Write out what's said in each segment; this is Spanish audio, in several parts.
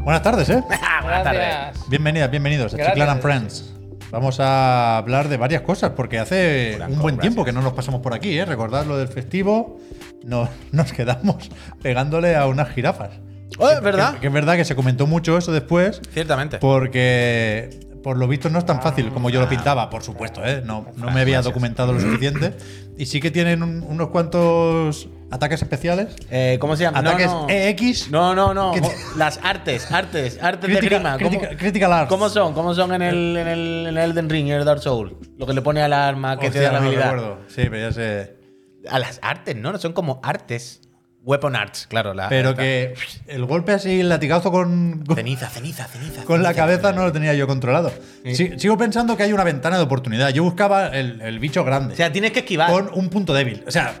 Buenas tardes, ¿eh? Gracias. Bienvenidas, bienvenidos a Gracias. Chiclan and Friends. Vamos a hablar de varias cosas porque hace Franco, un buen gracias. tiempo que no nos pasamos por aquí, ¿eh? Recordad lo del festivo, no- nos quedamos pegándole a unas jirafas. Oh, es verdad. Que, que es verdad que se comentó mucho eso después Ciertamente. porque por lo visto no es tan fácil como yo lo pintaba, por supuesto, ¿eh? No, no me había Ah, Gracias. documentado lo suficiente. Y sí que tienen un- unos cuantos ataques especiales. Eh, ¿Cómo se llama? No, Ataques E no. EX. No, no, no. Oh, ¿Qué te- Las artes, artes, artes de Crítica- grima. crítica- critical arts. ¿Cómo son? ¿Cómo son en el, en el, en el Elden Ring y el Dark Souls? Lo que le pone al arma, que te Hostia, da la no lo habilidad. recuerdo. Sí, pero ya sé. a las artes, ¿no? No Son como artes. Weapon arts, claro. la- Pero la- que el golpe así, el latigazo con, con, Ceniza, ceniza, ceniza. con la ceniza. cabeza no lo tenía yo controlado. Si- sigo pensando que hay una ventana de oportunidad. Yo buscaba el, el bicho grande. O sea, tienes que esquivar. con un punto débil. O sea,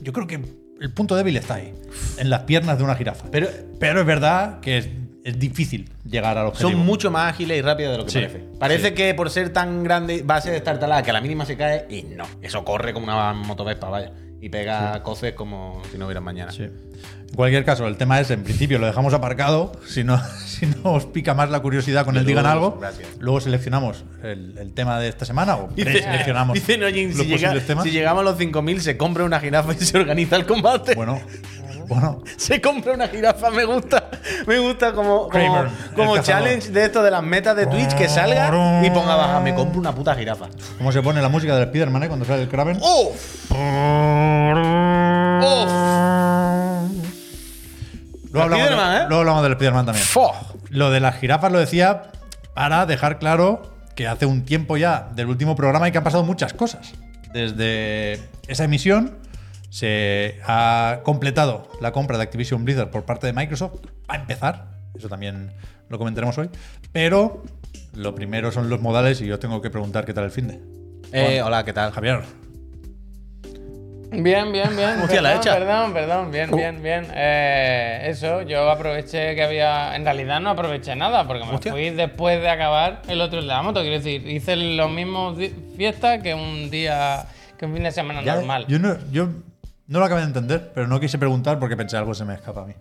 yo creo que el punto débil está ahí. En las piernas de una jirafa. Pero Pero es verdad que es, es difícil llegar al objetivo. son mucho más ágiles y rápidas de lo que Sí, parece. Parece sí. que por ser tan grande va a ser destartalada, que a la mínima se cae y no. Eso corre como una motovespa, vaya. Y pega coces como si no hubiera mañana. Sí. En cualquier caso, el tema es, en principio lo dejamos aparcado, si no, si no os pica más la curiosidad con Y el digan luego, algo, gracias. luego seleccionamos el, el tema de esta semana o Dice- preseleccionamos Dicen, oye, los si, llega- posibles temas. si llegamos a los 5.000, se compra una jirafa y se organiza el combate. Bueno, bueno, Se compra una jirafa, me gusta. Me gusta como, como, Kramer, este como el cazador. challenge de esto de las metas de Twitch que salga y ponga baja. Me compro una puta jirafa. ¿cómo se pone la música del Spider-Man eh, cuando sale el Kraven? Oh. ¡Uf! ¡Uf! luego, hablamos de- Spiderman, ¿eh? luego hablamos del Spider-Man también. ¡Fo! Lo de las jirafas lo decía para dejar claro que hace un tiempo ya del último programa y que han pasado muchas cosas. Desde esa emisión se ha completado la compra de Activision Blizzard por parte de Microsoft, a empezar, eso también lo comentaremos hoy, pero lo primero son los modales y yo tengo que preguntar qué tal el fin de. Eh, hola, ¿qué tal? Javier, Bien, bien, bien. Hostia, la perdón, hecha. Uh. perdón, perdón, bien, bien, bien. Eh, eso, yo aproveché que había. En realidad no aproveché nada, porque me Hostia. fui después de acabar el otro de la moto. Quiero decir, hice los mismos di- fiestas que un día. que un fin de semana ya- normal. Yo no, yo no lo acabé de entender, pero no quise preguntar porque pensé algo se me escapa a mí.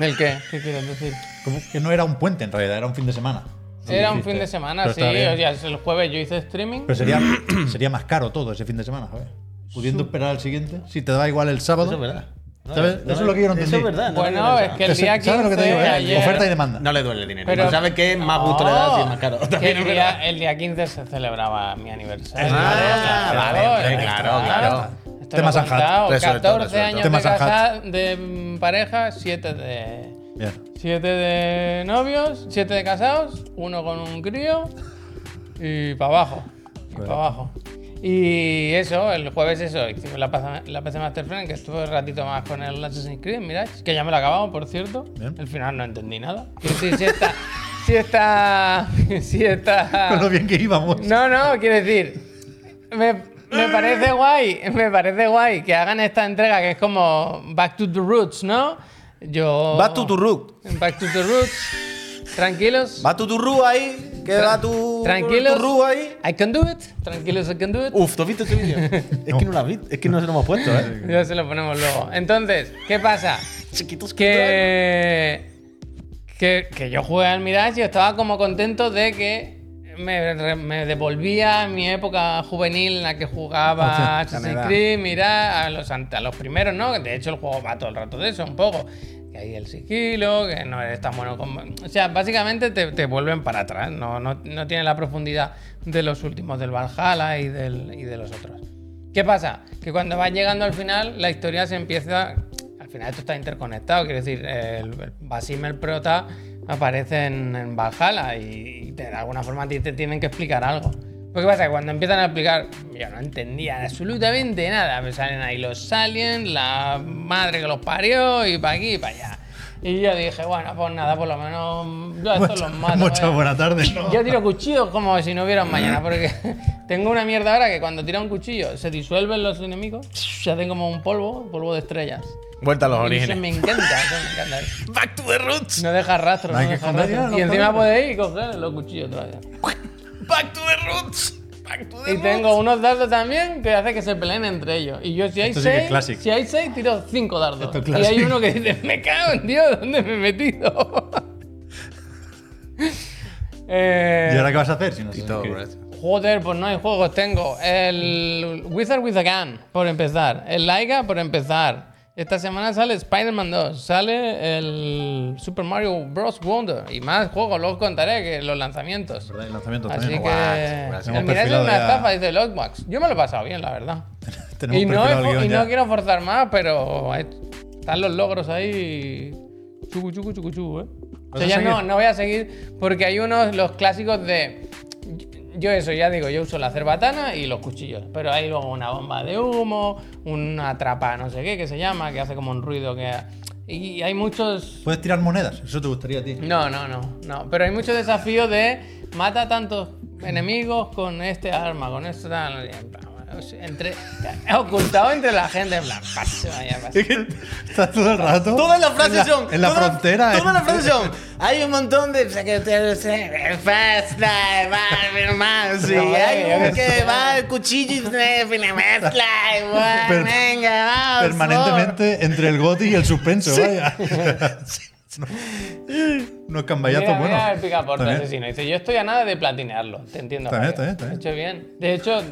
¿El qué? ¿Qué quieres decir? Como que no era un puente en realidad, era un fin de semana. Era un Dijiste. fin de semana, Pero sí. está bien. O sea, el jueves yo hice streaming. Pero sería, sería más caro todo ese fin de semana, ¿sabes? Pudiendo esperar al siguiente, si te da igual el sábado. Eso es verdad. No, ¿Sabes? no, Eso es lo que yo no Eso es entendí. verdad. no lo Bueno, había es pensado. que el día 15 ¿Sabes lo que te digo? eh? ayer- Oferta y demanda. No le duele el dinero. Pero- Pero sabes que es más No, gusto le da si es más caro. que También es el, verdad. día, el día 15 se celebraba mi aniversario. Ah, vale, hombre, claro, claro. Esto Tema lo he Sanjat. contado, Resuelto, 14 resuelto. años Tema de, Sanjat. casa- de mm, pareja, 7 de, Bien. 7 de novios, 7 de casados, uno con un crío y para abajo. Y para abajo. Y eso, el jueves eso, hicimos la, paz- la PC Master Friend, que estuve un ratito más con el Assassin's Creed, mirad, que ya me lo acabamos, por cierto. Bien. Al final no entendí nada. Quiero decir, si está... si está... si está... Con lo bien que íbamos. No, no, quiero decir. Me, me parece guay, me parece guay que hagan esta entrega que es como Back to the Roots, ¿no? Yo. Va tu turrú. Back to the Roots. Tranquilos. Va tu turrú ahí. Que va tu Tranquilos. turrú ahí. I can do it. Tranquilos, I can do it. Uf, ¿tú has visto ese vídeo? es que no lo has visto. Es que no se lo hemos puesto, ¿eh? Ya se lo ponemos luego. Entonces, ¿qué pasa? Chiquitos Que. Que, que yo jugué al Mirage y estaba como contento de que me, re- me devolvía a mi época juvenil en la que jugaba Hostia, la Assassin's edad. Creed, mirá, a los, ante- a los primeros, ¿no? De hecho, el juego va todo el rato de eso, un poco. Que hay el sigilo, que no eres tan bueno como. O sea, básicamente te, te vuelven para atrás, no, no, no tiene la profundidad de los últimos, del Valhalla y, del, y de los otros. ¿Qué pasa? Que cuando vas llegando al final, la historia se empieza. Al final esto está interconectado, quiero decir, el, el Basim, el prota, aparece en, en Valhalla y, y de alguna forma a ti te tienen que explicar algo. Lo que pasa es que cuando empiezan a explicar, yo no entendía absolutamente nada. Me salen ahí los aliens, la madre que los parió y para aquí y para allá. Y yo dije, bueno, pues nada, por lo menos yo a estos los mato. Muchas eh. buenas tardes. ¿no? Yo tiro cuchillos como si no hubiera un mañana, porque tengo una mierda ahora que cuando tira un cuchillo se disuelven los enemigos, se hacen como un polvo, polvo de estrellas. Vuelta a los Y eso orígenes. me encanta, eso me encanta. Back to the roots. No deja rastro, No no, hay que deja esconder ya rastro. los Y encima colores. podéis ir y coger los cuchillos todavía. Back to the roots. Back to the Y tengo unos dardos también que hace que se peleen entre ellos. Y yo si hay Esto sí que es seis, clásico. si hay seis tiro cinco dardos. Esto es y hay clásico. uno que dice, me cago en Dios, ¿dónde me he metido? Eh, ¿Y ahora qué vas a hacer? Si no sé Y todo qué- por eso. Joder, pues no hay juegos. Tengo el Wizard with a Gun, por empezar. El Laika, por empezar. Esta semana sale Spider-Man 2. Sale el Super Mario Bros. Wonder. Y más juegos, luego os contaré que los lanzamientos. ¿Verdad? El lanzamiento Así también. que. Hemos el mirar es perfilado una ya- estafa, dice Lockbox. Yo me lo he pasado bien, la verdad. Tenemos y no, perfilado el he- guión y ya. no quiero forzar más, pero ahí están los logros ahí. Chucu, chucu, chucu, chucu, ¿eh? O ¿Vas a sea, ya no, seguir? no voy a seguir porque hay unos, los clásicos de. Yo eso, ya digo, yo uso la cerbatana y los cuchillos. Pero hay luego una bomba de humo, una trapa no sé qué que se llama, que hace como un ruido que. Y hay muchos Puedes tirar monedas, eso te gustaría a ti. no, no, no, no. Pero hay mucho desafío de mata tantos enemigos con este arma, con esta. en plan, o sea, Entre, ocultado entre la gente, en plan, pase, vaya, pase. Estás todo el rato. Todas las en la- frases son. En la todas- frontera. en- Todas las frases son. Hay un montón de. Fasta, va, hermano. Sí, No, hay yo un qué que va el cuchillo y se finemezcla. Per- Venga, vamos. Permanentemente entre el goti y el suspenso, vaya. No- Unos cambayatos Mira, buenos. mira el picaporte También. asesino. Dice, yo estoy a nada de platinearlo. Te entiendo. Está bien, Javier. está bien, está Has hecho bien. De hecho,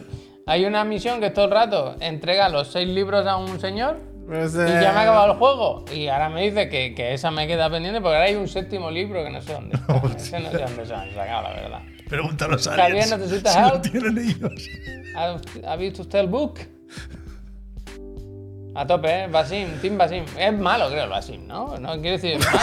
hay una misión que todo el rato entrega los seis libros a un señor Pues, y ya me ha acabado el juego. Y ahora me dice que, que esa me queda pendiente porque ahora hay un séptimo libro que no sé dónde está. Ese no sé dónde se han sacado, la verdad. Pregúntalo a los Javier, aliens, ¿necesitas si lo algo? tienen ellos. ¿Ha, ha visto usted el book? A tope, ¿eh? Basim, Team Basim. Es malo, creo, el Basim, ¿no? No quiere decir es malo.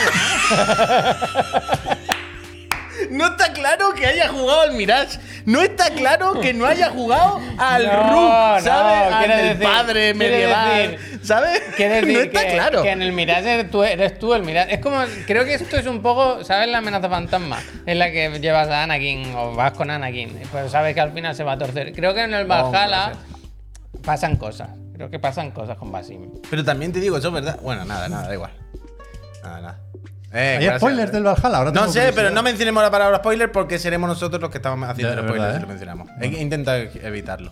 No está claro que haya jugado al Mirage. No está claro que no haya jugado al No, Rook, ¿sabes? no, al quiere del decir- padre quiere medieval. decir- ¿Sabes? Quiere decir no está que, claro. que en el Mirage eres tú, eres tú el Mirage. Es como, creo que esto es un poco, ¿sabes? La amenaza fantasma en la que llevas a Anakin o vas con Anakin, pero sabes que al final se va a torcer. Creo que en el Valhalla pasan cosas. Creo que pasan cosas con Basim. Pero también te digo, eso es verdad. Bueno, nada, nada, da igual. Nada, nada. Eh, Hay gracias. spoilers del Valhalla, ahora No tengo sé, pero curiosidad. no mencionemos la palabra spoiler porque seremos nosotros los que estamos haciendo Ya, es el spoiler verdad, si ¿eh? lo mencionamos. Hay que intentar evitarlo.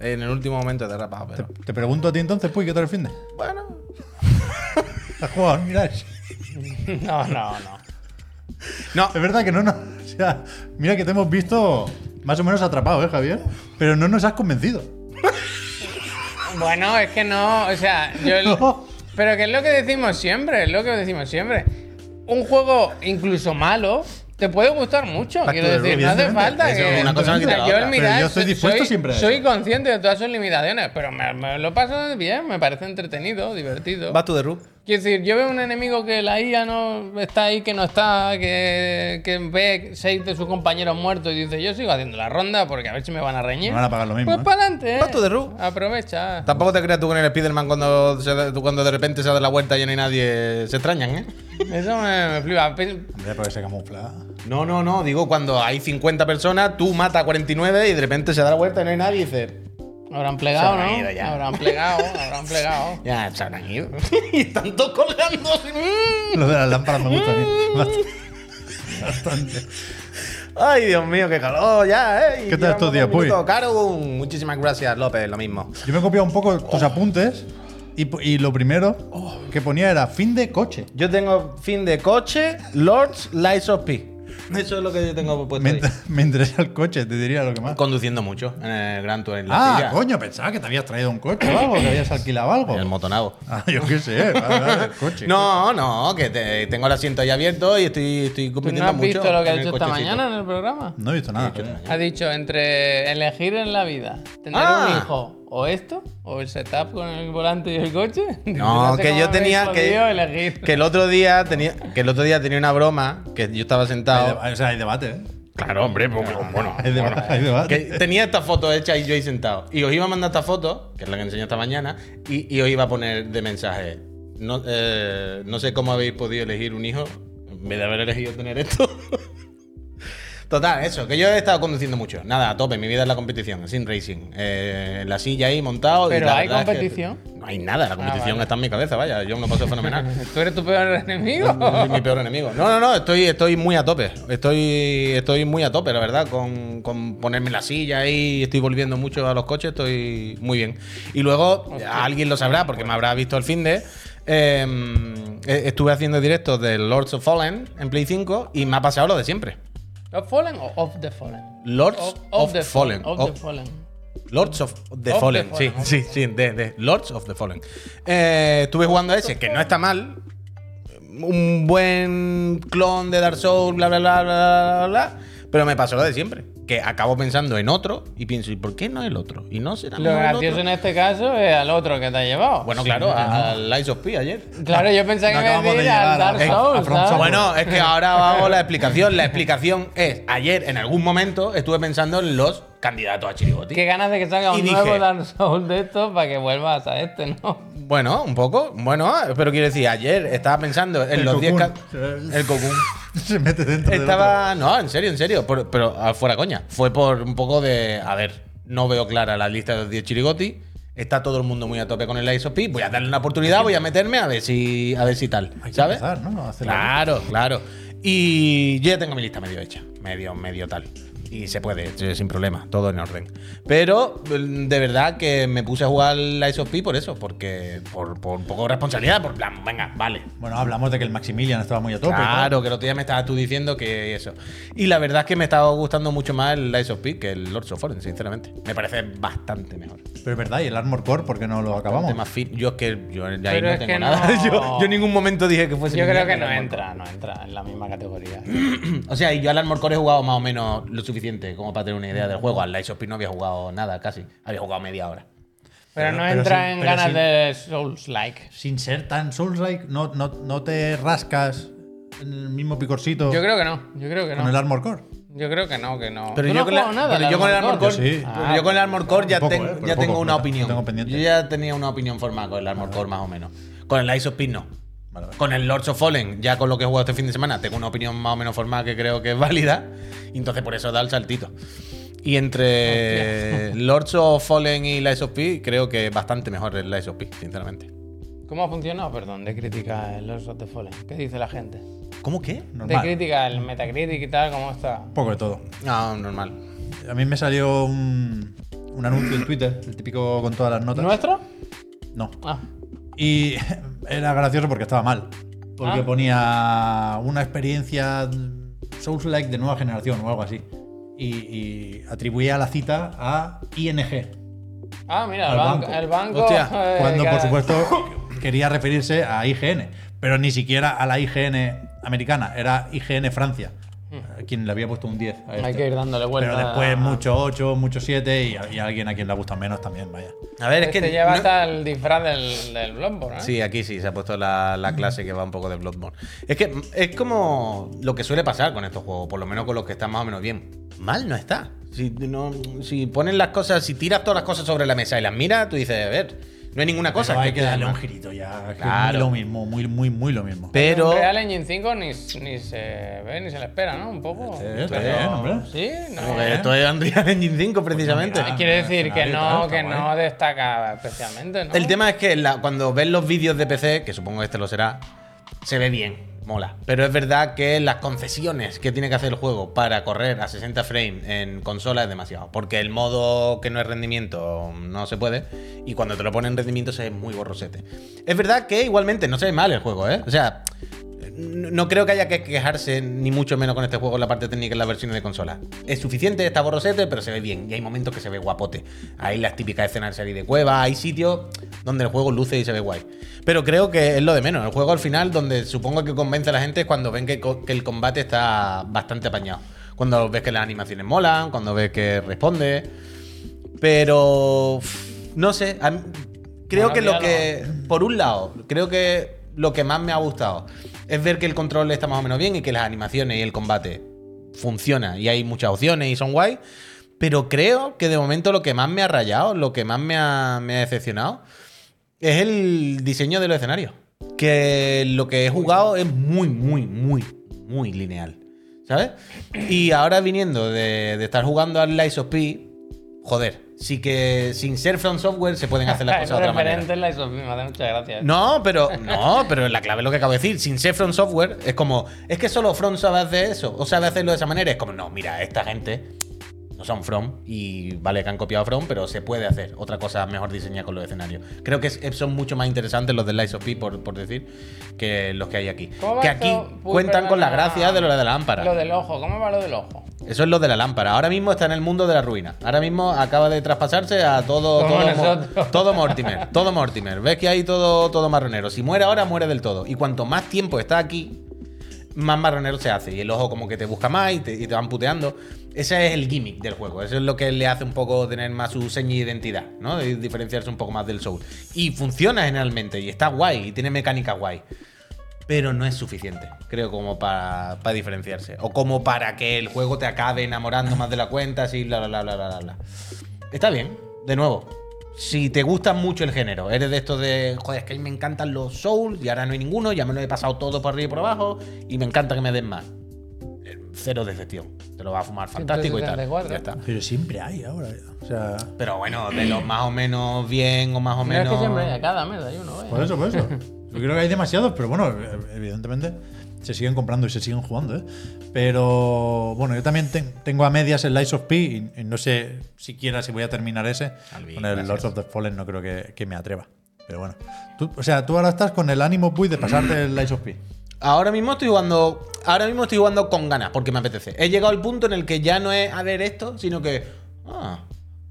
En el último momento te he rapado, pero. Te pregunto a ti entonces, Puy, ¿qué tal el fin de? Bueno. ¿Has jugado al Mirage? No, no, no. No, Es verdad que no nos. O sea, mira que te hemos visto más o menos atrapado, ¿eh, Javier? Pero no nos has convencido. Bueno, es que no, o sea, yo. el- No. Pero que es lo que decimos siempre, es lo que decimos siempre. Un juego incluso malo te puede gustar mucho, Back quiero to the decir, root, no hace evidentemente. falta Eso que. es una cosa que quita la yo el otra. Mirage Pero yo estoy dispuesto soy, siempre a Soy eso. consciente de todas sus limitaciones, pero me, me lo paso bien, me parece entretenido, divertido. vas tú de Rook. Quiero decir, yo veo un enemigo que la IA no está ahí, que no está, que, que ve seis de sus compañeros muertos y dice, yo sigo haciendo la ronda porque a ver si me van a reñir. Me van a pagar lo mismo, Pues ¿eh? para adelante, Vas tú de Rook. Aprovecha. Tampoco te creas tú con el Spiderman cuando, se da- cuando de repente se da la vuelta y no hay nadie. Se extrañan, ¿eh? Eso me, me flipa. Pe- Hombre, porque se camufla. No, no, no. Digo, cuando hay 50 personas, tú matas a 49 y de repente se da la vuelta y no hay nadie y dices. Habrán plegado, Se habrán ¿no? ido ya. Habrán plegado, habrán plegado. Ya se habrán ido. y están todos colgando. Mm. Lo de las lámparas me gusta a mí. Bast- Bastante. Ay, Dios mío, qué calor ya, ¿eh? ¿Qué tal estos días, Puy? Caro, muchísimas gracias, López, lo mismo. Yo me he copiado un poco tus Oh. apuntes y, po- y lo primero que ponía era fin de coche. Yo tengo fin de coche, Lords, Lights of P. Eso es lo que yo tengo puesto Me, ahí. inter- me interesa el coche, te diría lo que más. Conduciendo mucho en el Gran Tour en la Ah, silla, coño, pensaba que te habías traído un coche o algo, que habías alquilado En el algo. motonavo. Ah, yo qué sé, vale, vale, el coche. No, no, que te- tengo el asiento ahí abierto y estoy, estoy ¿Tú compitiendo no has mucho visto lo que ha en el hecho esta cochecito. mañana en el programa? No he visto nada. Ha dicho entre elegir en la vida, tener Ah. un hijo o esto, o el setup con el volante y el coche. No, sé que cómo yo habéis tenía que, podido elegir. que el otro día tenía que el otro día tenía una broma que yo estaba Hay sentado. de- o sea, hay debate, ¿eh? Claro, hombre, porque, bueno, Hay deba- hay debate. que tenía esta foto hecha y yo ahí sentado. Y os iba a mandar esta foto, que es la que enseñé esta mañana, y, y os iba a poner de mensaje. No, eh, no sé cómo habéis podido elegir un hijo en vez de haber elegido tener esto. Total, eso, que yo he estado conduciendo mucho. Nada, a tope, mi vida es la competición, sin racing. Eh, en la silla ahí montado. y Pero la ¿hay verdad es que competición? Ah, no hay nada, la competición vale. está en mi cabeza, vaya, yo me lo paso fenomenal. ¿Tú eres tu peor enemigo? Yo soy mi peor enemigo. No, no, no, estoy, estoy muy a tope. Estoy, estoy muy a tope, la verdad, con, con ponerme en la silla ahí. Estoy volviendo mucho a los coches, estoy muy bien. Y luego, alguien lo sabrá, porque me habrá visto el fin de. em, e, estuve haciendo directos de Lords of Fallen en Play 5 y me ha pasado lo de siempre. ¿Of Fallen o Of the Fallen? Lords Of, of, of the Fallen. Of O- the Fallen. Lords of the Of the Fallen. Fallen, Sí, of sí, sí, de, de Lords of the Fallen. Eh, estuve jugando a ese, que no está mal. Un buen clon de Dark Souls, bla, bla, bla, bla, bla, bla. Pero me pasó lo de siempre. Que acabo pensando en otro y pienso, ¿y por qué no el otro? Y no será Lo mejor el gracioso otro. en este caso es al otro que te ha llevado. Bueno, claro, a- al Lies of P ayer. Claro, yo pensaba No que me acabamos de iba a llegar al a- Dark eh, a Souls. From ¿sabes? Software. Bueno, es que ahora hago la explicación. La explicación es, ayer en algún momento estuve pensando en los candidatos a Chirigoti. Qué ganas de que salga Y un dije- nuevo Dark Souls de estos para que vuelvas a este, ¿no? Bueno, un poco. Bueno, pero quiero decir, ayer estaba pensando en El los 10 cocoon. ca- El cocún. Se mete dentro del Estaba. No, en serio, en serio. por- pero ah, fuera coña. Fue por un poco de. A ver, no veo clara la lista de los 10 chirigoti. Está todo el mundo muy a tope con el Ice of P. Voy a darle una oportunidad, voy a meterme a ver si, a ver si tal. Hay que ¿Sabes? empezar, ¿no? A hacer la Claro, claro. Y yo ya tengo mi lista medio hecha, medio, medio tal. Y se puede, eh, sin problema, todo en orden. Pero mm, de verdad que me puse a jugar la P por eso, porque por, por un poco de responsabilidad, por plan, venga, vale. Bueno, hablamos de que el Maximilian estaba muy a tope. Claro, que el otro día me estabas tú diciendo que eso. Y la verdad es que me estaba gustando mucho más el Lies of P que el Lords of Fallen, sinceramente. Me parece bastante mejor. Pero es verdad, y el Armor Core, ¿por qué no lo acabamos? Tema fit- Yo es que yo ahí Pero no es tengo que nada. no. Yo, yo en ningún momento dije que fuese Yo mi creo mierda que no el Armored Core. entra, no entra en la misma categoría. O sea, y yo al Armor Core he jugado más o menos lo suficiente como para tener una idea del juego. Al Lies of P no había jugado nada casi. Había jugado media hora. Pero no pero entra sí, en pero ganas sí. de Souls-like. Sin ser tan Souls-like, no, no, no te rascas en el mismo picorcito Yo creo que no, yo creo que con el no. Armor Core. Yo creo que no, que no. Pero yo, Tú no has con, la- jugado nada pero al Ah, yo con el Armored Armor Core. Core, Sí. pero yo con el Armor Core ya, Poco, tengo, eh, pero ya poco, tengo una no te- opinión. no tengo pendiente. Ah. yo ya tenía una opinión formada con el Armor Core más o menos. Con el Lies of P no. Vale, vale. Con el Lords of Fallen, ya con lo que he jugado este fin de semana, tengo una opinión más o menos formada que creo que es válida. Y entonces por eso da el saltito. Y entre Lords of Fallen y Lies of P, creo que es bastante mejor el Lies of P, sinceramente. ¿Cómo ha funcionado, perdón, de crítica el Lords of the Fallen? ¿Qué dice la gente? ¿Cómo qué? De Normal. crítica, el Metacritic y tal, ¿cómo está? Un poco de todo. No, normal. A mí me salió un, un anuncio en Twitter, el típico con todas las notas. ¿Nuestro? No. Ah, Y era gracioso porque estaba mal. Porque Ah. ponía una experiencia Souls-like de nueva generación o algo así. Y, y atribuía la cita a ING. Ah, mira, Al el banco. banco. El banco Hostia, eh, Cuando, por cada- supuesto, quería referirse a IGN, pero ni siquiera a la IGN americana, era IGN Francia, a quien le había puesto un 10. a esto. Hay que ir dándole vueltas. Pero después mucho 8, mucho 7 y, a- y a alguien a quien le gusta menos también, vaya. A ver, es Este que. lleva no- hasta el disfraz del, del Bloodborne, ¿eh? Sí, aquí sí, se ha puesto la, la clase que va un poco de Bloodborne. Es que mm, es como lo que suele pasar con estos juegos, por lo menos con los que están más o menos bien. Mal no está. Si, no, si ponen las cosas, si tiras todas las cosas sobre la mesa y las miras, tú dices, a ver, no hay ninguna cosa. Pero hay que que esté darle un mal. girito ya, que muy Claro. lo mismo, muy, muy, muy lo mismo. Pero. En Real Engine 5 ni, ni se ve ni se le espera, ¿no? Un poco. Sí, Eh, está bien, hombre. Sí, no. Como que Esto es Unreal Engine 5, precisamente. mira. Quiere decir que Ahí está, no, está que guay. no destaca especialmente, ¿no? El tema es que la- cuando ves los vídeos de PC, que supongo este lo será, se ve bien, mola. Pero es verdad que las concesiones que tiene que hacer el juego para correr a 60 frames en consola es demasiado. Porque el modo que no es rendimiento no se puede. Y cuando te lo ponen en rendimiento se ve muy borrosete. Es verdad que igualmente no se ve mal el juego, ¿eh? O sea, no no creo que haya que quejarse ni mucho menos con este juego en la parte técnica en las versiones de consola. Es suficiente, está borrosete, pero se ve bien. Y hay momentos que se ve guapote. Hay las típicas escenas de salir de cueva, hay sitios donde el juego luce y se ve guay. Pero creo que es lo de menos. El juego al final, donde supongo que convence a la gente, es cuando ven que, co- que el combate está bastante apañado. Cuando ves que las animaciones molan, cuando ves que responde. Pero. uf, No sé. a mí- creo Bueno, que lo míralo. que. Por un lado, creo que lo que más me ha gustado es ver que el control está más o menos bien y que las animaciones y el combate funciona y hay muchas opciones y son guay. Pero creo que de momento lo que más me ha rayado, lo que más me ha, me ha decepcionado, es el diseño de los escenarios. Que lo que he jugado es muy, muy, muy, muy lineal. ¿Sabes? Y ahora viniendo de, de estar jugando al Lies of P, joder, sí que sin ser From Software se pueden hacer las es cosas de otra manera. referente en la ISO, me hace muchas gracias. No, pero no, pero la clave es lo que acabo de decir. Sin ser From Software, es como, es que solo From sabe hacer eso, o sabe hacerlo de esa manera. Es como, no, mira, esta gente no son From y vale que han copiado From, pero se puede hacer otra cosa mejor diseñada con los escenarios. Creo que es- son mucho más interesantes los de Lies of P, por, por decir, que los que hay aquí. ¿Cómo Que va aquí esto? Uy, cuentan con la perdona. gracia de lo de la lámpara. Lo del ojo, ¿cómo va lo del ojo? Eso es lo de la lámpara. Ahora mismo está en el mundo de la ruina. Ahora mismo acaba de traspasarse a todo, Como todo, Mo- nosotros. todo Mortimer. Todo Mortimer. Ves que hay todo, todo marronero. Si muere ahora, muere del todo. Y cuanto más tiempo está aquí, más marronero se hace. Y el ojo como que te busca más y te, y te van puteando. Ese es el gimmick del juego. Eso es lo que le hace un poco tener más su seña de identidad, ¿no? De diferenciarse un poco más del soul. Y funciona generalmente. Y está guay. Y tiene mecánica guay pero no es suficiente, creo, como para, para diferenciarse. O como para que el juego te acabe enamorando más de la cuenta, así, bla, bla, bla, bla, bla, bla, bla. Está bien, de nuevo. Si te gusta mucho el género, eres de estos de, joder, es que a mí me encantan los souls y ahora no hay ninguno, ya me lo he pasado todo por arriba y por abajo y me encanta que me den más. Eh, Cero decepción. Te lo va a fumar fantástico y tal. 174. Ya está. Pero siempre hay ahora. ¿eh? O sea. Pero bueno, de los más o menos bien o más o No es menos... que siempre hay a cada mes, hay uno, ¿eh? Por eso, por eso. Yo creo que hay demasiados, pero bueno, e-, evidentemente se siguen comprando y se siguen jugando. ¿eh? Pero bueno, yo también ten- tengo a medias el Lies of P y, y no sé siquiera si voy a terminar ese. Albi, con el gracias. Lords of the Fallen no creo que, que me atreva. Pero bueno. Tú- o sea, tú ahora estás con el ánimo puy de pasarte el Lies of P. Ahora mismo estoy jugando. Ahora mismo estoy jugando con ganas, porque me apetece. He llegado al punto en el que ya no es a ver esto, sino que. Ah,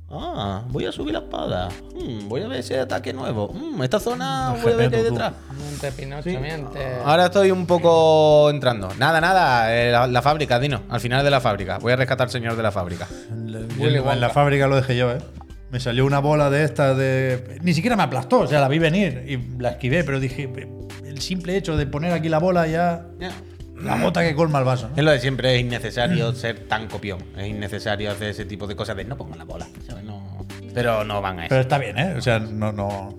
ah, voy a subir la espada. Mm, voy a ver ese ataque nuevo. Mm, esta zona voy a ver qué hay Tú, tú. detrás. Miente, Pinocho, miente. Ahora estoy un poco entrando. Nada, nada. eh, La, la fábrica, Dino. Al final de la fábrica. Voy a rescatar al señor de la fábrica. En la- Willy en la Wonka. fábrica lo dejé yo, ¿eh? Me salió una bola de estas de. Ni siquiera me aplastó, o sea, la vi venir y la esquivé, pero dije, el simple hecho de poner aquí la bola ya. Ya. La mota que colma el vaso. ¿no? Es lo de siempre, es innecesario ser tan copión. Es innecesario hacer ese tipo de cosas de no pongan la bola. ¿sabes? No- Pero no van a eso. Pero está bien, ¿eh? O sea, no, no.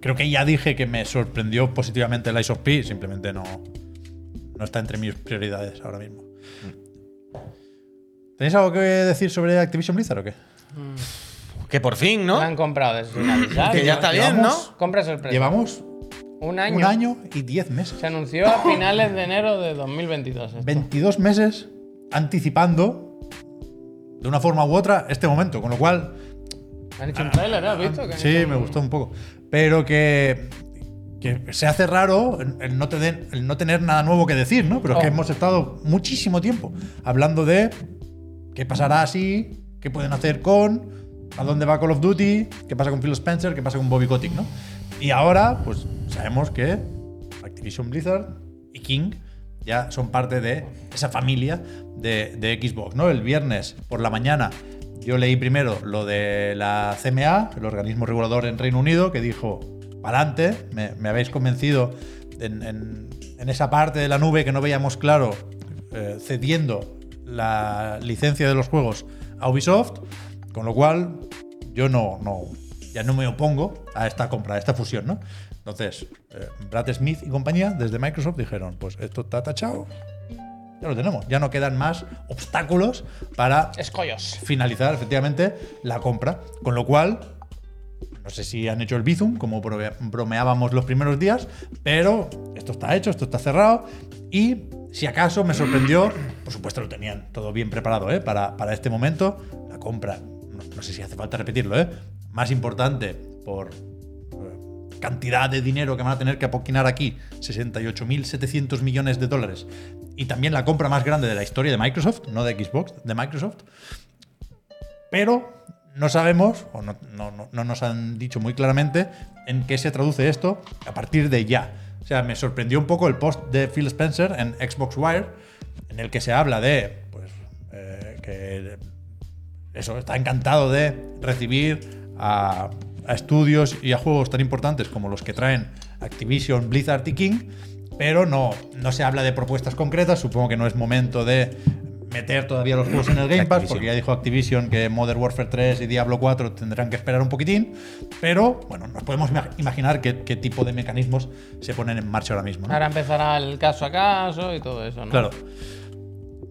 Creo que ya dije que me sorprendió positivamente el Ice of P, simplemente no, no está entre mis prioridades ahora mismo. Mm. ¿Tenéis algo que decir sobre Activision Blizzard o qué? Que por fin, Me ¿no? han comprado de sin avisar. Que ya está bien, ¿no? Llevamos- Compra sorpresa. Llevamos un año. un año y 10 meses. Se anunció a finales de enero de 2022. esto. 22 meses anticipando de una forma u otra este momento, con lo cual Han hecho un trailer, ¿has visto? Que han Sí, hecho me un- gustó un poco. Pero que, que se hace raro el, el no tener, el no tener nada nuevo que decir, ¿no? Pero es que Oh. hemos estado muchísimo tiempo hablando de qué pasará así, qué pueden hacer con, a dónde va Call of Duty, qué pasa con Phil Spencer, qué pasa con Bobby Kotick, ¿no? Y ahora, pues sabemos que Activision Blizzard y King ya son parte de esa familia de, de Xbox, ¿no? El viernes por la mañana yo leí primero lo de la CMA, el organismo regulador en Reino Unido, que dijo, para adelante, me, me habéis convencido en, en- en esa parte de la nube que no veíamos claro, eh, cediendo la licencia de los juegos a Ubisoft, con lo cual yo no, no, ya no me opongo a esta compra, a esta fusión, ¿no? Entonces, eh, Brad Smith y compañía desde Microsoft dijeron, pues esto está tachado, ya lo tenemos, ya no quedan más obstáculos para Escollos. finalizar efectivamente la compra, con lo cual no sé si han hecho el Bizum, como prove- bromeábamos los primeros días, pero esto está hecho, esto está cerrado. Y si acaso me sorprendió, por supuesto lo tenían todo bien preparado ¿eh? para, para este momento, la compra, no, no sé si hace falta repetirlo, ¿eh? más importante por eh, cantidad de dinero que van a tener que apoquinar aquí, 68.700 millones de dólares, y también la compra más grande de la historia de Microsoft, no de Xbox, de Microsoft, pero no sabemos, o no, no- no- no nos han dicho muy claramente, en qué se traduce esto a partir de ya. O sea, me sorprendió un poco el post de Phil Spencer en Xbox Wire, en el que se habla de pues, eh, que eso, está encantado de recibir a, a estudios y a juegos tan importantes como los que traen Activision, Blizzard y King, pero no, no se habla de propuestas concretas, supongo que no es momento de meter todavía los juegos en el Game Pass, Activision. porque ya dijo Activision que Modern Warfare 3 y Diablo 4 tendrán que esperar un poquitín, pero bueno, nos podemos ima- imaginar qué, qué tipo de mecanismos se ponen en marcha ahora mismo. ¿no? Ahora empezará el caso a caso y todo eso, ¿no? Claro.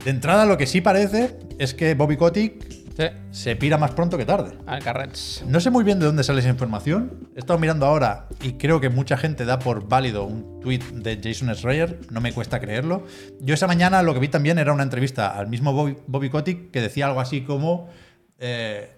De entrada, lo que sí parece es que Bobby Kotick Sí. se pira más pronto que tarde. Alcarrets. No sé muy bien de dónde sale esa información. He estado mirando ahora y creo que mucha gente da por válido un tweet de Jason Schreier. No me cuesta creerlo. Yo esa mañana lo que vi también era una entrevista al mismo Bobby, Bobby Kotick que decía algo así como eh,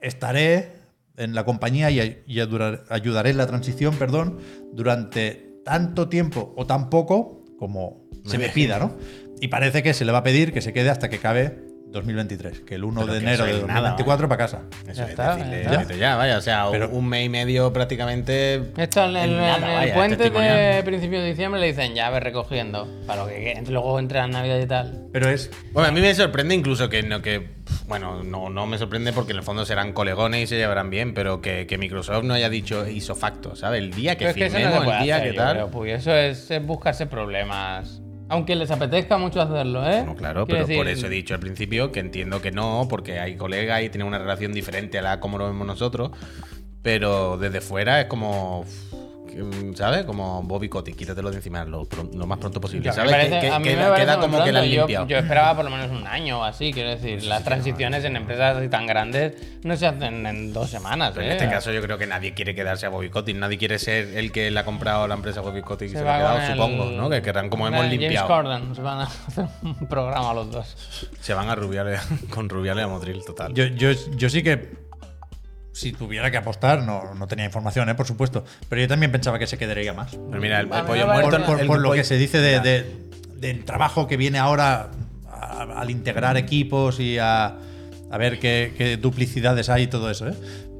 estaré en la compañía y, ay- y ayudar- ayudaré en la transición, perdón, durante tanto tiempo o tan poco como se me pida, ¿no? Y parece que se le va a pedir que se quede hasta que cabe 2023, que el 1 Pero de que enero eso de es nada, ¿eh? 2024 para casa. Eso Ya es está, decirle, ya ya, está. ya, vaya, o sea, Pero- un mes y medio prácticamente. Esto en el, En nada, en el vaya, este puente tipo de ya- principio de diciembre le dicen ya, ve recogiendo. Para lo que quede. luego entra la Navidad y tal. Pero es Bueno, a mí me sorprende incluso que no, que. pf, Bueno, no, no me sorprende porque en el fondo serán colegones y se llevarán bien, pero que, que Microsoft no haya dicho hizo facto, ¿sabes? El día que Pero es que eso no firmemos, se puede el día hacer, que yo tal. creo, Puy. Eso es, es buscarse problemas. Aunque les apetezca mucho hacerlo, ¿eh? No, claro, pero Quiero por decir, eso he dicho al principio que entiendo que no, porque hay colegas y tienen una relación diferente a la como lo vemos nosotros, pero desde fuera es como, uf, que, mm, ¿sabes? Como Bobby Kotick, quítatelo de encima lo, pro- lo más pronto yo- posible, me ¿sabes? parece- Que- que- a mí me queda parece queda muy como que pronto. la han yo, limpiado. yo esperaba por lo menos un año o así, quiero decir. Las transiciones en empresas así tan grandes no se hacen en dos semanas, Pero ¿eh? en este caso yo creo que nadie quiere quedarse a Bobby Kotick, nadie quiere ser el que le ha comprado la empresa Bobby Kotick y se, lo ha va quedado, con el- supongo, ¿no? Que querrán como hemos James limpiado. Corden, se van a hacer un programa los dos. Se van a Rubiales, con Rubiales a Motril, total. Yo, yo, yo sí que, si tuviera que apostar, no, no tenía información, ¿eh? por supuesto, pero yo también pensaba que se quedaría más. Pero mira, el, el A mí me pollo parece- muerto... Por, el- por- el por lo pollo- que se dice de- de- del trabajo que viene ahora a- al integrar equipos y a, a ver qué, qué duplicidades hay y todo eso, ¿eh?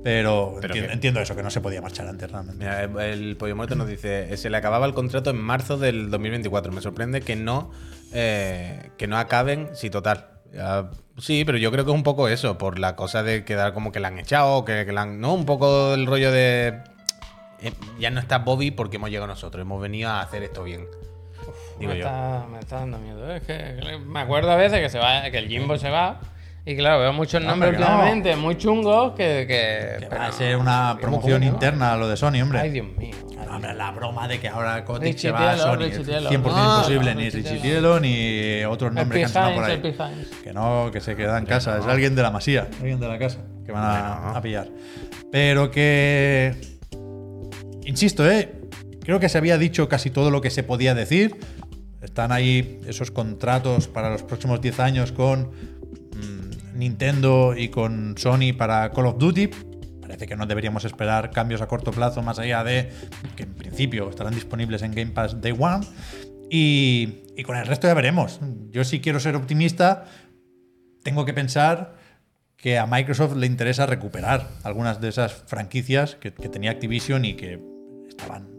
Pero, Pero entiendo, que- entiendo eso, que no se podía marchar antes realmente. Mira, el- el Pollo Muerto nos dice, eh, se le acababa el contrato en marzo del 2024. Me sorprende que no, eh, que no acaben, sí, total. Ya, sí, pero yo creo que es un poco eso, por la cosa de quedar como que la han echado, que, que la han... No, un poco el rollo de... eh, ya no está Bobby porque hemos llegado nosotros, hemos venido a hacer esto bien. Digo me, yo. Está, me está dando miedo. ¿eh? Es que me acuerdo a veces que se va, que el Jimbo se va. Y claro, veo muchos nombres hombre, que Ah, no. últimamente, muy chungos, que. que, Que pero- va a ser una promoción ¿Cómo que no? interna lo de Sony, hombre. Ay, Dios mío. ay, Hombre, la broma de que ahora Kotick Richie se va a Tielo, Sony. Richie Tielo. 100% No, imposible, no, ni Richie Richie Tielo. Tielo ni otros El nombres que han sonado por P-Hines, ahí. el P-Hines. Que no, que se queda en casa. Es alguien de la masía, alguien de la casa que van a, Bueno. a pillar. Pero que. Insisto, ¿eh? Creo que se había dicho casi todo lo que se podía decir. Están ahí esos contratos para los próximos 10 años con mm, Nintendo y con Sony para Call of Duty. Parece que no deberíamos esperar cambios a corto plazo más allá de que en principio estarán disponibles en Game Pass Day One. Y, y con el resto ya veremos. Yo sí quiero ser optimista, tengo que pensar que a Microsoft le interesa recuperar algunas de esas franquicias que, que tenía Activision y que estaban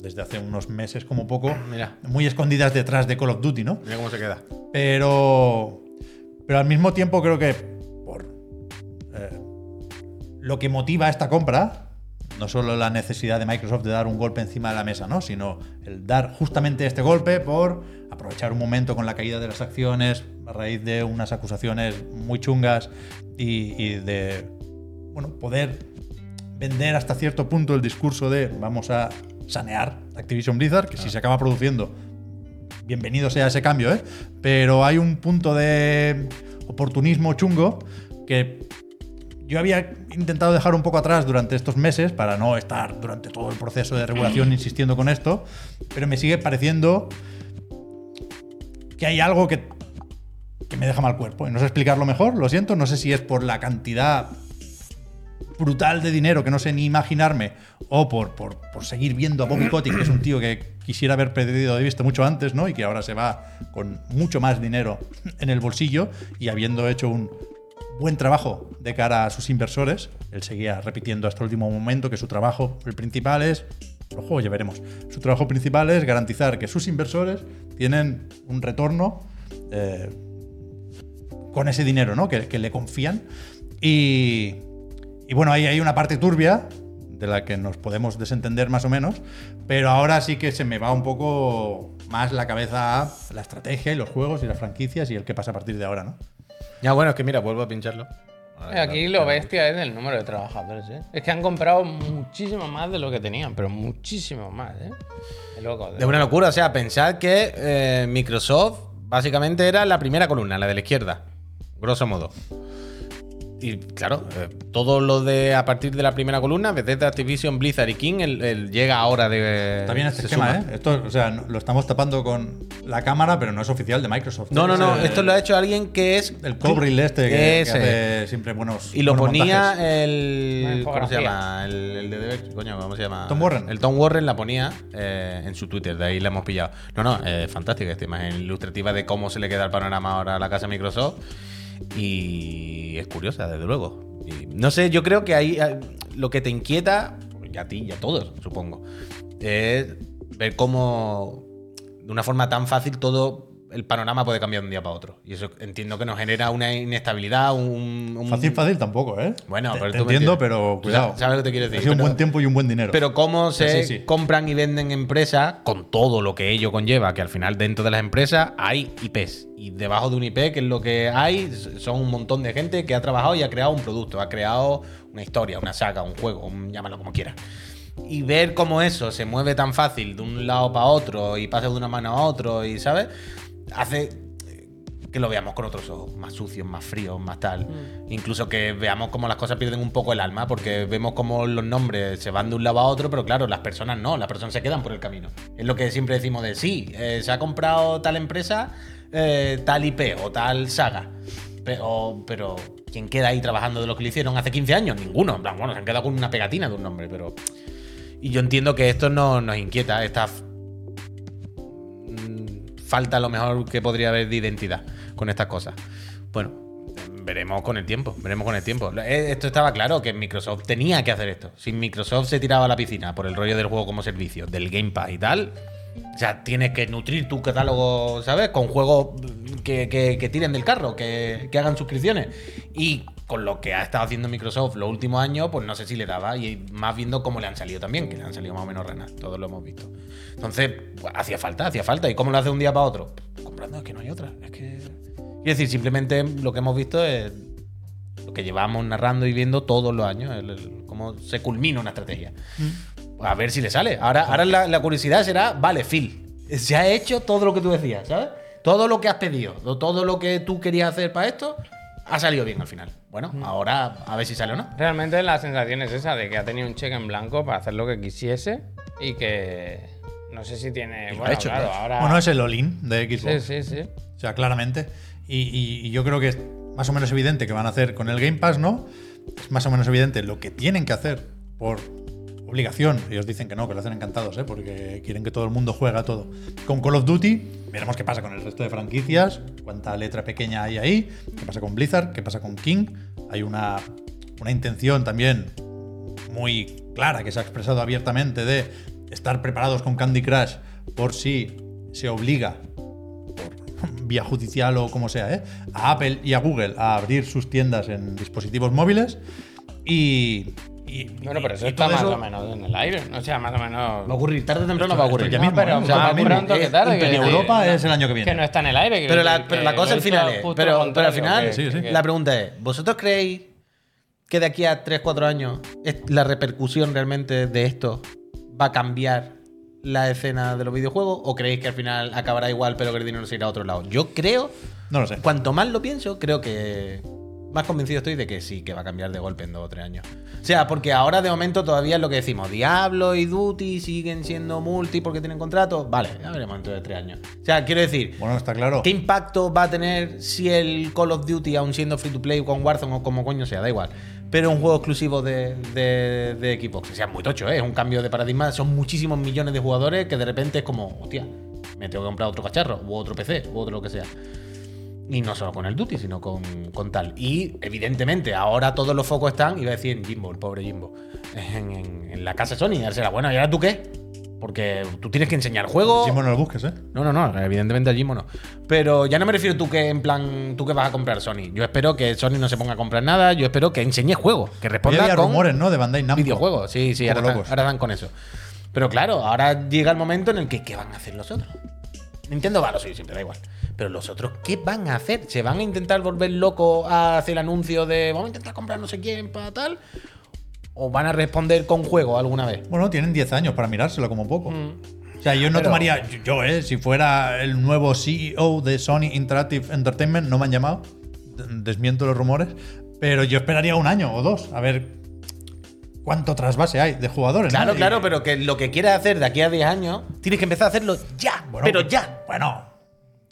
desde hace unos meses como poco Mira. muy escondidas detrás de Call of Duty, ¿no? Mira cómo se queda. Pero, pero al mismo tiempo creo que por eh, lo que motiva esta compra, no solo la necesidad de Microsoft de dar un golpe encima de la mesa, ¿no? sino el dar justamente este golpe por aprovechar un momento con la caída de las acciones a raíz de unas acusaciones muy chungas y, y de bueno, poder vender hasta cierto punto el discurso de vamos a sanear Activision Blizzard, que si se acaba produciendo bienvenido sea ese cambio, ¿eh? Pero hay un punto de oportunismo chungo que yo había intentado dejar un poco atrás durante estos meses para no estar durante todo el proceso de regulación insistiendo con esto, pero me sigue pareciendo que hay algo que, que me deja mal cuerpo. Y no sé explicarlo mejor, lo siento, no sé si es por la cantidad brutal de dinero que no sé ni imaginarme, o por, por, por seguir viendo a Bobby Kotick, que es un tío que quisiera haber perdido de vista mucho antes, ¿no? Y que ahora se va con mucho más dinero en el bolsillo y habiendo hecho un buen trabajo de cara a sus inversores, él seguía repitiendo hasta el último momento que su trabajo, el principal es, lo juego ya veremos, su trabajo principal es garantizar que sus inversores tienen un retorno eh, con ese dinero, ¿no? Que, que le confían. Y, y bueno, ahí hay una parte turbia de la que nos podemos desentender más o menos, pero ahora sí que se me va un poco más la cabeza a la estrategia y los juegos y las franquicias y el que pasa a partir de ahora, ¿no? Ya, bueno, es que mira, vuelvo a pincharlo. Eh, Aquí lo bestia es el número de trabajadores, ¿eh? Es que han comprado muchísimo más de lo que tenían, pero muchísimo más, ¿eh? De loco. de De una locura, o sea, pensad que eh, Microsoft básicamente era la primera columna, la de la izquierda, grosso modo. y claro, eh, todo lo de a partir de la primera columna, Bethesda, Activision, Blizzard y King, el, el llega ahora de. Está bien este se esquema, suma. ¿eh? Esto, o sea, no- lo estamos tapando con la cámara, pero no es oficial de Microsoft. ¿eh? No, no, no. Este Es el- Esto lo ha hecho alguien que es. El Cobrill este que- que, Ese. hace siempre buenos. Y lo buenos ponía montajes. Una el. ¿Cómo se infografía. llama? El, el de Deber- coño, ¿cómo se llama? Tom Warren. El Tom Warren la ponía eh, en su Twitter, de ahí la hemos pillado. No, no, eh, fantástica esta imagen ilustrativa de cómo se le queda el panorama ahora a la casa Microsoft. Y es curiosa, desde luego. Y no sé, yo creo que ahí eh, lo que te inquieta, y a ti y a todos, supongo, es ver cómo de una forma tan fácil todo el panorama puede cambiar de un día para otro. Y eso entiendo que nos genera una inestabilidad, un... un- Fácil, fácil tampoco, ¿eh? Bueno, Te- pero te tú me entiendo, entiendes. pero Tú cuidado. sabes- sabes lo que te quiero decir, Ha sido un pero- buen tiempo y un buen dinero. Pero cómo se Sí, sí, sí. compran y venden empresas con todo lo que ello conlleva, que al final dentro de las empresas hay IPs. Y debajo de un IP, que es lo que hay, son un montón de gente que ha trabajado y ha creado un producto, ha creado una historia, una saga, un juego, un- llámalo como quieras. Y ver cómo eso se mueve tan fácil de un lado para otro y pasa de una mano a otro y, ¿sabes? Hace que lo veamos con otros ojos, más sucios, más fríos, más tal. Incluso que veamos como las cosas pierden un poco el alma, porque vemos como los nombres se van de un lado a otro, pero claro, las personas no, las personas se quedan por el camino. Es lo que siempre decimos de, sí, eh, se ha comprado tal empresa, eh, tal IP o tal saga. Pero, pero, ¿quién queda ahí trabajando de lo que le hicieron hace 15 años? Ninguno. En plan, bueno, se han quedado con una pegatina de un nombre, pero... Y yo entiendo que esto no, nos inquieta, esta f- mm, falta a lo mejor que podría haber de identidad con estas cosas. Bueno, veremos con el tiempo, veremos con el tiempo. Eh, Esto estaba claro, que Microsoft tenía que hacer esto. Si Microsoft se tiraba a la piscina por el rollo del juego como servicio, del Game Pass y tal, o sea, tienes que nutrir tu catálogo, ¿sabes? Con juegos que, que- que tiren del carro, que, que hagan suscripciones. Y con lo que ha estado haciendo Microsoft los últimos años, pues no sé si le daba. Y más viendo cómo le han salido también, que le han salido más o menos ranas, todos lo hemos visto. Entonces, pues, hacía falta, hacía falta. ¿Y cómo lo hace un día para otro? Pues, Comprando, es que no hay otra. Es que. Quiero decir, simplemente lo que hemos visto es lo que llevamos narrando y viendo todos los años, el- el- cómo se culmina una estrategia. Mm. A ver si le sale. Ahora, ahora la, la curiosidad será, vale, Phil, se ha hecho todo lo que tú decías, ¿sabes? Todo lo que has pedido, lo- todo lo que tú querías hacer para esto, ha salido bien al final. Bueno, Mm. ahora a ver si sale o no. Realmente la sensación es esa, de que ha tenido un cheque en blanco para hacer lo que quisiese y que no sé si tiene... lo ha Bueno, hecho, claro, ¿no? ahora... Bueno, es el all-in de Xbox. sí, sí, sí. O sea, claramente. Y, y- y yo creo que es más o menos evidente que van a hacer con el Game Pass, ¿no? Es más o menos evidente lo que tienen que hacer por obligación. Ellos dicen que no, que lo hacen encantados, ¿eh? Porque quieren que todo el mundo juega a todo. Con Call of Duty, veremos qué pasa con el resto de franquicias, cuánta letra pequeña hay ahí, qué pasa con Blizzard, qué pasa con King. Hay una, una intención también muy clara que se ha expresado abiertamente de estar preparados con Candy Crush por si se obliga vía judicial o como sea, ¿eh? a Apple y a Google a abrir sus tiendas en dispositivos móviles y... y- Bueno, pero eso y está todo más o menos en el aire. O sea, más o menos... Va a ocurrir, tarde o temprano va a ocurrir. esto ya mismo, pero ¿eh? O sea, más ahora mismo. pronto que tarde. En quiero decir, Europa no- es el año que viene. Que no está en el aire. quiero Pero la, decir, pero que la cosa lo al hizo final es. justo lo Pero, pero al contrario, final, que- Sí, sí. que- la pregunta es: ¿vosotros creéis que de aquí a 3-4 años es- la repercusión realmente de esto va a cambiar la escena de los videojuegos? ¿O creéis que al final acabará igual, pero que el dinero se irá a otro lado? Yo creo, No lo sé. cuanto más lo pienso, creo que. Más convencido estoy de que sí, que va a cambiar de golpe en dos o tres años. O sea, porque ahora de momento todavía es lo que decimos, Diablo y Duty siguen siendo multi porque tienen contratos. Vale, ya veremos dentro de tres años. O sea, quiero decir, Bueno, está claro. ¿Qué impacto va a tener si el Call of Duty, aún siendo free to play con Warzone o como coño sea, da igual? Pero un juego exclusivo de, de, de Xbox. O sea, es muy tocho, ¿eh? es un cambio de paradigma. Son muchísimos millones de jugadores que de repente es como, hostia, me tengo que comprar otro cacharro, u otro PC, u otro lo que sea. Y no solo con el Duty, sino con, con tal. Y evidentemente, ahora todos los focos están, iba a decir en Jimbo, el pobre Jimbo, en, en- en la casa Sony. Y ahora será, bueno, ¿y ahora tú qué? Porque tú tienes que enseñar juegos. Jimbo, no lo busques, ¿eh? No, no, no, evidentemente al Jimbo no. Pero ya no me refiero tú que en plan, tú que vas a comprar Sony. Yo espero que Sony no se ponga a comprar nada, yo espero que enseñe juegos, que Hoy responda había con rumores, ¿no? De Bandai Namco. videojuegos. Sí, sí, Como ahora dan, locos. ahora dan con eso. Pero claro, ahora llega el momento en el que ¿qué van a hacer los otros? Nintendo va a lo suyo siempre, da igual. Pero los otros, ¿qué van a hacer? ¿Se van a intentar volver locos a hacer el anuncio de vamos a intentar comprar no sé quién para tal? ¿O van a responder con juego alguna vez? Bueno, tienen 10 años para mirárselo como poco. Mm. O sea, yo no Pero- tomaría, yo, yo, ¿eh? Si fuera el E nuevo CEO de Sony Interactive Entertainment, no me han llamado, d- desmiento los rumores, Pero yo esperaría un año o dos a ver cuánto trasvase hay de jugadores. ¿no? Claro, Y- claro, pero que lo que quieras hacer de aquí a 10 años, tienes que empezar a hacerlo ya, bueno, pero ya. Bueno,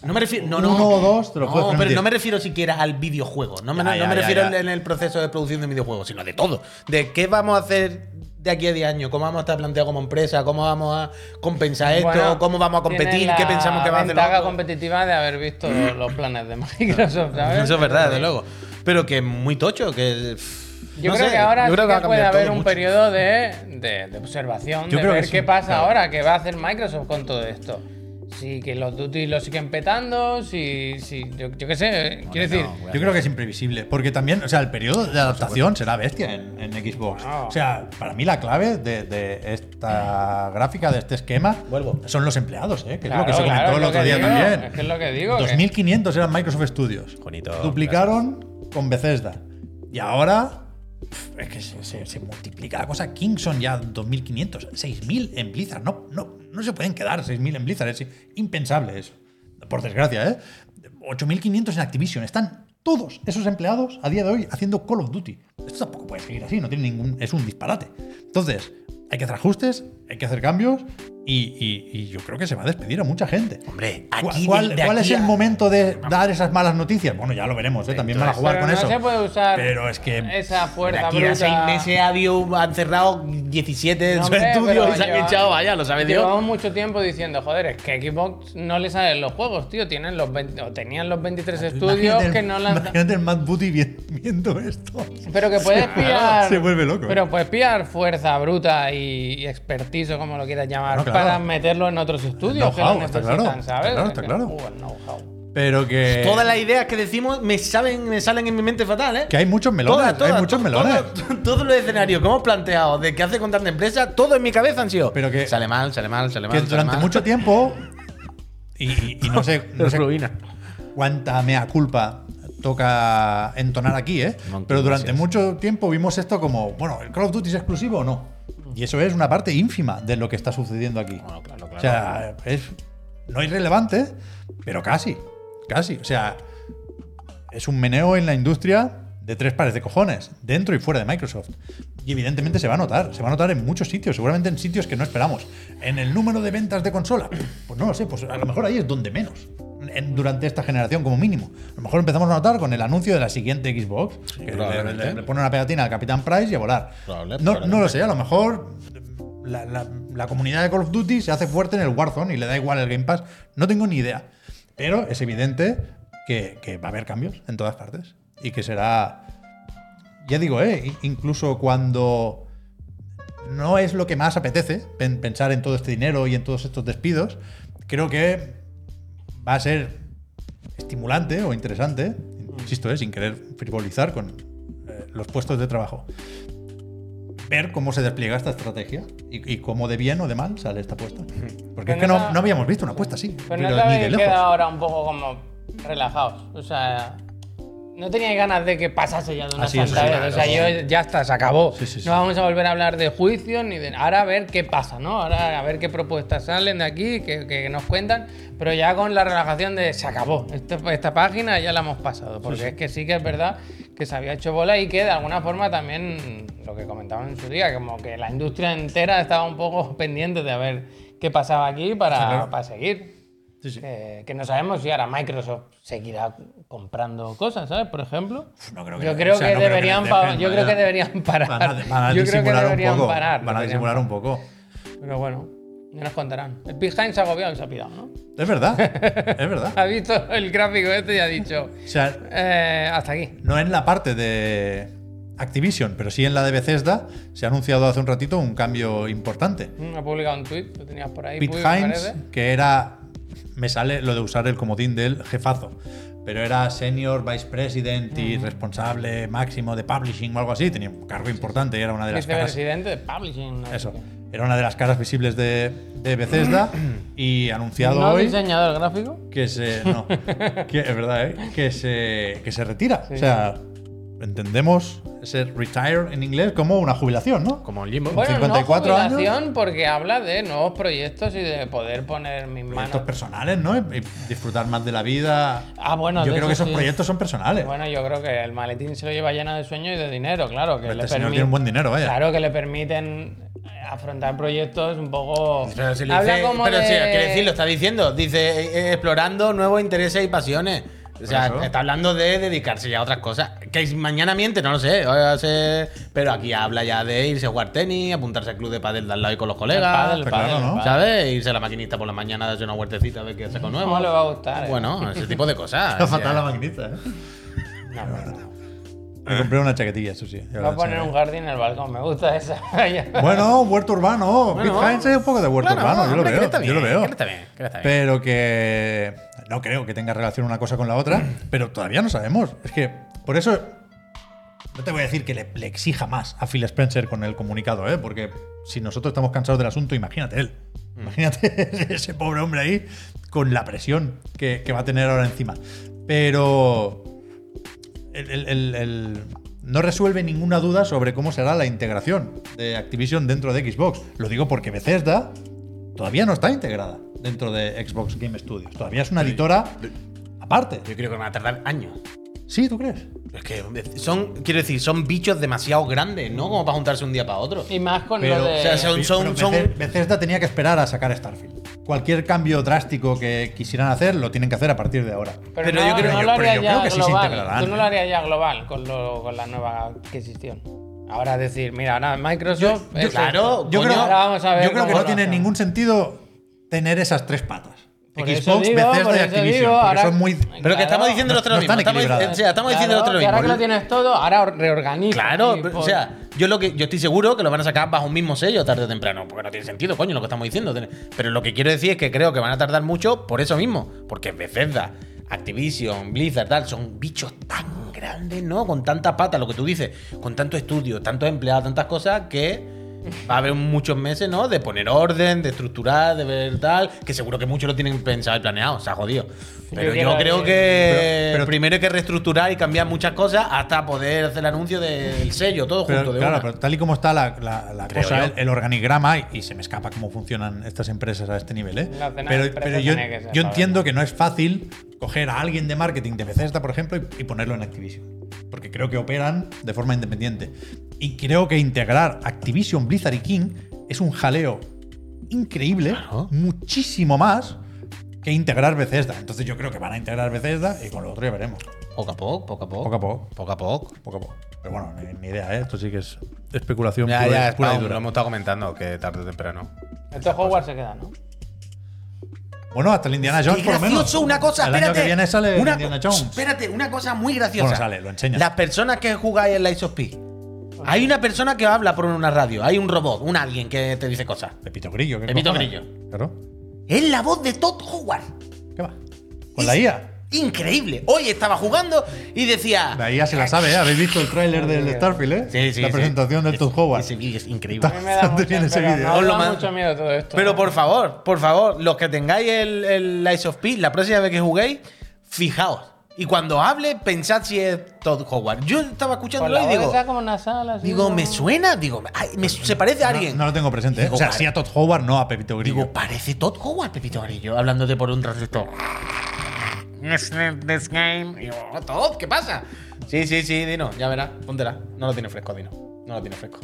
No me refiero. No, Uno no. o dos te lo no, puedes pero permitir. no me refiero siquiera al videojuego. No me, Ya, no ya, me ya, refiero ya. en el proceso de producción de videojuegos, sino de todo. De qué vamos a hacer de aquí a 10 años, cómo vamos a estar planteados como empresa, cómo vamos a compensar esto, Bueno, cómo vamos a competir, tiene qué la pensamos que va a hacer. lo ventaja otro. competitiva de haber visto Mm. los, los planes de Microsoft, ¿sabes? Eso es verdad, desde luego. Pero que es muy tocho, que. pff, Yo no creo sé, que ahora yo creo sí que va que a puede cambiar todo haber un mucho. periodo de, de- de observación, Yo de creo que ver sí, qué pasa claro. ahora, qué va a hacer Microsoft con todo esto. Si que los Duty lo siguen petando, si, si yo, yo qué sé, eh, quiero decir, no, Yo creo que es imprevisible, porque también, o sea, el periodo de adaptación será bestia en, en Xbox. Bueno. O sea, para mí la clave de, de esta gráfica, de este esquema, Vuelvo. son los empleados, ¿eh? que claro, es lo que se claro, comentó es el lo otro que día digo, también. Es que es lo que digo. que- 2.500 eran Microsoft Studios. Bonito, Duplicaron con Bethesda. Y ahora pf, es que se, se- se multiplica la cosa. King son ya 2.500, 6.000 en Blizzard. No, no, no se pueden quedar 6.000 en Blizzard. Es impensable eso. Por desgracia, ¿eh? 8.500 en Activision. Están todos esos empleados a día de hoy haciendo Call of Duty. Esto tampoco puede seguir así. No tiene ningún, es un disparate. Entonces, hay que hacer ajustes, hay que hacer cambios. Y, y- y yo creo que se va a despedir a mucha gente. Hombre, ¿Cuál- aquí de- ¿Cuál, de cuál aquí es el a- momento de dar esas malas noticias? Bueno, ya lo veremos, ¿eh? también van a jugar pero con no eso. se puede usar Pero es que- esa De fuerza aquí bruta. a seis meses ha habido- han cerrado 17 No, en su hombre, estudio pero y se han lleva- echado, vaya, lo sabe Dios. Llevamos mucho tiempo diciendo, joder, es que Xbox no le salen los juegos, tío. Tienen los 20 o tenían los 23 estudios Imagínate que el- no lanzan. Imagínate el Matt Booty vi- viendo esto. Pero que puedes pillar. se vuelve loco. Pero puedes pillar fuerza bruta y, y expertizo, como lo quieras llamar, Claro, claro. para meterlo en otros estudios que know-how, lo está necesitan, claro. Está ¿sabes? claro, está Que- claro. Uh, el know-how. Pero que. Todas las ideas que decimos me, saben, me salen en mi mente fatal, ¿eh? Que hay muchos melones. Todas, todas, hay muchos to- melones. todo- Todos los escenarios que hemos planteado de qué hace con tanta empresa, todo en mi cabeza han sido. Pero que- sale mal, sale mal, sale mal. que sale durante mal. mucho tiempo. Y, y- y no sé, no sé ruina. cuánta mea culpa toca entonar aquí, ¿eh? Un montón, Pero durante gracias. mucho tiempo vimos esto como, bueno, ¿el Call of Duty es exclusivo o no? Y eso es una parte ínfima de lo que está sucediendo aquí. Bueno, claro, claro. O sea, es, no irrelevante, pero casi. Casi. O sea, es un meneo en la industria de tres pares de cojones, dentro y fuera de Microsoft. Y evidentemente se va a notar, se va a notar en muchos sitios, seguramente en sitios que no esperamos. En el número de ventas de consola, pues no lo sé, pues a lo mejor ahí es donde menos. en- durante esta generación como mínimo. A lo mejor empezamos a notar con el anuncio de la siguiente Xbox, que le, probablemente. le- le pone una pegatina al Capitán Price y a volar. Probable, no, no lo probablemente. sé, a lo mejor la, la- la comunidad de Call of Duty se hace fuerte en el Warzone y le da igual el Game Pass. No tengo ni idea. Pero es evidente que, que va a haber cambios en todas partes. Y que será. Ya digo, eh, in- incluso cuando no es lo que más apetece pen- pensar en todo este dinero y en todos estos despidos, creo que va a ser estimulante o interesante, insisto, eh, sin querer frivolizar con eh, los puestos de trabajo, ver cómo se despliega esta estrategia y, y cómo de bien o de mal sale esta apuesta. Porque es Pero que no no, te- no habíamos visto una apuesta así, pero Pero no te ni de habéis quedado lejos. ahora un poco como relajados. O sea. No tenía ganas de que pasase ya de una Así es, santa Ah, sí, vez. claro. O sea, yo ya está, se acabó. Sí, sí, sí. No vamos a volver a hablar de juicio ni de. Ahora a ver qué pasa, ¿no? Ahora a ver qué propuestas salen de aquí, que, que nos cuentan. Pero ya con la relajación de se acabó. Este- esta página ya la hemos pasado. Porque es que sí que es verdad que se había hecho bola y que de alguna forma también lo que comentaban en su día, como que la industria entera estaba un poco pendiente de ver qué pasaba aquí para, claro. para seguir. Sí, sí. Que, que no sabemos si ahora Microsoft seguirá comprando cosas, ¿sabes? Por ejemplo. no creo que- yo creo o sea, que no creo que deberían les pa- dejen, yo creo que vaya. deberían parar. Van a, van a yo creo que disimular un deberían poco. parar. van a deberían disimular un poco. parar. Pero bueno, ya nos contarán. El Behind se ha agobiado y se ha pirado, ¿no? Es verdad, es verdad. Ha visto el gráfico este y ha dicho O sea, eh, hasta aquí. no en la parte de Activision, pero sí en la de Bethesda, se ha anunciado hace un ratito un cambio importante. Mm, Ha publicado un tweet, lo tenías por ahí. Pete Puy, me Hines, parece. que era. Me sale lo de usar el comodín del jefazo, pero era senior vice president y responsable máximo de publishing o algo así. Tenía un cargo importante y era una de las caras. Vicepresidente de Publishing. no sé Eso. qué. Era una de las caras visibles de, de Bethesda y anunciado ¿No hoy diseñador gráfico? que se. No. que, es verdad, ¿eh? Que se, que se retira. O sea, entendemos ese retire en inglés como una jubilación, ¿no? Como Jimbo. Bueno, 54 no años. jubilación porque habla de nuevos proyectos y de poder poner mis manos. Proyectos personales, ¿no? Y- y disfrutar más de la vida. Ah, bueno, Yo de creo que eso esos sí. proyectos son personales. Bueno, yo creo que el maletín se lo lleva lleno de sueños y de dinero, claro. Que este le señor permite- tiene un buen dinero, vaya. Claro, que le permiten afrontar proyectos un poco. Pero si lo Habla dice- como pero de- sí, quiere decir, lo está diciendo. Dice, eh, eh, explorando nuevos intereses y pasiones. O sea, Por eso. está hablando de dedicarse ya a otras cosas. Que es- mañana miente, no lo sé, ahora sé. Pero aquí habla ya de irse a jugar tenis, apuntarse al club de pádel de al lado y con los El colegas. pádel, el Está claro, pádel, el ¿no? pádel. ¿Sabes? Irse a la maquinista por la mañana, darse una huertecita a ver qué saco nuevo. ¿Cómo le va a gustar? eh? Bueno, ese tipo de cosas. Está o sea. fatal la maquinita, ¿eh? No, no, no. Me compré una chaquetilla, eso sí. ya Va la a poner enseñaré. un jardín en el balcón, me gusta esa. vaya. Bueno, huerto urbano. Pete Hines es un poco de huerto Claro, urbano, yo lo hombre, que veo. está yo lo bien, veo. que está bien, que está bien. Pero que no creo que tenga relación una cosa con la otra, pero todavía no sabemos. Es que por eso no te voy a decir que le, le exija más a Phil Spencer con el comunicado, ¿eh? porque si nosotros estamos cansados del asunto, imagínate él. Mm. Imagínate ese pobre hombre ahí con la presión que, que va a tener ahora encima. Pero el- el- el- el- no resuelve ninguna duda sobre cómo será la integración de Activision dentro de Xbox. Lo digo porque Bethesda todavía no está integrada dentro de Xbox Game Studios. Todavía es una editora aparte. Yo creo que van a tardar años. Sí, ¿tú crees? Es que son, quiero decir, son bichos demasiado grandes, ¿no? Como para juntarse un día para otro. Y más con Pero, lo o de. sea, son- Sí, pero son- Bethe- Bethesda tenía que esperar a sacar Starfield. Cualquier cambio drástico que quisieran hacer lo tienen que hacer a partir de ahora. pero, pero no, yo creo- no yo- lo pero haría yo ya creo que sí se global. integrarán, Tú no lo ¿eh? harías ya global con, lo, con la nueva adquisición. Ahora decir, mira, ahora Microsoft. yo- es claro, esto. Yo Coño, creo, Ahora vamos a ver yo creo que cómo no lo tiene hacen. ningún sentido tener esas tres patas. Por eso Xbox, digo, por Bethesda y eso Activision. digo, porque ahora- son muy. Pero que estamos diciendo los No- tres no mismo. están Estamos, dic- equilibradas. o sea, estamos diciendo Claro, nosotros que lo Ahora que lo mismo. tienes todo, ahora reorganiza. Claro, y pero, o pon- sea, yo lo que yo estoy seguro que lo van a sacar bajo un mismo sello tarde o temprano, porque no tiene sentido, coño, lo que estamos diciendo. Tiene- Pero lo que quiero decir es que creo que van a tardar mucho por eso mismo, porque Bethesda, Activision, Blizzard, tal, son bichos tan grandes, ¿no? Con tanta pata, lo que tú dices, con tanto estudio, tantos empleados, tantas cosas que va a haber muchos meses, ¿no? De poner orden, de estructurar, de ver tal, que seguro que muchos lo tienen pensado y planeado, se ha jodido. Pero creo yo que- creo que Pero- pero- primero hay que reestructurar y cambiar muchas cosas hasta poder hacer el anuncio del sello, todo Pero, junto de claro, una. pero tal y como está la, la- la Creo cosa, yo. el, el organigrama, y, y se me escapa cómo funcionan estas empresas a este nivel, ¿eh? La cena de Pero, empresa pero yo, tiene que ser, yo la entiendo que no es fácil coger a alguien de marketing de Bethesda, por ejemplo, y, y ponerlo en Activision. Porque creo que operan de forma independiente. Y creo que integrar Activision, Blizzard y King es un jaleo increíble, Claro. muchísimo más que integrar Bethesda. Entonces yo creo que van a integrar Bethesda y con lo otro ya veremos. Oh. Poco a poco, poco a poco. Poco a poco. Poco a poco. Poco a poco. Pero bueno, ni, ni idea, ¿eh? Esto sí que es especulación Ya, pura, ya, y- pura y Spawn, dura. lo hemos estado comentando, que tarde o temprano. Esto Hogwarts se queda, ¿no? Bueno, hasta el Indiana Jones, ¡Qué por lo menos. gracioso! Una cosa, el espérate. año que viene sale el una, Indiana co- Jones. Espérate, una cosa muy graciosa. Bueno, sale, lo enseña. Las personas que jugáis en Lights of P. Hay una persona que habla por una radio, hay un robot, un alguien que te dice cosas. Pepito Grillo. ¿qué Pepito cojones? Grillo. Claro. Es la voz de Todd Howard. ¿Qué va? Con la IA. Increíble. Hoy estaba jugando y decía. La IA se la sabe, ¿eh? Habéis visto el tráiler del Starfield, ¿eh? Sí, sí, La sí. presentación del Es- Todd Howard. Ese vídeo es increíble. Está A mí me da bastante mucho, bien ese pero vídeo. no, Os lo da mando. mucho miedo todo esto. Pero por favor, por favor, los que tengáis el, el Lies of P, la próxima vez que juguéis, fijaos. Y cuando hable, pensad si es Todd Howard. Yo estaba Por escuchándolo la y voz digo, está como una sala. así, digo, ¿no? me suena, digo, ay, me- se parece a alguien. No, no lo tengo presente, ¿eh? Digo, o sea, vale. sí a Todd Howard, no a Pepito Grillo. Digo, parece Todd Howard, Pepito Grillo, hablándote por un transistor. This game. Y Digo, Ah, Todd, ¿qué pasa? Sí, sí, sí, Dino, ya verás, póntela. No lo tiene fresco, Dino. No lo tiene fresco.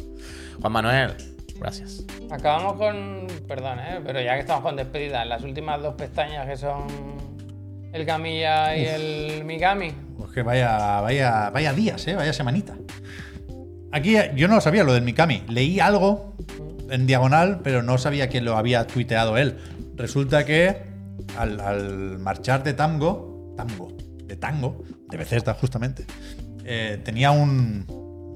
Juan Manuel, gracias. Acabamos con. Perdón, ¿eh? Pero ya que estamos con despedidas, las últimas dos pestañas que son. El Camilla y el Mikami. Pues que vaya, vaya, vaya días, ¿eh? vaya semanita. Aquí eh, yo no lo sabía lo del Mikami. Leí algo en diagonal, pero no sabía quién lo había tuiteado él. Resulta que al, al marchar de tango, tango, de tango, de Bethesda justamente, eh, tenía un-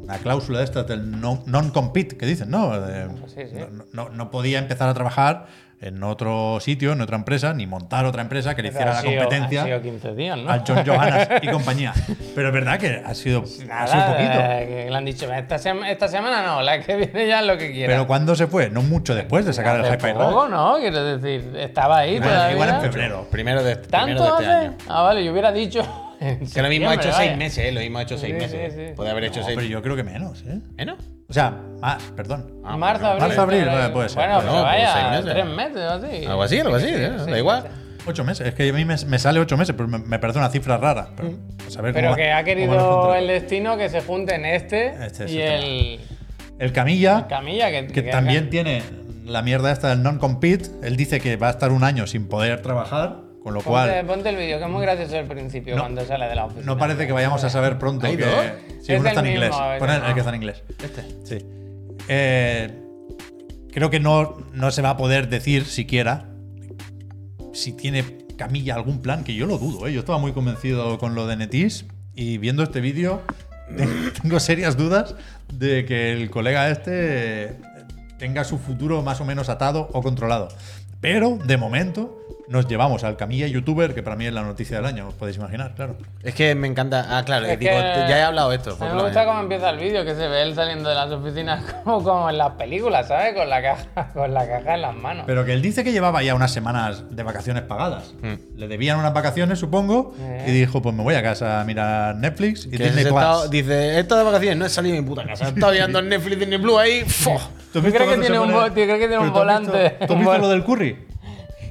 una cláusula de estas del no- non-compete, que dicen, ¿no? De- Ah, Sí, sí. no- no, no podía empezar a trabajar en otro sitio, en otra empresa, ni montar otra empresa que le hiciera Ha la sido- competencia Ha sido 15 días, ¿no? al John Johannes y compañía. Pero es verdad que ha sido, ha sido Nada, poquito. eh, que le han dicho, esta, sema- esta semana no, la que viene ya es lo que quiera. Pero ¿cuándo se fue? No mucho después de sacar el Hace Hyper poco, ¿no? Quiero decir, estaba ahí Igual todavía. en febrero. Primero de, primero ¿Tanto de este hace? año. Ah, vale, yo hubiera dicho Que lo mismo ha hecho seis septiembre, vaya. meses, eh, lo mismo ha hecho seis Sí, sí, meses. sí. Puede haber hecho No, seis pero yo creo que menos, ¿eh? ¿Menos? O sea, más, perdón. Ah, marzo, bueno, abril. marzo, abril, febrero. vale, puede ser. Bueno, Bueno, pero pues vaya, seis meses. tres meses o así. Algo así, algo así, Sí, eh, sí, da sí. igual. Ocho meses. Es que a mí me, me sale ocho meses, pero me, me parece una cifra rara. Pero, pues a ver Pero cómo que va- ha cómo lo querido encuentro. el destino que se junten este, Este es y otro. el El Camilla, Camilla, que, que que también hagan- tiene la mierda esta del non-compete. Él dice que va a estar un año sin poder trabajar, con lo Ponte, cual ponte el vídeo, que es muy gracioso al principio No. cuando sale de la oficina. no parece que vayamos a saber pronto ¿Hay que dos? si uno Es del está en mismo, inglés. a ver, Pon el, el ah. que está en inglés. Este. Sí. Eh, creo que no, no se va a poder decir siquiera si tiene Camilla algún plan, que yo lo dudo. ¿eh? Yo estaba muy convencido con lo de Netis y viendo este vídeo te- tengo serias dudas de que el colega este tenga su futuro más o menos atado o controlado. Pero de momento nos llevamos al Camilla youtuber, que para mí es la noticia del año, os podéis imaginar, claro. Es que me encanta. Ah, claro, Es digo, que- te- ya he hablado de esto. A mí por me lo gusta menos. cómo empieza el vídeo, que se ve él saliendo de las oficinas como, como en las películas, ¿sabes? Con la caja, con la caja en las manos. Pero que él dice que llevaba ya unas semanas de vacaciones pagadas. Mm. Le debían unas vacaciones, supongo, Eh. y dijo, pues me voy a casa a mirar Netflix y Que se Disney Plus. está- dice, esto de vacaciones no he salido de mi puta casa. He estado mirando Netflix, Disney Plus ahí. ¡fo! ¿Tú has ¿Tú visto crees que cuando se tiene un pone- vo- tú crees que tiene un Pero ¿tú has visto- volante? ¿Tú has Un visto vol- lo del curry?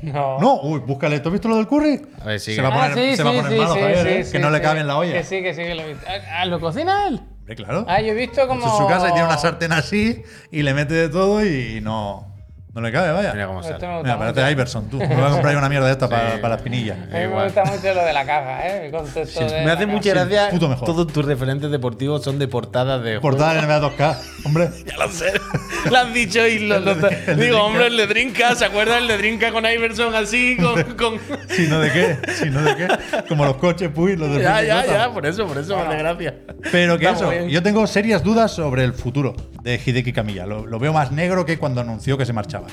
No. No, uy, búscale. ¿Tú has visto lo del curry? A ver, sigue. Se va a Ah, poner, sí, se va a sí, poner sí, malo, sí, Javier, sí, ¿eh? sí, que no le sí. cabe en la olla. Que sí, que sí que lo he visto. Ah, ¿lo cocina él? Hombre, claro. Ah, yo he visto como... Esto Es su casa y tiene una sartén así y le mete de todo y no, no le cabe, vaya. Mira cómo Esto sale. me gusta Mira, mucho. parece Iverson, tú. Me voy a comprar yo una mierda de esta para, para las pinillas. A mí me Igual. gusta mucho lo de la caja, ¿eh? El concepto Sí, de Me la hace caja. mucha Sí, gracia. puto mejor. Todos tus referentes deportivos son de portadas de. Portada en NBA 2K. Hombre, Lo has dicho y lo, lo- de Digo, Drinka. hombre, el de Drinka, ¿se acuerdan el de Drinka con Iverson así? Con. con- si no de qué, si no de qué. Como los coches, pues, los del ya, fin de ya, cosas. ya, por eso, por eso, me hace gracia. Pero que Está muy eso, bien. yo tengo serias dudas sobre el futuro de Hideki Kamiya. Lo, lo veo más negro que cuando anunció que se marchaba.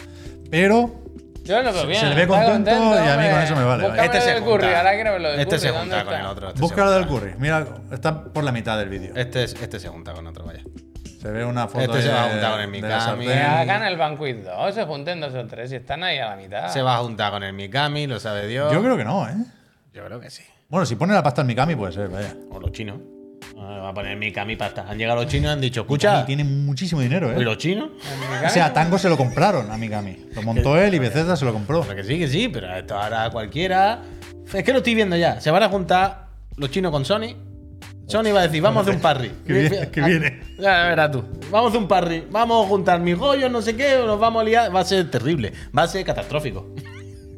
Pero Yo lo veo bien. se le ve está contento y a mí hombre. con eso me vale, vaya. Búscame Este lo se del curry, junta. ahora quiero ver lo del Este curry, se ¿dónde junta con está? el otro. este se búscalo del junta. curry. Mira, está por la mitad del vídeo. Este, es- este se junta con otro, vaya. Se ve una foto Este ahí se de, va a juntar con el de la Mikami. Que sartén. hagan el Banquet 2, se junten dos o tres y están ahí a la mitad. Se va a juntar con el Mikami, lo sabe Dios. Yo creo que no, ¿eh? Yo creo que sí. Bueno, si pone la pasta en Mikami puede ser, vaya. O los chinos. Ah, Va a poner Mikami pasta. Han llegado los chinos y han dicho, Mikami escucha, tiene muchísimo dinero, ¿y ¿eh? los chinos? O sea, a Tango se lo compraron a Mikami. Lo montó él y Beceta se lo compró. Pero que sí, que sí, pero esto ahora cualquiera. Es que lo estoy viendo ya. Se van a juntar los chinos con Sony. Sony va a decir, vamos de un parry. Que viene- que viene. Ya verás tú. Vamos de un parry. Vamos a juntar mis rollos, no sé qué, nos vamos a liar. Va a ser terrible. Va a ser catastrófico.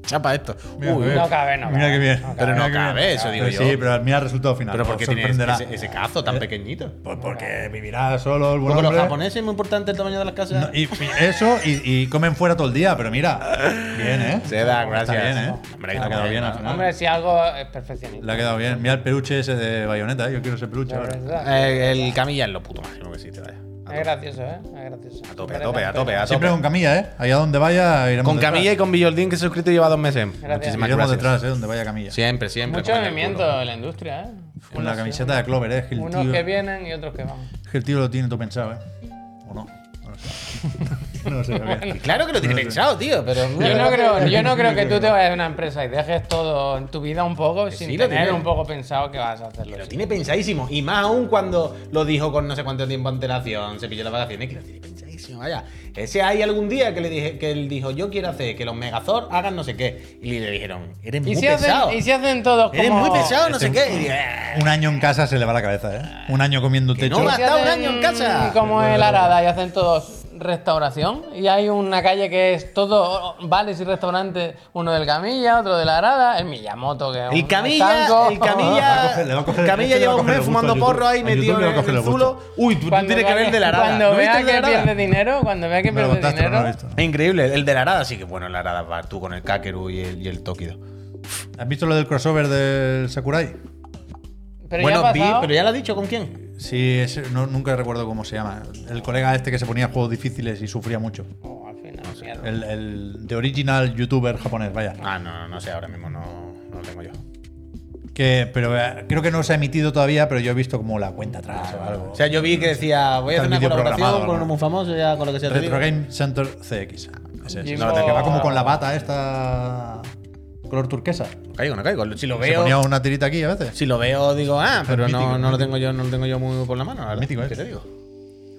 Chapa esto. Mira, Uy, eh. No cabe, no cabe. Mira que bien. No Pero cabe. Mira no que bien. cabe, eso digo Pero yo. Sí, pero mira el resultado final. pero ¿por os qué tiene sorprenderá. ese, ese cazo tan pequeñito? Pues porque vivirá solo el buen Porque los hombre. japoneses es muy importante el tamaño de las casas. No, y, y eso, y, y comen fuera todo el día, pero mira. Bien, ¿eh? Se da, gracias. Está bien, ¿eh? Hombre, Le está ha quedado bien, bien ¿no? al final. Hombre, si algo es perfeccionista. Le ha quedado bien. Mira el peluche ese de bayoneta, ¿eh? Yo quiero ese peluche La ahora. verdad. Eh, el camilla es lo puto máximo que existe, vaya. Es gracioso, ¿eh? Es gracioso. A tope, a tope, a tope, a tope. Siempre con Camilla, ¿eh? Allá donde vaya, iremos Con detrás. Camilla y con Villardín, que suscrito lleva dos meses. Muchísimas Iremos gracias. detrás, ¿eh? Donde vaya Camilla. Siempre, siempre. Mucho comen el culo. movimiento de la industria, ¿eh? Con la Unos- camiseta de Clover, ¿eh? Que el, Unos tío, que vienen y otros que van. que el tío lo tiene todo pensado, ¿eh? ¿O no? No lo sé. no lo sé, Javier. Y Claro que lo tiene pensado, tío, pero. Yo no creo, yo no creo que tú creo. te vayas a una empresa y dejes todo en tu vida un poco sin sí, lo tener tiene. un poco pensado que vas a hacerlo. Lo tiene pensadísimo. Y más aún cuando lo dijo con no sé cuánto tiempo antelación, se pilló las vacaciones, que lo tiene pensadísimo, vaya. Ese hay algún día que le dije, que él dijo, yo quiero hacer que los Megazord hagan no sé qué. Y le dijeron, eres muy ¿Y si, pesado. hacen, y si hacen todos como... Eres muy pesado, no Este- sé qué. Y dije, "Ah, Un año en casa se le va la cabeza, ¿eh? Un año comiendo Que no techo. va- ¿Y si Hasta un hacen año en casa. Como el Arada y hacen todos restauración. Y hay una calle que es todo bares y restaurantes. Uno del Camilla, otro del Arada. El Miyamoto, que es El un Camilla, estanco. el Va a Camilla, coger- le va a coger- Camilla este le va lleva a un coger mes el gusto fumando a YouTube. porro ahí A YouTube metido le va a en coger el el gusto. zulo. Uy, tú, tú Cuando tienes que ver vea el de la arada. Cuando ¿No viste vea el de la que Arada? pierde dinero, cuando vea que Me lo pierde contaste, pero no dinero... lo he visto. Es increíble, el de la arada sí que bueno, el arada va tú con el Kakeru y el, y el Tokido. ¿Has visto lo del crossover del Sakurai? Pero bueno, ya ha vi, pasado. pero ya lo has dicho con quién. Sí, es- no- nunca recuerdo cómo se llama. El colega este que se ponía juegos difíciles y sufría mucho. Oh, al final, mierda. El, el de original youtuber japonés, vaya. Ah, no, no sé, ahora mismo no, no lo tengo yo. Que, pero eh, creo que no se ha emitido todavía, pero yo he visto como la cuenta atrás o algo. O sea, yo vi que decía, voy Está a hacer el una vídeo colaboración programado, con uno ¿no? muy famoso, ya con lo que sea. te digo. Retro Game Center CX. Ese es. Jimbo- No, el que va como con la bata esta color turquesa. No caigo, no caigo. Si lo Se ponía veo, una tirita aquí a veces. si lo veo digo, ah, pero mítico, no, no ¿no? lo tengo yo, no lo tengo yo muy por la mano, la verdad. Mítico, ¿eh? ¿Qué te digo?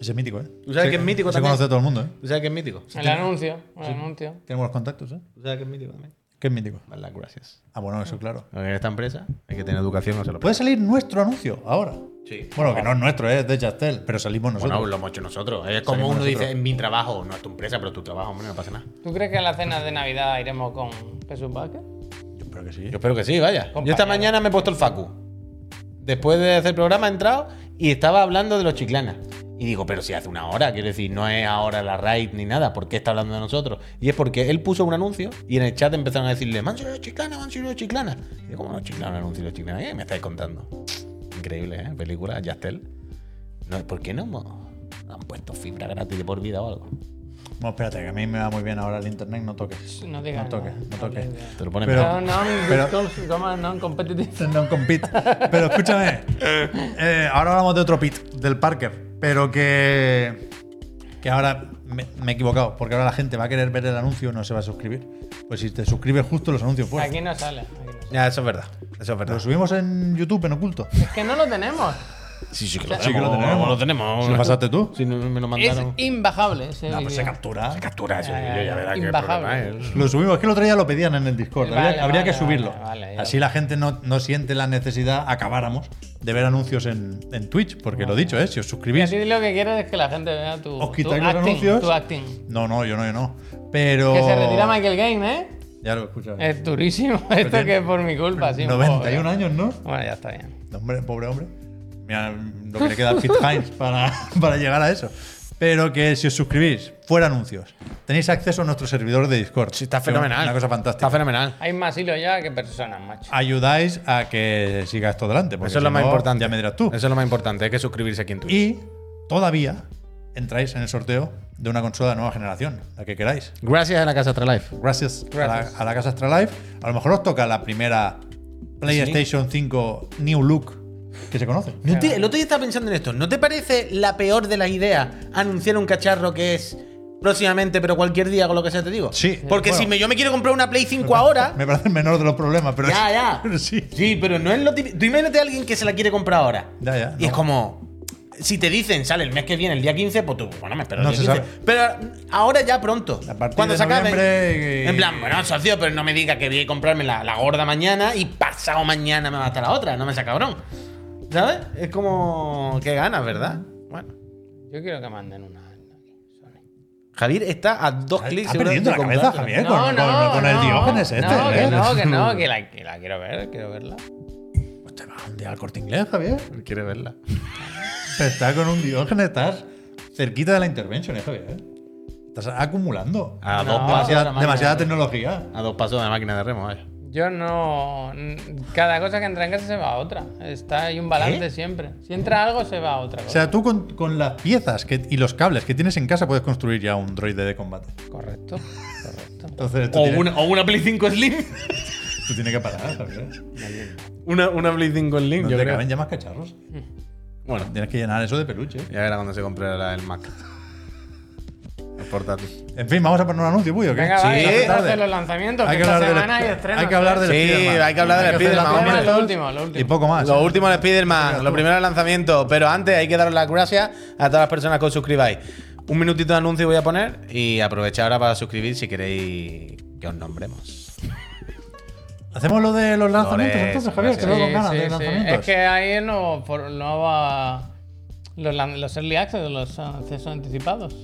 Ese es mítico, ¿eh? ¿Tú sabes que es mítico se también? conoce todo el mundo, ¿eh? ¿Tú sabes que es mítico? El anuncio, el anuncio. Tenemos los contactos, ¿eh? ¿Tú sabes que es mítico también? ¿Qué es mítico? Vale, gracias. Ah, bueno, eso claro. En esta empresa hay que tener educación, no se lo Puede salir nuestro anuncio ahora. Sí. Bueno, que no es nuestro, ¿eh? es de Chastel, pero salimos nosotros. Bueno, lo hemos hecho nosotros. Es como Salimos uno nosotros. dice, en mi trabajo, no es tu empresa, pero tu trabajo, hombre, no pasa nada. ¿Tú crees que a la cena de Navidad iremos con Jesús Vázquez? Yo espero que sí. Yo espero que sí, vaya. Yo esta Compañero. mañana me he puesto el facu. Después de hacer el programa he entrado y estaba hablando de los chiclanas. Y digo, pero si hace una hora, quiero decir, no es ahora la raid ni nada, ¿por qué está hablando de nosotros? Y es porque él puso un anuncio y en el chat empezaron a decirle, me han salido chiclana, me han salido chiclana. Y yo, ¿cómo no chiclana, anuncio los chiclanas? ¿Qué me estáis contando? Increíble, ¿eh? Película, Yastel. No, ¿Por qué no hemos- no han puesto fibra gratis de por vida o algo? Bueno, espérate, que a mí me va muy bien ahora el internet, no toques. No digas toques, nada, no no toques. hables de- Te lo ponen Pero- No, no, pero- no, no, competitive. No compete. Pero escúchame, eh, ahora hablamos de otro pit, del Parker, pero que. Que ahora me, me he equivocado, porque ahora la gente va a querer ver el anuncio y no se va a suscribir. Pues si te suscribes justo los anuncios fuera. Aquí no sale. aquí no sale. Ya, eso es verdad. Eso es verdad. Lo subimos en YouTube, en oculto. Es que no lo tenemos. Sí, sí que lo tenemos. Sí que lo tenemos. Lo tenemos. Si lo pasaste tú. Si no, me lo Es mandaron. imbajable ese Ah, pues se vídeo. captura. captura eso. Ya, ya, yo ya ya. verá qué Imbajable. problema es. Lo subimos, es que el otro día lo pedían en el Discord. Vale, habría habría vale, que subirlo. vale, vale, ya. Así la gente no, no siente la necesidad, acabáramos, de ver anuncios en, en Twitch. Porque lo dicho, ¿eh? si os Y suscribís. a ti lo que quieres es que la gente vea tu, Os tu quitáis los anuncios. acting, tu acting. No, no, yo no, yo no. Pero. Que se retira Michael Gaines, ¿eh? Ya lo escuchas. Es durísimo esto tiene- que es por mi culpa. Sí, un poco, 91 ¿eh? años, ¿no? Bueno, ya está bien. No, Hombre, pobre hombre. Mira lo que le queda a Pete Hines para, para llegar a eso. Pero que si os suscribís, fuera anuncios, tenéis acceso a nuestro servidor de Discord. Sí, está Que es fenomenal. Una cosa fantástica. Está fenomenal. Hay más hilos ya que personas, macho. Ayudáis a que siga esto adelante. porque Eso es si lo más no, importante. Ya me dirás tú. Eso es lo más importante. Hay que suscribirse aquí en Twitch. Y todavía entráis en el sorteo de una consola de nueva generación, la que queráis. Gracias a la Casa Astralife. Gracias, A, la, a la casa Astralife. A lo mejor os toca la primera PlayStation 5 New Look que se conoce. No te- el otro día estaba pensando en esto. ¿No te parece la peor de las ideas anunciar un cacharro que es próximamente, pero cualquier día, con lo que sea, te digo? Sí. Porque Bueno. si me- yo me quiero comprar una Play 5 ahora. Me parece el menor de los problemas, pero. Ya, ya. pero sí. Sí, pero no es lo típico. Tú imagínate a alguien que se la quiere comprar ahora. Ya, ya, Y no. es como. Si te dicen, sale el mes que viene, el día 15, pues tú, bueno, me espero el No día se 15. sabe. Pero ahora ya pronto. A partir cuando de se acabe. noviembre eh, y- En plan, bueno, socio, pero no me diga que voy a comprarme la, la gorda mañana y pasado mañana me va a estar la otra. No me sea cabrón. ¿Sabes? Es como. Qué ganas, ¿verdad? Bueno. Yo quiero que manden una. Sony. Javier está a dos clics Está perdiendo seguramente, la de cabeza, comprarla. Javier, ¿Eh? con, con- con el Diógenes este. No, que ¿eh? no, que no, que la, que la quiero ver, quiero verla. Pues te vas un día al corte inglés, Javier. Quiere verla. Te Estás con un Diógenes, estás cerquita de la intervention, eh, Javier. ¿eh? Estás acumulando. A No, dos pasos. de la demasiada, máquina. demasiada tecnología. A dos pasos de la máquina de remo, eh. vaya. Yo no. Cada cosa que entra en casa se va a otra. Está hay un balance siempre. Si entra algo, se va a otra. O Cosa. sea, tú con, con las piezas que- y los cables que tienes en casa puedes construir ya un droide de combate. Correcto, correcto. Entonces, esto O tiene, una, o una Play 5 Slim. esto tiene que parar, Javier. Una, una Play 5 en link, No yo te creo. caben ya más cacharros. Bueno, Tienes que llenar eso de peluche. ya verá cuando se compre la- el Mac. El portátil. En fin, vamos a poner un anuncio, Puyo. Venga, sí, va, y vamos a tarde. hacer los lanzamientos. Hay que que esta hablar del- semana hay estrenos. hay que hablar ¿eh? del Sí, Spiderman. hay que hablar del Hay hacer Spiderman, la hombre. primera Lo dos último, lo último. Y poco más. ¿eh? Lo último del Spider-Man, lo tú. primero del lanzamiento. Pero antes hay que daros las gracias a todas las personas que os suscribáis. Un minutito de anuncio voy a poner y aprovechar ahora para suscribir si queréis que os nombremos. Hacemos lo de los lanzamientos Lores, entonces, Javier. Te gracias. veo con Sí, ganas sí, de sí. lanzamientos. Es que ahí no, por- no va. Los, lan- los early access, los uh, accesos anticipados.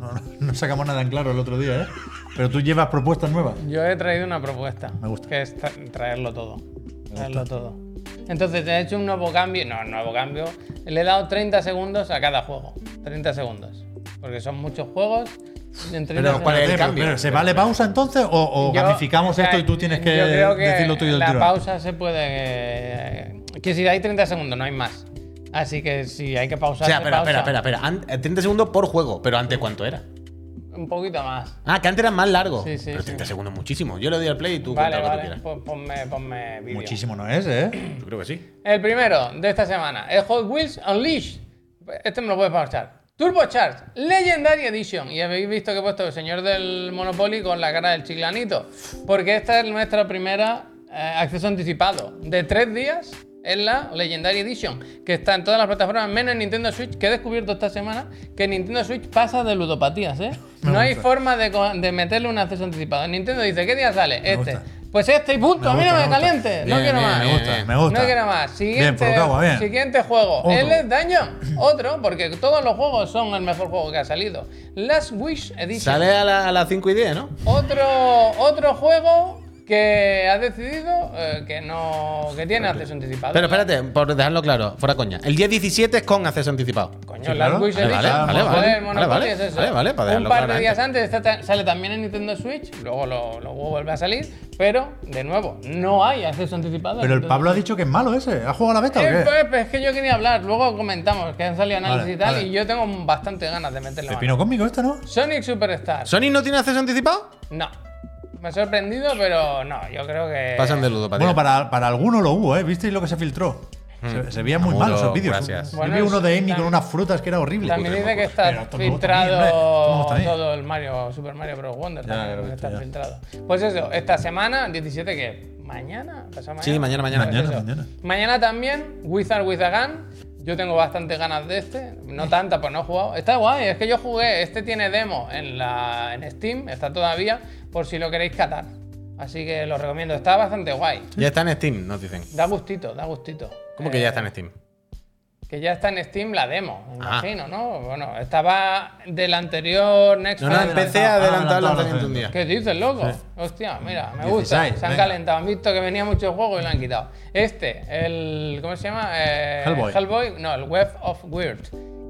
no, no- no sacamos nada en claro el otro día, ¿eh? Pero tú llevas propuestas nuevas. Yo he traído una propuesta. Me gusta. Que es tra- traerlo todo. Traerlo todo. Entonces he hecho un nuevo cambio. No, un nuevo cambio. Le he dado 30 segundos a cada juego. 30 segundos. Porque son muchos juegos. En 30 Pero, ¿cuál es el Pero, cambio? pero, ¿Se vale pausa entonces o, o Yo- gamificamos o sea, esto y tú tienes que, yo creo que decir lo tuyo del La tirón? pausa se puede. Que si hay 30 segundos, no hay más. Así que si hay que O pausar. sea, se espera, pausa. espera, espera, espera. An- 30 segundos por juego, pero antes cuánto era? Un poquito más. Ah, que antes eran más largos. Sí, sí, pero sí. 30 segundos muchísimo. Yo le doy al play y tú cuenta vale, lo que tú vale. quieras. Pues ponme, ponme vídeo. Muchísimo no es, ¿eh? Yo creo que sí. El primero de esta semana es Hot Wheels Unleashed. Este me lo puedes pausar. Turbocharge Legendary Edition. Y habéis visto que he puesto el señor del Monopoly con la cara del chiclanito. Porque esta es nuestra primera eh, acceso anticipado de tres días. Es la Legendary Edition, que está en todas las plataformas, menos en Nintendo Switch, que he descubierto esta semana que Nintendo Switch pasa de ludopatías, ¿eh? Me no hay gusta. forma de, co- de meterle un acceso anticipado. Nintendo dice, ¿qué día sale? este. gusta. Pues este y punto, Me a mí gusta, no me, me gusta. caliente, no Bien, quiero bien, más. Me gusta, me gusta. No quiero más. Siguiente, provocado, bien. siguiente juego. Otro. El Daño. Otro, porque todos los juegos son el mejor juego que ha salido. Last Wish Edition. Sale a, la- a las 5 y 10, ¿no? Otro, otro juego que ha decidido eh, que no. que tiene acceso anticipado. Pero espérate, por dejarlo claro, fuera coña. El 10-17 es con acceso anticipado. Coño, Sí, Last claro. Wish Vale, Edition. vale, vale, Joder, vale, Monopoly vale, es eso. vale, vale, para Un dejarlo par de claramente. días antes esta ta- sale también en Nintendo Switch, luego lo, luego vuelve a salir, pero de nuevo, no hay acceso anticipado. Pero el Entonces- Pablo ha dicho que es malo ese. ¿Ha jugado a la beta o Eh, qué? pues, pues, es que yo quería hablar, luego comentamos que han salido análisis Vale, y tal, vale. y yo tengo bastante ganas de meterle mano. Pepino cósmico este, ¿no? Sonic Superstar. ¿Sony no tiene acceso anticipado? no. Me ha sorprendido, pero no, yo creo que. Pasan de ludopatía. Bueno, para, para alguno lo hubo, ¿eh? ¿Visteis lo que se filtró? Se, se veían muy Mudo, mal esos vídeos. gracias. Yo Bueno, vi uno de Amy también- con unas frutas que era horrible. También dice que Pero está esto me gusta filtrado a mí, hombre. Esto me gusta a mí. todo el Mario, Super Mario Bros. Wonder. Ya, también lo he que visto, está ya. filtrado. Pues eso, esta semana, 17 que mañana, pasado mañana. Pues Sí, mañana, mañana. Mañana, eso. mañana. Mañana también, Wizard with a Gun. Yo tengo bastante ganas de este, no tanta, pues no he jugado. Está guay, es que yo jugué, este tiene demo en, la, en Steam, está todavía, por si lo queréis catar. Así que lo recomiendo, está bastante guay. Ya está en Steam, nos dicen. Da gustito, da gustito. ¿Cómo que Eh, ya está en Steam? que ya está en Steam la demo, me Ah. imagino, ¿no? Bueno, estaba del anterior Next No, no, Fest. empecé Ah, a adelantar el adelantado, lanzamiento un día. ¿Qué dices, loco? Hostia, mira, me gusta. 16, se han venga. calentado, han visto que venía mucho juego y lo han quitado. Este, el. ¿Cómo se llama? Eh, Hellboy. No, el Web of Weird.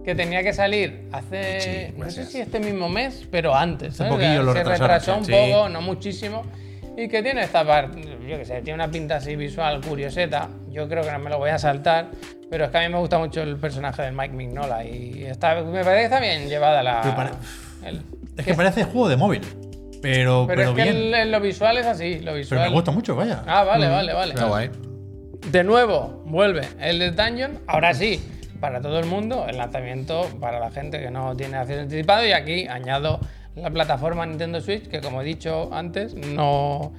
Que tenía que salir hace. no sé gracias. si este mismo mes, pero antes. Hace ¿no? poquillo lo se retrasaron, retrasó un sí. poco, no muchísimo. Y que tiene esta parte, yo que sé, tiene una pinta así visual curioseta. Yo creo que no me lo voy a saltar, pero es que a mí me gusta mucho el personaje de Mike Mignola y está, me parece que está bien llevada Pero la. pare- el- Es que parece juego de móvil. Pero, pero, pero, es que bien. el- el- lo visual es así, lo visual. Pero me gusta mucho, vaya. Ah, vale, vale, vale. Está guay. De nuevo, vuelve el Death Dungeon. Ahora sí, para todo el mundo, el lanzamiento para la gente que no tiene acceso anticipado. Y aquí añado la plataforma Nintendo Switch, que como he dicho antes, no,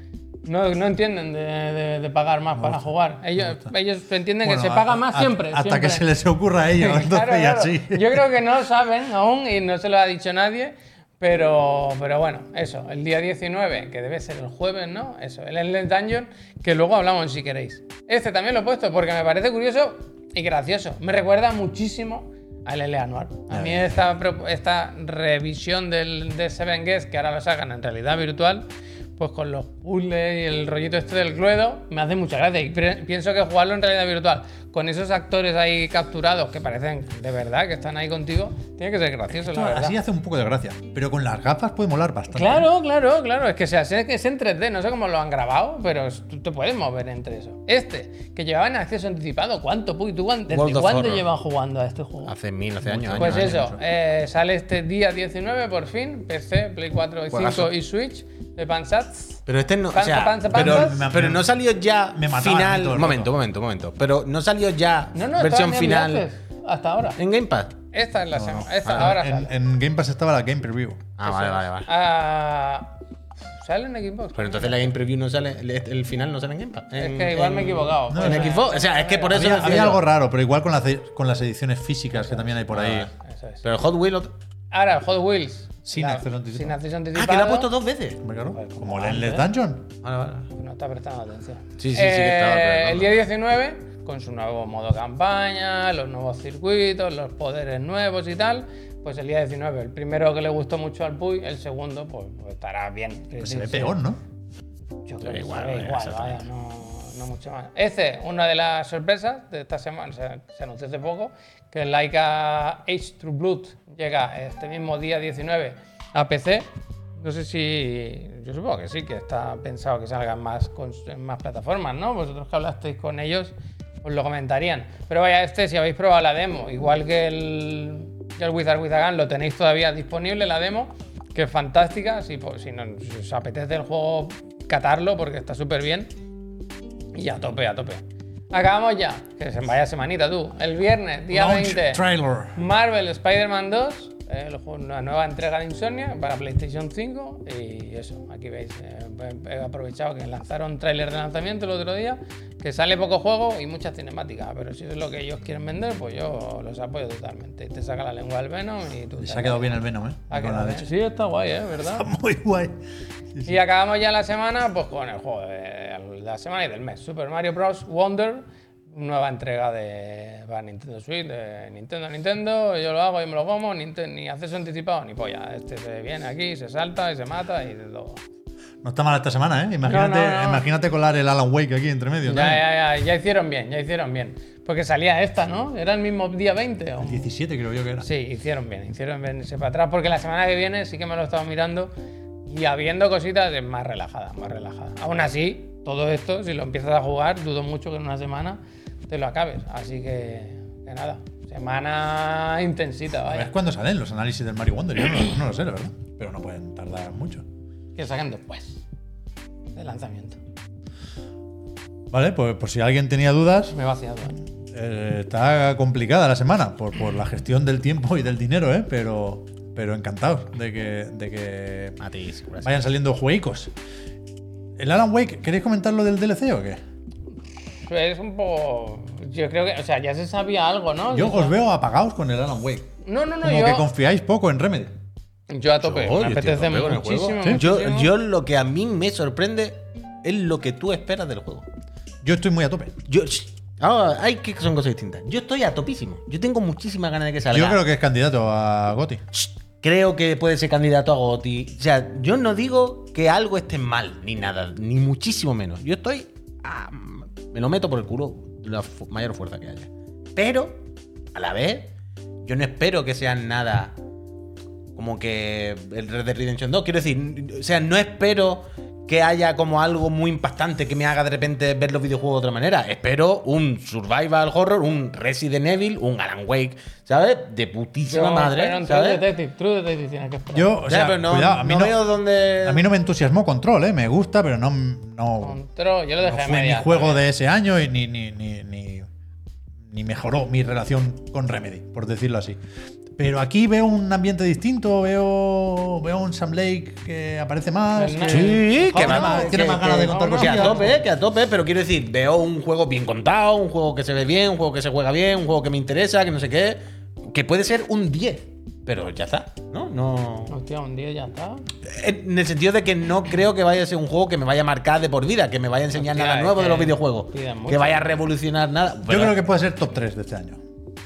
no, no entienden de, de- de pagar más para jugar. Ellos, ellos entienden Bueno, que se a- paga a- más a- siempre. Hasta siempre. que se les ocurra a ellos. Entonces, Claro, claro. así. Yo creo que no saben aún y no se lo ha dicho nadie. Pero, pero bueno, eso, el día 19, que debe ser el jueves, ¿no? Eso, el Endless Dungeon, que luego hablamos si queréis. Este también lo he puesto porque me parece curioso y gracioso. Me recuerda muchísimo al L.A. Noir. A mí esta, pro- esta revisión del, de Seven Guests, que ahora lo sacan en realidad virtual, pues con los puzzles y el rollito este del Cluedo, me hace mucha gracia. Y pre- pienso que jugarlo en realidad virtual, con esos actores ahí capturados que parecen de verdad que están ahí contigo, tiene que ser gracioso, Esto la verdad. así hace un poco de gracia. Pero con las gafas puede molar bastante. Claro, claro, claro. Es que se hace que es en 3D, no sé cómo lo han grabado, pero es- tú te puedes mover entre eso. Este, que llevaba en acceso anticipado, ¿cuánto? Puy? ¿Tú cuán- World ¿Desde of cuándo Horror. llevan jugando a este juego? Hace mil, hace años. Pues años, eso, años. eh, sale este día 19 por fin, PC, Play 4 y 5 Juegazo. y Switch, de Pansats. Pero este no. O Panza, sea, panza, pero, panza. Me- pero no salió ya me mataban final. todo el Un momento, rato. un momento, un momento. Pero no salió ya No, no, versión estaba en Early final Access hasta ahora. en Game Pass. Esta es la semana, esta Ah, ahora en, sale. en Game Pass estaba la Game Preview. Ah, vale, vale, vale. Ah, ¿Sale en Xbox? Pero entonces la Game Preview no sale. El, el final no sale en Game Pass. es En- que igual me he en- equivocado. No, pues, En eh, Xbox. O sea, es que por eso. Había, decía había yo. algo raro, pero igual con las, e- con las ediciones físicas que también hay por ahí. eso es. Pero Hot Wheels. Ahora, Hot Wheels. Sin acceso anticipado. Sin acceso Ah, anticipado. que lo ha puesto dos veces. Hombre, claro, Como el Endless Dungeon. Vale, vale. No está prestando atención. Eh, Sí, sí, sí que estaba prestando. El día 19, con su nuevo modo campaña, los nuevos circuitos, los poderes nuevos y tal. Pues el día 19, el primero que le gustó mucho al Puy, el segundo, pues, pues estará bien. Se ve Sí, peor, ¿no? Yo creo Sí, que igual, se ve eh, igual, vaya, exactamente. no, no mucho más. Este, una de las sorpresas de esta semana, se, se anunció hace poco, que el Laika Age True Blood llega este mismo día 19 a PC. No sé si. Yo supongo que sí, que está pensado que salgan más, cons- en más plataformas, ¿no? Vosotros que hablasteis con ellos, os lo comentarían. Pero vaya, este, si habéis probado la demo, igual que el, que el Wizard with a Gun, lo tenéis todavía disponible, la demo que es fantástica. Si, po- si, no- si os apetece el juego, catarlo porque está súper bien. Y a tope, a tope. Acabamos ya. Que se vaya semanita tú. El viernes, día Launch 20. trailer. Marvel Spider-Man 2, eh, el juego- una nueva entrega de Insomnia para PlayStation 5 y eso, aquí veis, eh, he he aprovechado que lanzaron tráiler de lanzamiento el otro día, que sale poco juego y muchas cinemáticas, pero si es lo que ellos quieren vender, pues yo los apoyo totalmente. Te saca la lengua al Venom y tú... Y te Se ha quedado bien el Venom, ¿eh? Ha Con quedado la bien. leche. Sí, está guay, ¿eh? ¿Verdad? Muy guay. Y acabamos ya la semana pues con el juego de la semana y del mes, Super Mario Bros. Wonder, nueva entrega de para Nintendo Switch, de Nintendo, Nintendo, yo lo hago, yo me lo como, Ninte- ni acceso anticipado ni polla. Este se viene aquí, se salta y se mata y de todo. No está mal esta semana, ¿eh? Imagínate, No, no, no. imagínate colar el Alan Wake aquí entre medio. Ya, también. ya, ya, ya hicieron bien, ya hicieron bien. Porque salía esta, ¿no? Era el mismo día 20. ¿o? 17 creo yo que era. Sí, hicieron bien, hicieron bien ese para atrás, porque la semana que viene sí que me lo he estado mirando y habiendo cositas es más relajada, más relajada. Aún así, todo esto, si lo empiezas a jugar, dudo mucho que en una semana te lo acabes. Así que, que nada, semana intensita, A ver vaya. cuándo salen los análisis del Mario Wonder. Yo no, no lo sé, la verdad. Pero no pueden tardar mucho. Que saquen después del lanzamiento. Vale, pues por si alguien tenía dudas, Me he vaciado, ¿eh? eh, está complicada la semana por, por la gestión del tiempo y del dinero, ¿eh? Pero, pero encantados de que, de que Matiz, gracias. vayan saliendo juegos. El Alan Wake, ¿queréis comentar lo del DLC o qué? Es un poco. Yo creo que. O sea, ya se sabía algo, ¿no? Yo os veo apagados con el Alan Wake. No, no, no, Como que yo. confiáis poco en Remedy. Yo a tope. Yo, Pues, me yo estoy a apetece tope con el juego. muchísimo. Sí. Yo, muchísimo. yo lo que a mí me sorprende es lo que tú esperas del juego. Yo estoy muy a tope. Yo, sh- ah, hay que son cosas distintas. Yo estoy a topísimo. Yo tengo muchísimas ganas de que salga. Yo creo que es candidato a Goti. Creo que puede ser candidato a Goti. O sea, yo no digo que algo esté mal, ni nada, ni muchísimo menos. Yo estoy. a- me lo meto por el culo de la fu- mayor fuerza que haya. Pero, a la vez, yo no espero que sea nada como que el Red Dead Redemption 2. Quiero decir, o sea, no espero que haya como algo muy impactante que me haga de repente ver los videojuegos de otra manera. Espero un survival horror, un Resident Evil, un Alan Wake, ¿sabes? De Yo putísima madre, espero un True ¿sabes? Detective, True Detective tienes que esperar. Yo, o sea, ya, pero no, cuidado, a mí no no, veo dónde. a mí no me entusiasmó Control, ¿eh? Me gusta, pero no, no, Control, yo lo no dejé en fue mi media. juego de ese año y ni, ni, ni, ni, ni mejoró mi relación con Remedy, por decirlo así. Pero aquí veo un ambiente distinto, veo, veo un Sam Lake que aparece más. Sí, que- Sí, que Joder, va- más- que- tiene más que- ganas de contar no, no, Que a cosillas. tope, eh, que a tope, pero quiero decir, veo un juego bien contado, un juego que se ve bien, un juego que se juega bien, un juego que me interesa, que no sé qué, que puede ser un 10, pero ya está, ¿no? No. Hostia, un día ya está. En el sentido de que no creo que vaya a ser un juego que me vaya a marcar de por vida, que me vaya a enseñar Hostia, nada nuevo es de los que videojuegos, piden mucho. que vaya a revolucionar nada. Yo Pero- creo que puede ser top 3 de este año.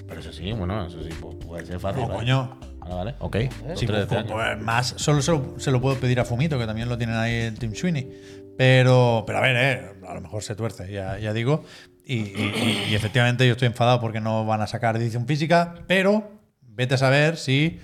Pero eso sí, bueno, eso sí, pu- puede ser fácil. No, ¿vale? coño. Vale, vale, ok. ¿eh? Los Sí, tres de este pues, año. pues, más, solo, solo se lo puedo pedir a Fumito, que también lo tienen ahí en Team Sweeney. Pero, pero a ver, eh, a lo mejor se tuerce, ya, ya digo. Y, y- y- y efectivamente yo estoy enfadado porque no van a sacar edición física, pero vete a saber si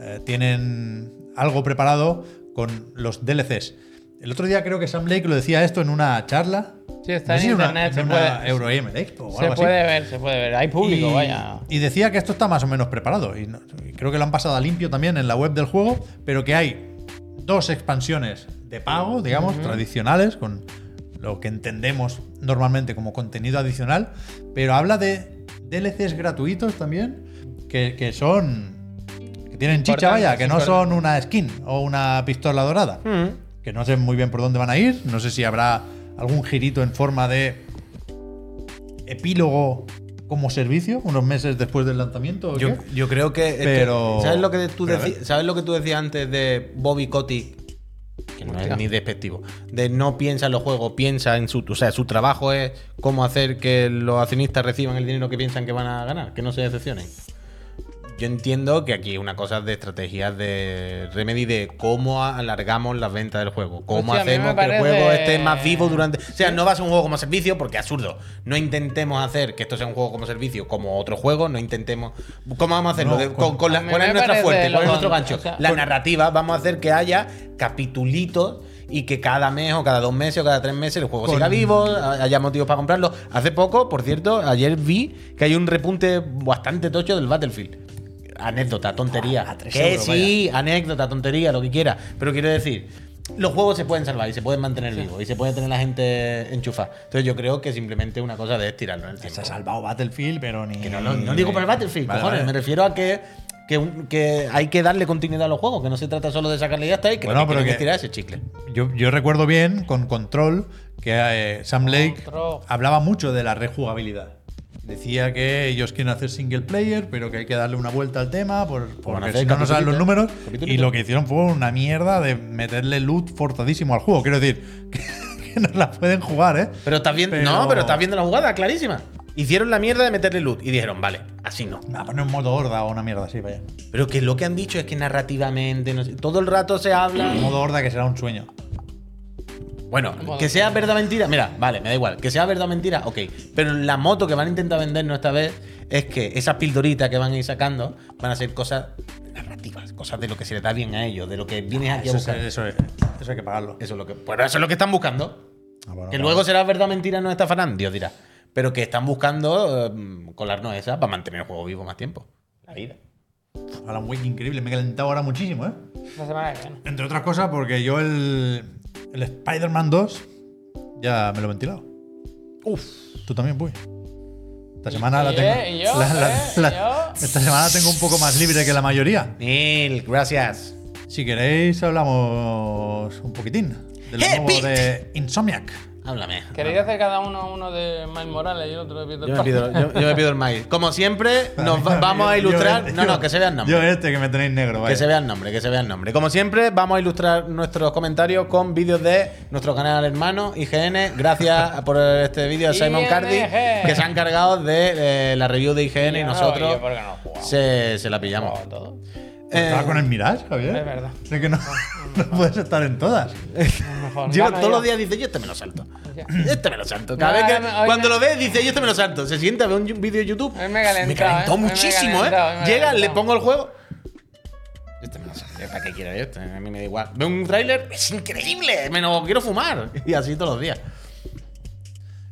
eh, tienen algo preparado con los DLCs. El otro día creo que Sam Blake lo decía esto en una charla. Sí, está No sé en si era internet, se en una puede- Eurogamer Expo o Se algo así. puede ver, se puede ver. Hay público, Y- vaya. Y decía que esto está más o menos preparado. Y, no- y creo que lo han pasado a limpio también en la web del juego, pero que hay dos expansiones de pago, digamos, tradicionales, con lo que entendemos normalmente como contenido adicional, pero habla de DLCs gratuitos también, que, que son... que tienen chicha, Importantes, vaya, que no importantes. son una skin o una pistola dorada Mm. que no sé muy bien por dónde van a ir. No sé si habrá algún girito en forma de epílogo como servicio, unos meses después del lanzamiento. ¿o Yo, qué? yo creo que. es que- Pero- ¿sabes, lo que tú pero a deci- ¿Sabes lo que tú decías antes de Bobby Kotick? Que no es Hostia. ni despectivo. De no piensa en los juegos, piensa en su. O sea, su trabajo es cómo hacer que los accionistas reciban el dinero que piensan que van a ganar, que no se decepcionen. Yo entiendo que aquí es una cosa de estrategias de Remedy de cómo alargamos las ventas del juego, cómo Hostia, a mí me hacemos que el parece- juego esté más vivo durante. O sea, no va a ser un juego como servicio porque es absurdo. No intentemos hacer que esto sea un juego como servicio como otro juego, no intentemos. ¿Cómo vamos a hacerlo? No, De- con- con, con la- A mí ¿Cuál me es nuestra parece fuerte? lo ¿Cuál es nuestro con- gancho? o sea, la con- narrativa, vamos a hacer que haya capitulitos y que cada mes o cada dos meses o cada tres meses el juego Con- siga vivo, ha- haya motivos para comprarlo. Hace poco, por cierto, ayer vi que hay un repunte bastante tocho del Battlefield. Anécdota, tontería. Ah, a tres que euros, sí, anécdota, tontería, lo que quiera. Pero quiero decir los juegos se pueden salvar y se pueden mantener vivos y se puede tener la gente enchufada. Entonces yo creo que simplemente una cosa de estirarlo en el tiempo. Se ha salvado Battlefield, pero ni. Que no, lo- no digo por el Battlefield, Vale, cojones, vale. me refiero a que, que, un- que hay que darle continuidad a los juegos, que no se trata solo de sacarle y ya está y que Bueno, lo que pero que- tienen es tirar ese chicle. Yo, yo recuerdo bien con Control que eh, Sam Lake Control. hablaba mucho de la rejugabilidad. Decía que ellos quieren hacer single player, pero que hay que darle una vuelta al tema por, porque hacer si no nos salen los capitulito, números. capitulito. Y lo que hicieron fue una mierda de meterle loot forzadísimo al juego. Quiero decir, que, no la pueden jugar, ¿eh? Pero estás viendo, Pero- no, pero estás viendo la jugada, clarísima. Hicieron la mierda de meterle loot y dijeron, vale, así no. Me va a Ah, poner un modo horda o una mierda así, vaya. Pero que lo que han dicho es que narrativamente, no sé, todo el rato se habla. Un modo horda que será un sueño. Bueno, que sea verdad o mentira, mira, vale, me da igual, que sea verdad o mentira, ok. Pero la moto que van a intentar vendernos esta vez es que esas pildoritas que van a ir sacando van a ser cosas narrativas, cosas de lo que se les da bien a ellos, de lo que vienes aquí a Eso, es- buscar. Eso eso es- eso hay que pagarlo. es lo que, pero eso es lo que están buscando. Ah, bueno, Que claro. luego será verdad o mentira, no está Fanán, Dios dirá. Pero que están buscando eh, colarnos esa para mantener el juego vivo más tiempo. La vida. Alan Wake increíble, me he calentado ahora muchísimo, ¿eh? La semana que viene. Entre otras cosas, porque yo el, el Spider-Man 2 ya me lo he ventilado. Uf. Tú también, pues. Esta semana la y tengo. yo, y yo, la- la- eh, la- y yo. Esta semana tengo un poco más libre que la mayoría. Neil, gracias. Si queréis, hablamos un poquitín de lo ¡Eh, nuevo Pete! de Insomniac. Háblame. ¿Queréis hacer cada uno uno de Miles Morales y el otro de Peter Yo me, pido, Parker? yo, yo me pido el maíz. Como siempre, nos va- vamos a Yo- ilustrar. yo- No, no, que se vea el Yo nombre. este que me tenéis negro, vaya. Que se vea el nombre, que se vea el nombre. Como siempre, vamos a ilustrar nuestros comentarios con vídeos de nuestro canal hermano IGN. Gracias por este vídeo de Simon Cardi, ING. que se ha encargado de eh, la review de IGN y Yo no, nosotros yo porque no jugamos. se, se la pillamos. Jugamos todo. Eh, Estaba con el Mirage, Javier. Es verdad. Sé que no, no puedes estar en todas. Mejor, Yo gano todos yo. los días dice, yo este me lo salto. Ya. Este me lo salto. Cada No, vez no, que, no, hoy cuando no. lo ve, dice, yo este me lo salto. Se sienta, ve un yu- vídeo de YouTube. Hoy me he calentado, calentó ¿eh? Hoy me he muchísimo, calentado, hoy ¿eh? me he Llega, le calentado. pongo el juego. Este me lo salto. ¿Para qué quiero yo este? A mí me da igual. Ve un tráiler, es increíble. Me lo quiero fumar. Y así todos los días.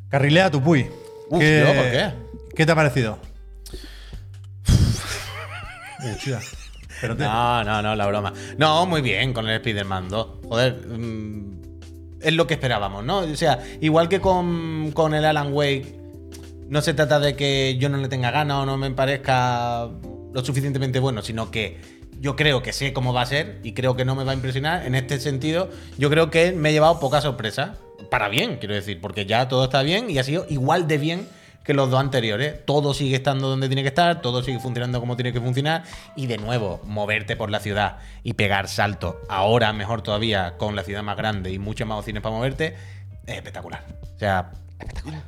Carrilea tu Puy. Uf, ¿Qué- yo, ¿por qué? ¿Qué te ha parecido? Hostia. Espérate. No, no, no, la broma. No, muy bien con el Spider-Man 2. Joder, mm, es lo que esperábamos, ¿no? O sea, igual que con, con el Alan Wake, no se trata de que yo no le tenga ganas o no me parezca lo suficientemente bueno, sino que yo creo que sé cómo va a ser y creo que no me va a impresionar. En este sentido, yo creo que me he llevado poca sorpresa. Para bien, quiero decir, porque ya todo está bien y ha sido igual de bien que los dos anteriores. Todo sigue estando donde tiene que estar, todo sigue funcionando como tiene que funcionar. Y de nuevo, moverte por la ciudad y pegar saltos, ahora mejor todavía, con la ciudad más grande y muchos más opciones para moverte, es espectacular. O sea,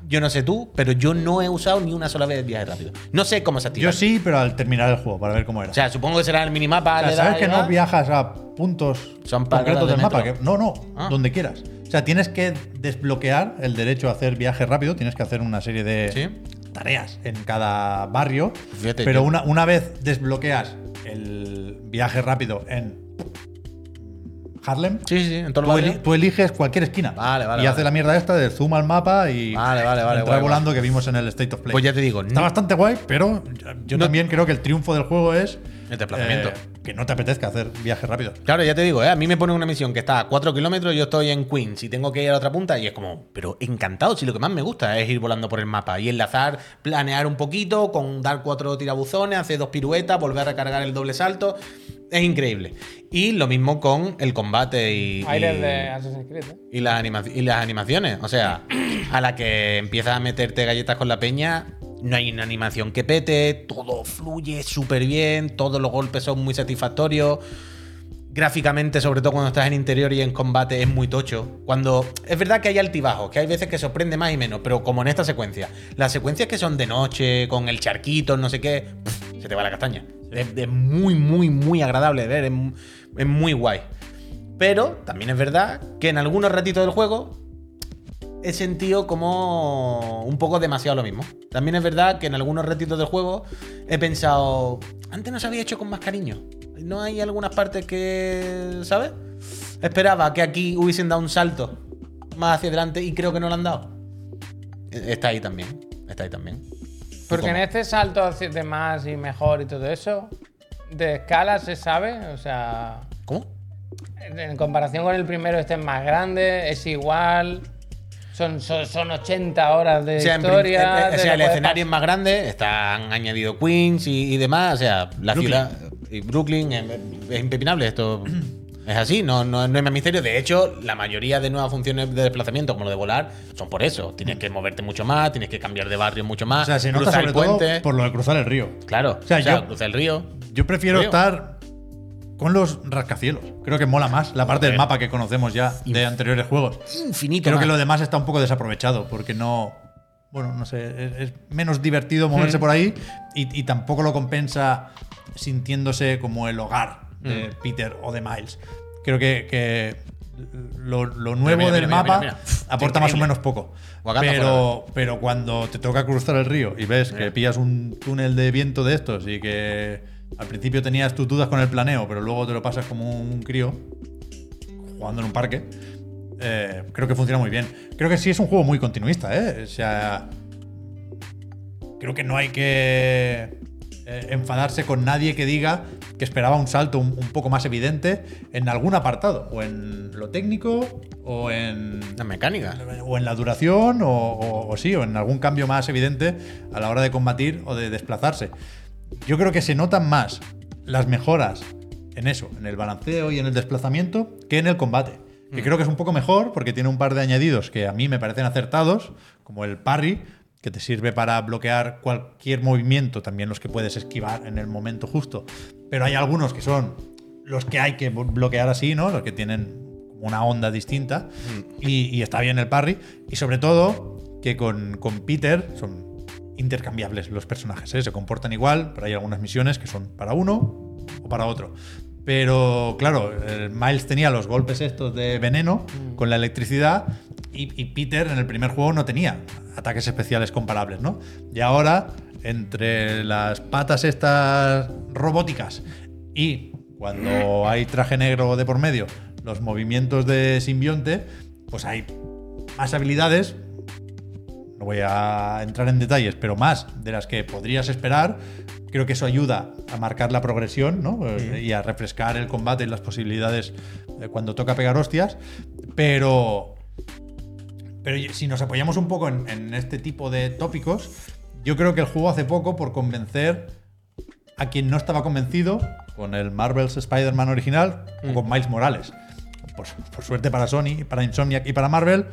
yo no sé tú, pero yo no he usado ni una sola vez el viaje rápido. No sé cómo se activa. Yo sí, pero al terminar el juego, para ver cómo era. O sea, supongo que será el minimapa. O sea, le das sabes y que no vas. viajas a puntos Son paradas concretos de del mapa. metro. que- no, no, Ah. donde quieras. O sea, tienes que desbloquear el derecho a hacer viaje rápido, tienes que hacer una serie de Sí. tareas en cada barrio. Fíjate, pero yo- una, una vez desbloqueas el viaje rápido en Harlem, Sí, sí, sí, en todos Tú, los eli- barrios. tú eliges cualquier esquina. Vale, vale, Y vale. hace la mierda esta de zoom al mapa y Vale, vale, vale, entrar guay, volando que vimos en el State of Play. Pues ya te digo, Está no- bastante guay, pero yo No- también creo que el triunfo del juego es. eh, El desplazamiento. que no te apetezca hacer viajes rápidos. Claro, ya te digo, ¿eh? a mí me ponen una misión que está a 4 kilómetros, yo estoy en Queens y tengo que ir a la otra punta y es como, pero encantado, si lo que más me gusta es ir volando por el mapa y enlazar, planear un poquito, con dar cuatro tirabuzones, hacer dos piruetas, volver a recargar el doble salto, es increíble. Y lo mismo con el combate y... Aires y- de Assassin's Creed. ¿eh? y las, anima- y las animaciones. O sea, a la que empiezas a meterte galletas con la peña, no hay una animación que pete, todo fluye súper bien, todos los golpes son muy satisfactorios. Gráficamente, sobre todo cuando estás en interior y en combate, es muy tocho. Cuando. Es verdad que hay altibajos, que hay veces que sorprende más y menos, pero como en esta secuencia. Las secuencias que son de noche, con el charquito, no sé qué, pff, se te va la castaña. Es, es muy, muy, muy agradable de ver, es mu- es muy guay. Pero también es verdad que en algunos ratitos del juego he sentido como un poco demasiado lo mismo. También es verdad que en algunos ratitos del juego he pensado, antes no se había hecho con más cariño. No hay algunas partes que, ¿sabes? Esperaba que aquí hubiesen dado un salto más hacia adelante y creo que no lo han dado. Eh, Está ahí también, está ahí también. Porque en ¿Cómo? este salto hacia- de más y mejor y todo eso, de escala se sabe, o sea, ¿Cómo? en comparación con el primero, este es más grande, es igual. Son, son, son 80 horas de O sea, en prin- historia. en- en- o te sea, lo el puedes escenario es más grande, están añadido Queens y, y demás, o sea, la Brooklyn. ciudad y Brooklyn es, es impepinable, esto es así, no, no, no es más misterio. De hecho, la mayoría de nuevas funciones de desplazamiento, como lo de volar, son por eso. Tienes que moverte mucho más, tienes que cambiar de barrio mucho más, O sea, se nota Ah, cruzar sobre el todo puente. por lo de cruzar el río. Claro, O sea, yo- cruza el río. Yo prefiero Río. estar con los rascacielos. Creo que mola más la parte del mapa que conocemos ya de anteriores juegos. Infinito. Creo que más. lo demás está un poco desaprovechado porque no. Bueno, no sé, es, es menos divertido Hmm. moverse por ahí y, y tampoco lo compensa sintiéndose como el hogar de Hmm. Peter o de Miles. Creo que, que lo, lo nuevo mira, del mira, mira, mapa mira. aporta más o Increíble. menos poco. Wakanda Pero, pero cuando te toca cruzar el río y ves que pillas un túnel de viento de estos y que al principio tenías tus dudas con el planeo, pero luego te lo pasas como un crío jugando en un parque, eh, creo que funciona muy bien. Creo que sí es un juego muy continuista, ¿eh? O sea, creo que no hay que eh, enfadarse con nadie que diga que esperaba un salto un, un poco más evidente en algún apartado, o en lo técnico, o en, Las mecánicas. o en la duración, o, o- o sí, o en algún cambio más evidente a la hora de combatir o de desplazarse. Yo creo que se notan más las mejoras en eso, en el balanceo y en el desplazamiento, que en el combate. Que creo que es un poco mejor porque tiene un par de añadidos que a mí me parecen acertados, como el parry, que te sirve para bloquear cualquier movimiento, también los que puedes esquivar en el momento justo. Pero hay algunos que son los que hay que blo- bloquear así, ¿no? Los que tienen una onda distinta. Y, y está bien el parry. Y sobre todo que con, con Peter son intercambiables los personajes, ¿eh? se comportan igual, pero hay algunas misiones que son para uno o para otro. Pero claro, el Miles tenía los golpes estos de veneno con la electricidad y, y Peter en el primer juego no tenía ataques especiales comparables, ¿no? Y ahora, entre las patas estas robóticas y cuando hay traje negro de por medio, los movimientos de simbionte, pues hay más habilidades, no voy a entrar en detalles, pero más de las que podrías esperar. Creo que eso ayuda a marcar la progresión ¿no? Eh, y a refrescar el combate y las posibilidades eh, cuando toca pegar hostias. Pero, pero si nos apoyamos un poco en, en este tipo de tópicos, yo creo que el juego hace poco por convencer a quien no estaba convencido con el Marvel's Spider-Man original Mm. o con Miles Morales. Por, su- por suerte para Sony, para Insomniac y para Marvel,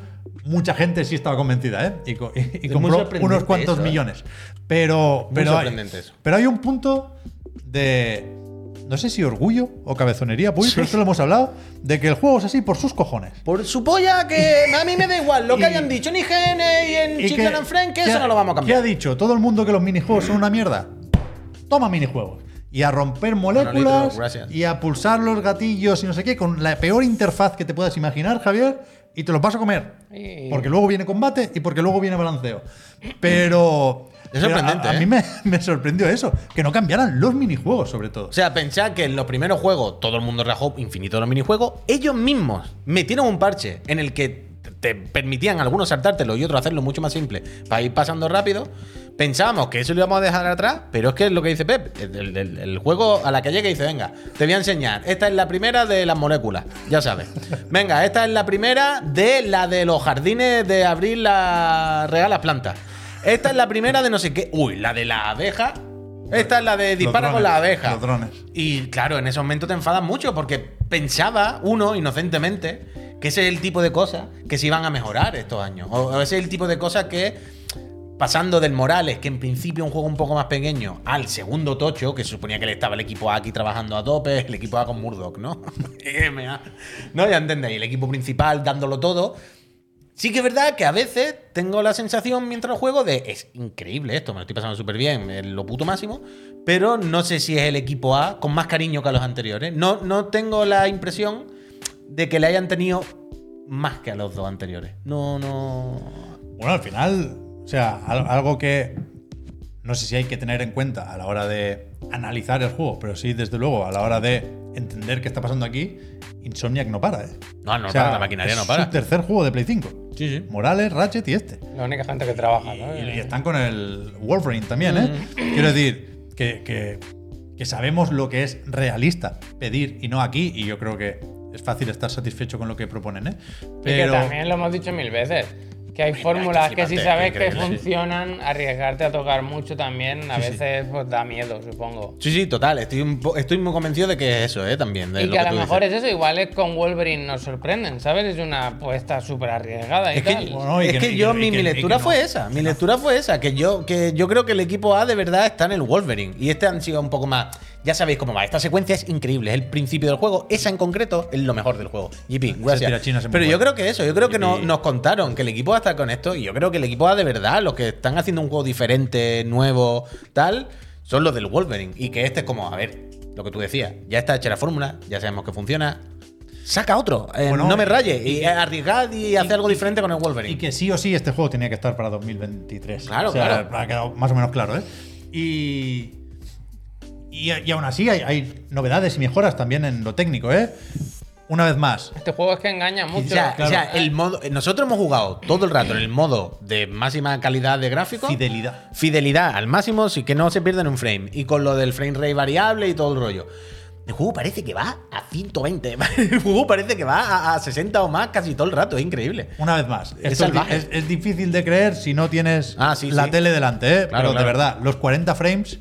mucha gente sí estaba convencida, ¿eh? Y, co- y- y muy compró sorprendente unos cuantos eso, ¿eh? millones. Pero, Muy pero, hay, sorprendente eso. pero hay un punto de. No sé si orgullo o cabezonería, pues, pero esto lo hemos hablado, de que el juego es así por sus cojones. Por su polla, que a mí me da igual lo que Y- hayan dicho en IGN y en Chicken que- and Friend, que ¿qué eso ha- no lo vamos a ¿Qué ha cambiar. dicho todo el mundo que los minijuegos son una mierda? Toma minijuegos. Y a romper moléculas gracias. y a pulsar los gatillos y no sé qué, con la peor interfaz que te puedas imaginar, Javier, y te los vas a comer. Y- Porque luego viene combate y porque luego viene balanceo. Pero. Es pero a- sorprendente, A, ¿eh? mí me, me sorprendió eso, que no cambiaran los minijuegos, sobre todo. O sea, pensad que en los primeros juegos todo el mundo rajó infinito los minijuegos. Ellos mismos metieron un parche en el que te permitían algunos saltártelo y otros hacerlo mucho más simple para ir pasando rápido. Pensábamos que eso lo íbamos a dejar atrás, pero es que es lo que dice Pep. El, el- el- el juego a la que llega dice, venga, te voy a enseñar. Esta es la primera de las moléculas, ya sabes. Venga, esta es la primera de la de los jardines de abrir la real las plantas. Esta es la primera de no sé qué. Uy, la de la abeja. Esta es la de dispara drones, con la abeja. los drones. Y claro, en ese momento te enfadas mucho porque pensaba uno inocentemente que ese es el tipo de cosas que se iban a mejorar estos años. O, o ese es el tipo de cosas que pasando del Morales, que en principio es un juego un poco más pequeño, al segundo tocho, que se suponía que le estaba el equipo A aquí trabajando a tope, el equipo A con Murdoch, ¿no? MA. no, ya entendéis, el equipo principal dándolo todo. Sí que es verdad que a veces tengo la sensación mientras juego de es increíble esto, me lo estoy pasando súper bien, es lo puto máximo, pero no sé si es el equipo A con más cariño que a los anteriores. No, no tengo la impresión de que le hayan tenido más que a los dos anteriores. No, no. Bueno, al final, o sea, al- algo que no sé si hay que tener en cuenta a la hora de analizar el juego, pero sí, desde luego, a la hora de entender qué está pasando aquí, Insomniac no para, ¿eh? No, no O sea, para, la maquinaria no es para. su tercer juego de Play 5. Sí, sí. Morales, Ratchet y este. La única gente que trabaja, ¿no? Y, y están con el Wolverine también, ¿eh? Mm. Quiero decir, que, que- que sabemos lo que es realista pedir y no aquí, y yo creo que es fácil estar satisfecho con lo que proponen, ¿eh? Y que Pero también lo hemos dicho mil veces. Que hay Hombre, es fórmulas que que si flipante, sabes que increíble, sí. funcionan, arriesgarte a tocar mucho también a Sí, sí. veces pues, da miedo, supongo. Sí, sí, total. Estoy, un po- estoy muy convencido de que es eso, ¿eh? También. de Y lo que a tú lo dices. mejor es eso, igual es con Wolverine nos sorprenden, ¿sabes? Es una apuesta súper arriesgada y Es que, tal. Bueno, y es que- que y que- yo, y mi, que- y mi que lectura no. fue esa. Mi lectura fue esa. Que yo, que yo creo que el equipo A de verdad está en el Wolverine. Y este han sido un poco más. Ya sabéis cómo va. Esta secuencia es increíble. Es el principio del juego. Esa en concreto es lo mejor del juego. Yipi, gracias. tirachinas es muy Pero yo bueno. creo que eso. Yo creo que no- Yipi. nos contaron que el equipo A está con esto. Y yo creo que el equipo A de verdad, los que están haciendo un juego diferente, nuevo, tal, son los del Wolverine. Y que este es como, a ver, lo que tú decías. Ya está hecha la fórmula. Ya sabemos que funciona. Saca otro, eh, Bueno, no me raye, y, arriesgad y, haced algo y- diferente con el Wolverine. y que sí o sí este juego tenía que estar para 2023. Claro, O sea, claro. Ha quedado más o menos claro, ¿eh? Y y, y aún así hay, hay novedades y mejoras también en lo técnico, ¿eh? Una vez más, Este juego es que engaña mucho. Ya, claro. ya, el modo, nosotros hemos jugado todo el rato en el modo de máxima calidad de gráfico. fidelidad. Fidelidad al máximo, sí que no se pierden un frame. Y con lo del frame rate variable y todo el rollo. El juego parece que va a 120. El juego parece que va a, a 60 o más casi todo el rato. Es increíble. Una vez más, Es esto es, di- salvaje. es- es difícil de creer si no tienes Ah, sí, la sí. tele delante, ¿eh? Pero Claro, de claro. verdad, los 40 frames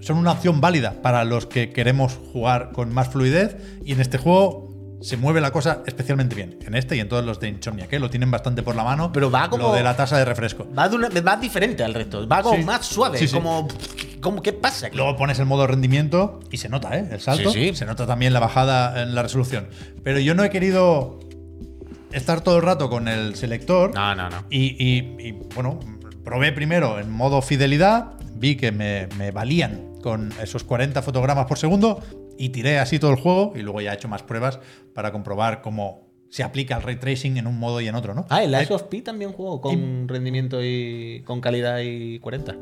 son una opción válida para los que queremos jugar con más fluidez y en este juego se mueve la cosa especialmente bien. En este y en todos los de Insomniac, ¿eh? lo tienen bastante por la mano. Pero va Lo como- de la tasa de refresco. Va, de una- va diferente al resto. Va como Sí. más suave. Sí, sí. Como, como, ¿Qué pasa? aquí? Luego pones el modo rendimiento y se nota, ¿eh? El salto. Sí, sí. Se nota también la bajada en la resolución. Pero yo no he querido estar todo el rato con el selector. No, no, no. Y, y- y, bueno, probé primero en modo fidelidad, vi que me, me valían con esos 40 fotogramas por segundo y tiré así todo el juego y luego ya he hecho más pruebas para comprobar cómo se aplica el ray tracing en un modo y en otro, ¿no? Eh, Ah, el Lies of P también juego con rendimiento y con calidad y 40.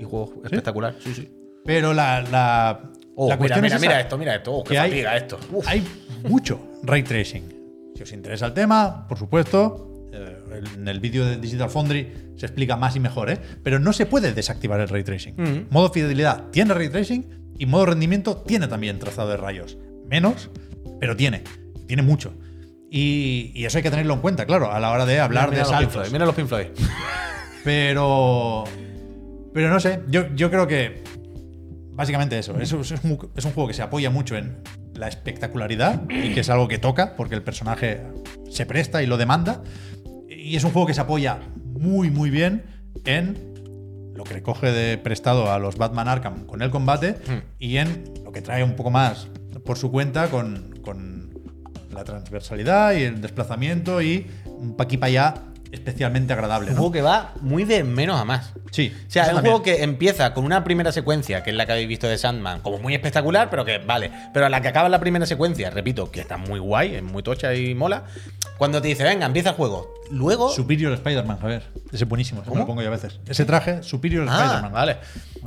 Y juego espectacular. Sí, sí. Pero la, la, Oh, la mira, cuestión mira, es mira esa. esto, mira esto. Oh, qué que hay- fatiga esto. Uf. Hay mucho ray tracing. Si os interesa el tema, por supuesto, eh, el- en el vídeo de Digital Foundry se explica más y mejor, ¿eh? Pero no se puede desactivar el ray tracing. Mm. Modo fidelidad tiene ray tracing y modo rendimiento tiene también trazado de rayos. Menos, pero tiene. Tiene mucho. Y, y eso hay que tenerlo en cuenta, claro, a la hora de hablar de mira los Pink saltos. Floyd, mira los Pink Floyd. Pero. Pero no sé, yo, yo creo que. Básicamente eso. Es, es un, es un juego que se apoya mucho en la espectacularidad y que es algo que toca porque el personaje se presta y lo demanda. Y es un juego que se apoya muy, muy bien en lo que recoge de prestado a los Batman Arkham con el combate Hmm. y en lo que trae un poco más por su cuenta con, con la transversalidad y el desplazamiento y un pa' aquí pa' allá especialmente agradable. Un ¿no? juego que va muy de menos a más. Sí. O sea, eso es un también. juego que empieza con una primera secuencia, que es la que habéis visto de Sandman, como muy espectacular, pero que vale. Pero a la que acaba la primera secuencia, repito, que está muy guay, es muy tocha y mola. Cuando te dice, venga, empieza el juego. Luego. Superior Spider-Man, Javier. Ese es buenísimo, ese me lo pongo yo a veces. Ese traje, Superior Ah, Spider-Man. vale.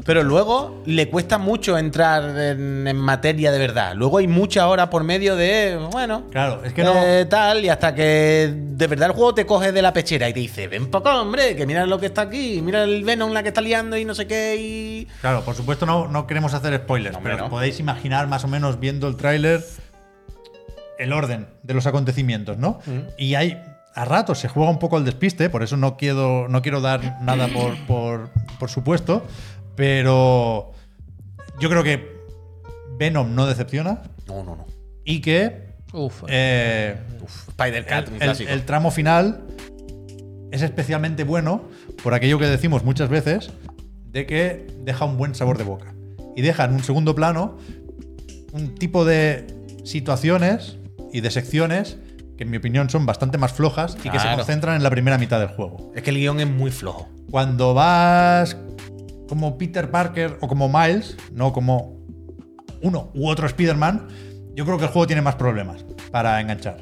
Pero luego le cuesta mucho entrar en, en materia de verdad. Luego hay mucha hora por medio de, bueno, Claro, es que no. eh, tal, y hasta que de verdad el juego te coge de la pechera y te dice, ven poco, hombre, que mira lo que está aquí, mira el Venom la que está liando y no sé qué, y... Claro, por supuesto no, no queremos hacer spoilers, No, hombre, pero os no. podéis imaginar más o menos viendo el tráiler el orden de los acontecimientos, ¿no? Mm. Y hay a ratos se juega un poco el despiste, por eso no quiero, no quiero dar nada por, por, por supuesto, pero yo creo que Venom no decepciona No, no, no. y que Uf. eh, Uf, Spider-Cat, un el, el- clásico. el tramo final es especialmente bueno por aquello que decimos muchas veces de que deja un buen sabor de boca. Y deja en un segundo plano un tipo de situaciones y de secciones que en mi opinión son bastante más flojas y que se Claro. concentran en la primera mitad del juego Es que el guión es muy flojo. cuando vas como Peter Parker o como Miles, no como uno u otro Spider-Man, yo creo que el juego tiene más problemas para enganchar.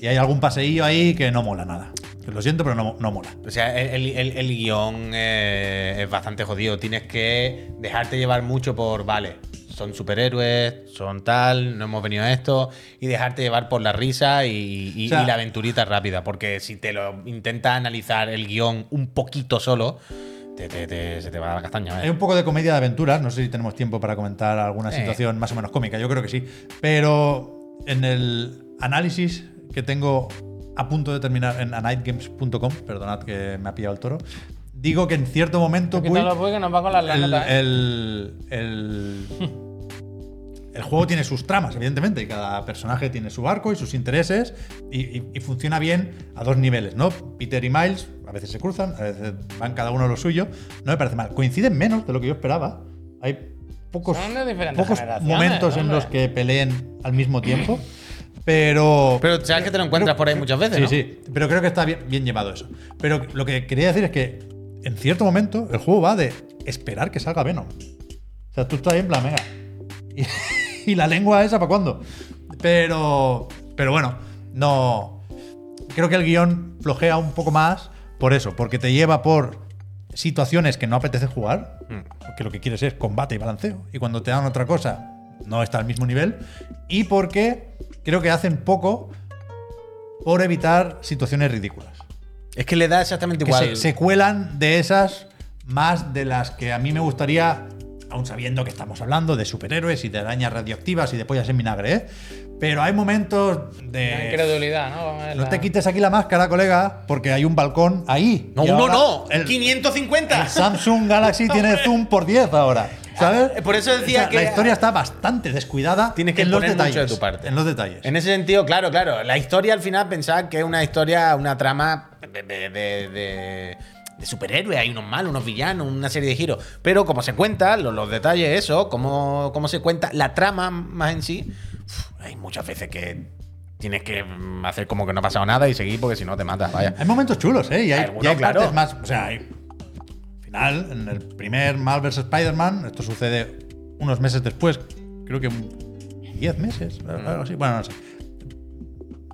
Y hay algún paseillo ahí que no mola nada. Que Lo siento, pero no, no mola. O sea, el, el- el- el guión eh, es bastante jodido. Tienes que dejarte llevar mucho por, vale, son superhéroes, son tal, no hemos venido a esto, y dejarte llevar por la risa y, y- O sea- y la aventurita rápida. Porque si te lo intentas analizar el guión un poquito solo, te- te- te- se te va la castaña. Hay ¿eh? un poco de comedia de aventuras, no sé si tenemos tiempo para comentar alguna Eh. situación más o menos cómica, yo creo que sí. Pero en el análisis que tengo a punto de terminar en anightgames.com, perdonad que me ha pillado el toro, digo que en cierto momento Puy, Quítalo, Puy, que nos va con las el, lanotas, ¿eh? el, el- el juego tiene sus tramas, evidentemente, y cada personaje tiene su arco y sus intereses, y, y- y funciona bien a dos niveles, ¿no? Peter y Miles a veces se cruzan, a veces van cada uno a lo suyo, no me parece mal. Coinciden menos de lo que yo esperaba. Hay pocos, Son de diferentes pocos generaciones, momentos en hombre. los que peleen al mismo tiempo, pero... Pero sabes que te lo encuentras por ahí muchas veces. Sí, ¿no? sí, pero creo que está bien, bien llevado eso. Pero lo que quería decir es que en cierto momento el juego va de esperar que salga Venom. O sea, tú estás ahí en plan, venga. Y, y la lengua esa, ¿para cuándo? Pero, pero bueno, no. Creo que el guión flojea un poco más por eso, porque te lleva por situaciones que no apetece jugar, porque lo que quieres es combate y balanceo, y cuando te dan otra cosa no está al mismo nivel, y porque creo que hacen poco por evitar situaciones ridículas. Es que le da exactamente Que igual. se, se cuelan de esas más de las que a mí me gustaría, aún sabiendo que estamos hablando de superhéroes y de arañas radioactivas y de pollas en vinagre, ¿eh? pero hay momentos La de... incredulidad, ¿no? Vamos a ver eh, No la- te quites aquí la máscara, colega, porque hay un balcón ahí. No, Y uno ahora no. el- 550. Samsung Galaxy tiene zoom por 10 ahora. ¿Sabes? Ah, Por eso decía que- La historia está bastante descuidada Tienes que en los poner mucho detalles. de tu parte. En los detalles. En ese sentido, claro, claro. La historia al final pensaba que es una historia, una trama de, de, de- de- de superhéroes. Hay unos malos, unos villanos, una serie de giros. Pero como se cuenta, lo- los, detalles, eso, cómo, cómo se cuenta la trama más en sí, uf, hay muchas veces que tienes que mm, hacer como que no ha pasado nada y seguir porque si no te matas, vaya. Hay momentos chulos, ¿eh? Y hay, Alguno, y hay claro. partes más. O sea, hay. Al final, en el primer Marvel vs. Spider-Man, esto sucede unos meses después, creo que un- 10 meses, algo así. Bueno, no sé.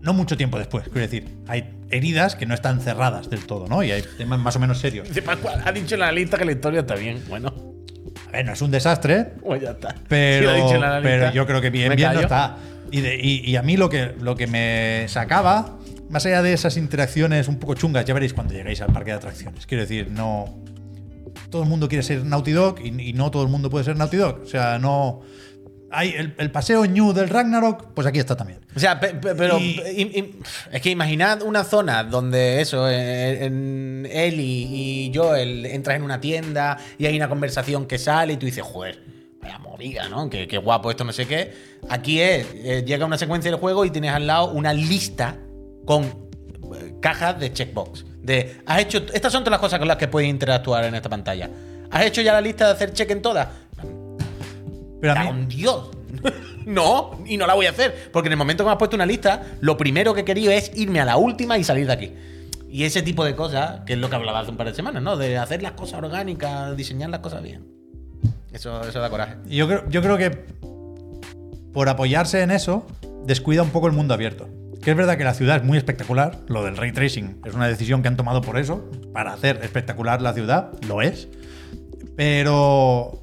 No mucho tiempo después, quiero decir. Hay heridas que no están cerradas del todo, ¿no? Y hay temas más o menos serios. Dice Pascual, Ha dicho en la lista que la historia está bien. Bueno, A ver, no es un desastre, pues ya está. Si lo ha Pero, dicho en la lista, pero yo creo que bien, me bien no callo. está. Y, de- y- y a mí lo que, lo que me sacaba, más allá de esas interacciones un poco chungas, ya veréis cuando lleguéis al parque de atracciones. Quiero decir, no. Todo el mundo quiere ser Naughty Dog y, y no todo el mundo puede ser Naughty Dog. O sea, no. Hay el, el paseo new del Ragnarok, pues aquí está también. O sea, pe- pe- pero Y- im- im- es que imaginad una zona donde eso, eh, en- él y, y Joel entras en una tienda y hay una conversación que sale y tú dices, joder, vaya movida, ¿no? Qué, qué guapo esto, no sé qué. Aquí es, eh, llega una secuencia del juego y tienes al lado una lista con eh, cajas de checkbox. De, has hecho, estas son todas las cosas con las que puedes interactuar en esta pantalla. ¿Has hecho ya la lista de hacer check en todas? Pero a mí, ¡Con Dios! no, y no la voy a hacer. Porque en el momento que me has puesto una lista, lo primero que he querido es irme a la última y salir de aquí. Y ese tipo de cosas, que es lo que hablaba hace un par de semanas, ¿no? De hacer las cosas orgánicas, diseñar las cosas bien. Eso, eso da coraje. yo creo, yo creo que por apoyarse en eso, descuida un poco el mundo abierto. Que es verdad que la ciudad es muy espectacular, lo del ray tracing es una decisión que han tomado por eso, para hacer espectacular la ciudad, lo es. Pero.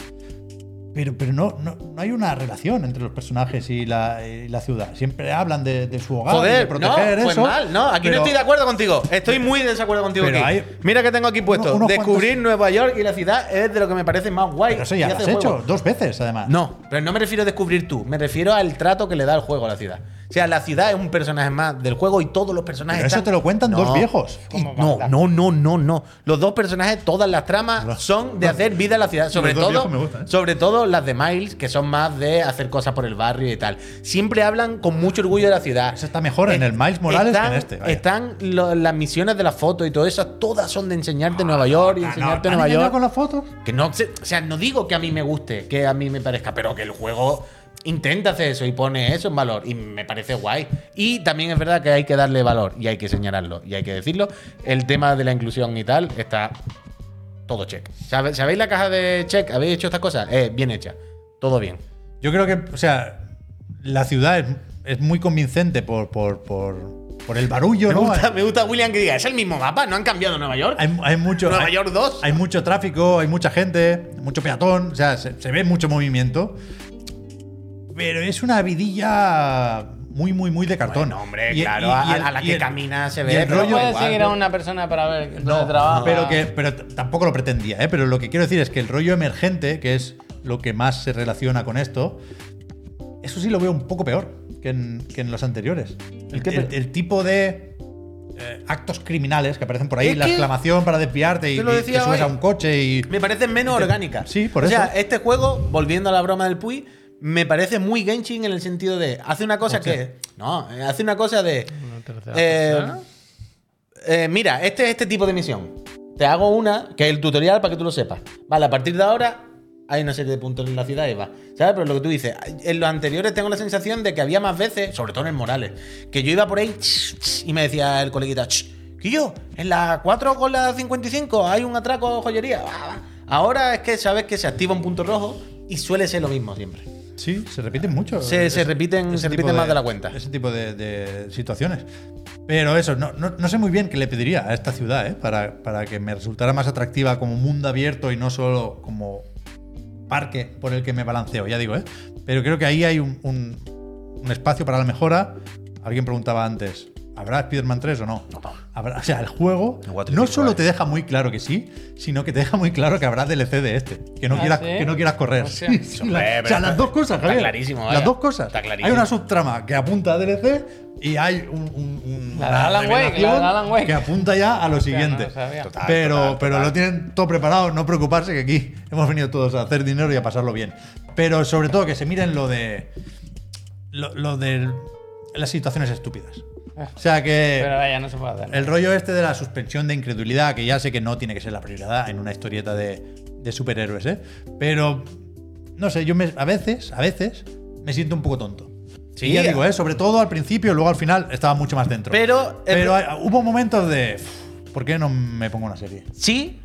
Pero, pero no, no, no hay una relación entre los personajes y la, y la ciudad. Siempre hablan de, de su hogar, de Joder, no, proteger pues eso. mal, no, aquí pero- no estoy de acuerdo contigo. Estoy muy de desacuerdo contigo Pero aquí. hay- Mira que tengo aquí puesto. Uno- unos Descubrir cuantos- Nueva York y la ciudad es de lo que me parece más guay. Pero eso que ya lo hace has el juego. hecho dos veces, además. No, pero no me refiero a descubrir tú, me refiero al trato que le da el juego a la ciudad. O sea, la ciudad es un personaje más del juego y todos los personajes. Pero eso están- te lo cuentan dos viejos. Y Como no, banda. no, no, no, no. Los dos personajes, todas las tramas Los- son de hacer vida a la ciudad. Sobre dos todo, viejos me gustan, ¿eh? sobre todo las de Miles, que son más de hacer cosas por el barrio y tal. Siempre hablan con mucho orgullo de la ciudad. Eso está mejor en Es- el Miles Morales que Eh, están, en este. vaya. Están lo- las misiones de la foto y todo eso, todas son de enseñarte Nueva York y Ah, no, enseñarte ¿te han Nueva engañado York. con las fotos? Que no, se- o sea, no digo que a mí me guste, que a mí me parezca, pero que el juego intenta hacer eso y pone eso en valor y me parece guay. Y también es verdad que hay que darle valor y hay que señalarlo y hay que decirlo. El tema de la inclusión y tal está todo check. ¿Sabe- ¿Sabéis la caja de check? ¿Habéis hecho estas cosas? Eh, bien hecha. Todo bien. Yo creo que, o sea, la ciudad es, es muy convincente por, por, por, por el barullo, Me ¿no? gusta, me gusta William que diga, es el mismo mapa, no han cambiado Nueva York. Hay, hay mucho. Nueva hay- York 2. Hay mucho tráfico, hay mucha gente, mucho peatón, o sea, se, se ve mucho movimiento. Pero es una vidilla muy, muy, muy de cartón. Bueno, hombre, claro, a- a la que camina se ve, y el pero No rollo da puedes igual, seguir ¿no? a una persona para ver no, dónde trabaja. Pero, que, pero t- tampoco lo pretendía, ¿eh? Pero lo que quiero decir es que el rollo emergente, que es lo que más se relaciona con esto, eso sí lo veo un poco peor. que en, que en los anteriores. ¿El El, qué, el- pero- el tipo de eh, actos criminales que aparecen por ahí, Es la que- exclamación para desviarte y, te lo y decía te subes a hoy. un coche y. Me parece menos orgánica. Este, Sí, por O sea, eso. este juego, volviendo a la broma del Puy, me parece muy Genshin en el sentido de. Hace una cosa que. No, eh, hace una cosa de. Una tercera eh, persona. eh, mira, este es este tipo de misión. Te hago una, que es el tutorial para que tú lo sepas. Vale, a partir de ahora hay una serie de puntos en la ciudad y va. ¿Sabes? Pero lo que tú dices, en los anteriores tengo la sensación de que había más veces, sobre todo en el Morales, que yo iba por ahí y me decía el coleguita, yo en la 4 con la 55 hay un atraco a joyería. Va, va. Ahora es que sabes que se activa un punto rojo y suele ser lo mismo siempre. Sí, se repiten mucho. Se- se Ese- repiten- ese se tipo repiten más de la cuenta. Ese tipo de, de situaciones. Pero eso, no, no- no sé muy bien qué le pediría a esta ciudad, ¿eh? para, para que me resultara más atractiva como mundo abierto y no solo como parque por el que me balanceo, ya digo, ¿eh? Pero creo que ahí hay un, un- un espacio para la mejora. Alguien preguntaba antes, ¿habrá Spider-Man 3 o no? Habrá- o sea, el juego El What If no If solo Why. te deja muy claro que sí, sino que te deja muy claro que habrá DLC de este, que no, Ah, quieras, ¿sí? que no quieras correr. Hostia. Sí, sí, la- Hombre, o sea, pero las dos cosas, está Javier. clarísimo, vaya. Las dos cosas. Está clarísimo. Hay una subtrama que apunta a DLC y hay un, un- un- La de una Alan Wake, la de revelación Alan Wake. que apunta ya a lo Hostia, siguiente. no lo sabía. Total, pero total, pero total. lo tienen todo preparado, no preocuparse que aquí hemos venido todos a hacer dinero y a pasarlo bien. Pero sobre todo que se miren lo de lo, lo de las situaciones estúpidas. O sea que Eh. Pero ahora ya no se puede hacer. el rollo este de la suspensión de incredulidad, que ya sé que no tiene que ser la prioridad en una historieta de, de superhéroes, ¿eh? Pero, no sé, yo me- a veces, a veces, me siento un poco tonto. Sí. Y ya digo, ¿eh? Sobre todo al principio, luego al final estaba mucho más dentro. Pero- Pero hay- hubo momentos de... "Uf, ¿Por qué no me pongo una serie? Sí,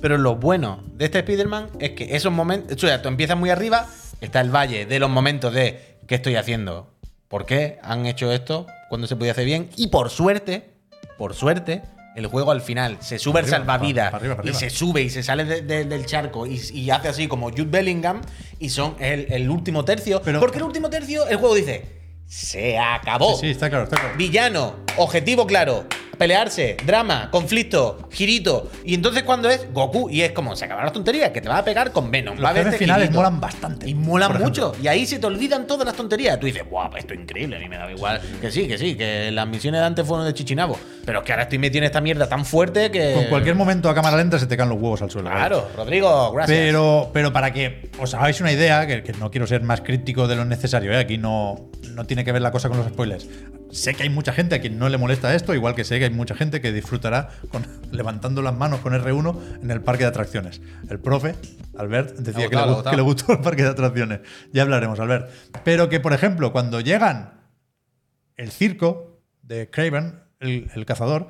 pero lo bueno de este Spider-Man es que esos momentos. O sea, tú empiezas muy arriba, está el valle de los momentos de ¿qué estoy haciendo? ¿Por qué han hecho esto? cuando se podía hacer bien? Y por suerte, por suerte, el juego al final se sube el Para arriba, salvavidas para arriba, para y arriba. se sube y se sale de- de- del charco y, y hace así como Jude Bellingham y son el, el último tercio. Pero- porque el último tercio, el juego dice: ¡se acabó! Sí, sí, está claro, está claro. Villano, objetivo claro, pelearse, drama, conflicto, girito. Y entonces cuando es Goku, y es como, se acabaron las tonterías, que te va a pegar con Venom. Los va a jefes verte finales girito. molan bastante. Y molan por ejemplo. mucho. Y ahí se te olvidan todas las tonterías. Tú dices, guau, esto es increíble, a mí me da igual. Que sí, que sí, que las misiones de antes fueron de Chichinabo. Pero es que ahora estoy metido en esta mierda tan fuerte que. Con cualquier momento a cámara lenta se te caen los huevos al suelo. ¿vale? Eh, Claro, Rodrigo, gracias. Pero, pero para que os hagáis una idea, que, que no quiero ser más crítico de lo necesario, ¿eh? aquí no, no tiene que ver la cosa con los spoilers. Sé que hay mucha gente a quien no le molesta esto, igual que sé que hay mucha gente que disfrutará con, levantando las manos con R1 en el parque de atracciones. El profe, Albert, decía Ha que, le, gu- votado, ha votado. que le gustó el parque de atracciones. Ya hablaremos, Albert. Pero que, por ejemplo, cuando llegan el circo de Craven, el, el cazador,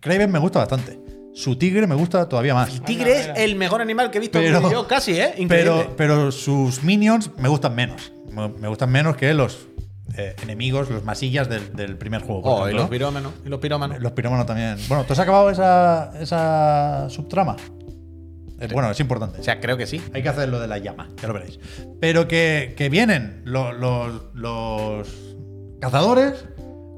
Craven me gusta bastante. Su tigre me gusta todavía más. Tigre es Anda, mira. el mejor animal que he visto Pero- en un video, casi, ¿eh? Increíble. Pero, pero sus minions me gustan menos. Me, me gustan menos que los eh, enemigos, los masillas del, del primer juego. por oh, y ejemplo, los ¿no? pirómanos. Y los pirómanos. Los pirómanos también. Bueno, ¿tú has acabado esa, esa subtrama? Eh, bueno, es importante. O sea, creo que sí. Hay que hacer lo de la llama, ya lo veréis. Pero que, que vienen lo- lo- los cazadores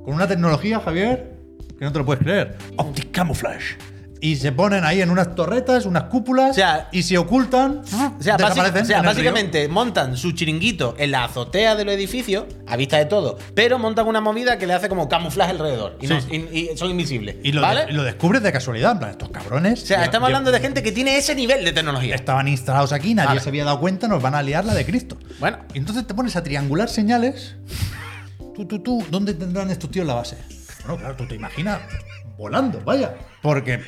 con una tecnología, Javier, que no te lo puedes creer. Optic Camouflage. Y se ponen ahí en unas torretas, unas cúpulas, O sea, y se ocultan. O sea, básica- desaparecen o sea, en el río. básicamente montan su chiringuito en la azotea de los edificios, a vista de todo, pero montan una movida que le hace como camuflaje alrededor. Y, Sí. no- y- y son invisibles. Y lo, ¿vale? y lo descubres de casualidad, en plan, estos cabrones. o sea, estamos hablando de gente que tiene ese nivel de tecnología. Estaban instalados aquí, nadie Vale. se había dado cuenta, nos van a liar la de Cristo. Bueno. Y entonces te pones a triangular señales. Tú, tú, tú, ¿dónde tendrán estos tíos la base? Bueno, claro, tú te imaginas volando, vaya. Porque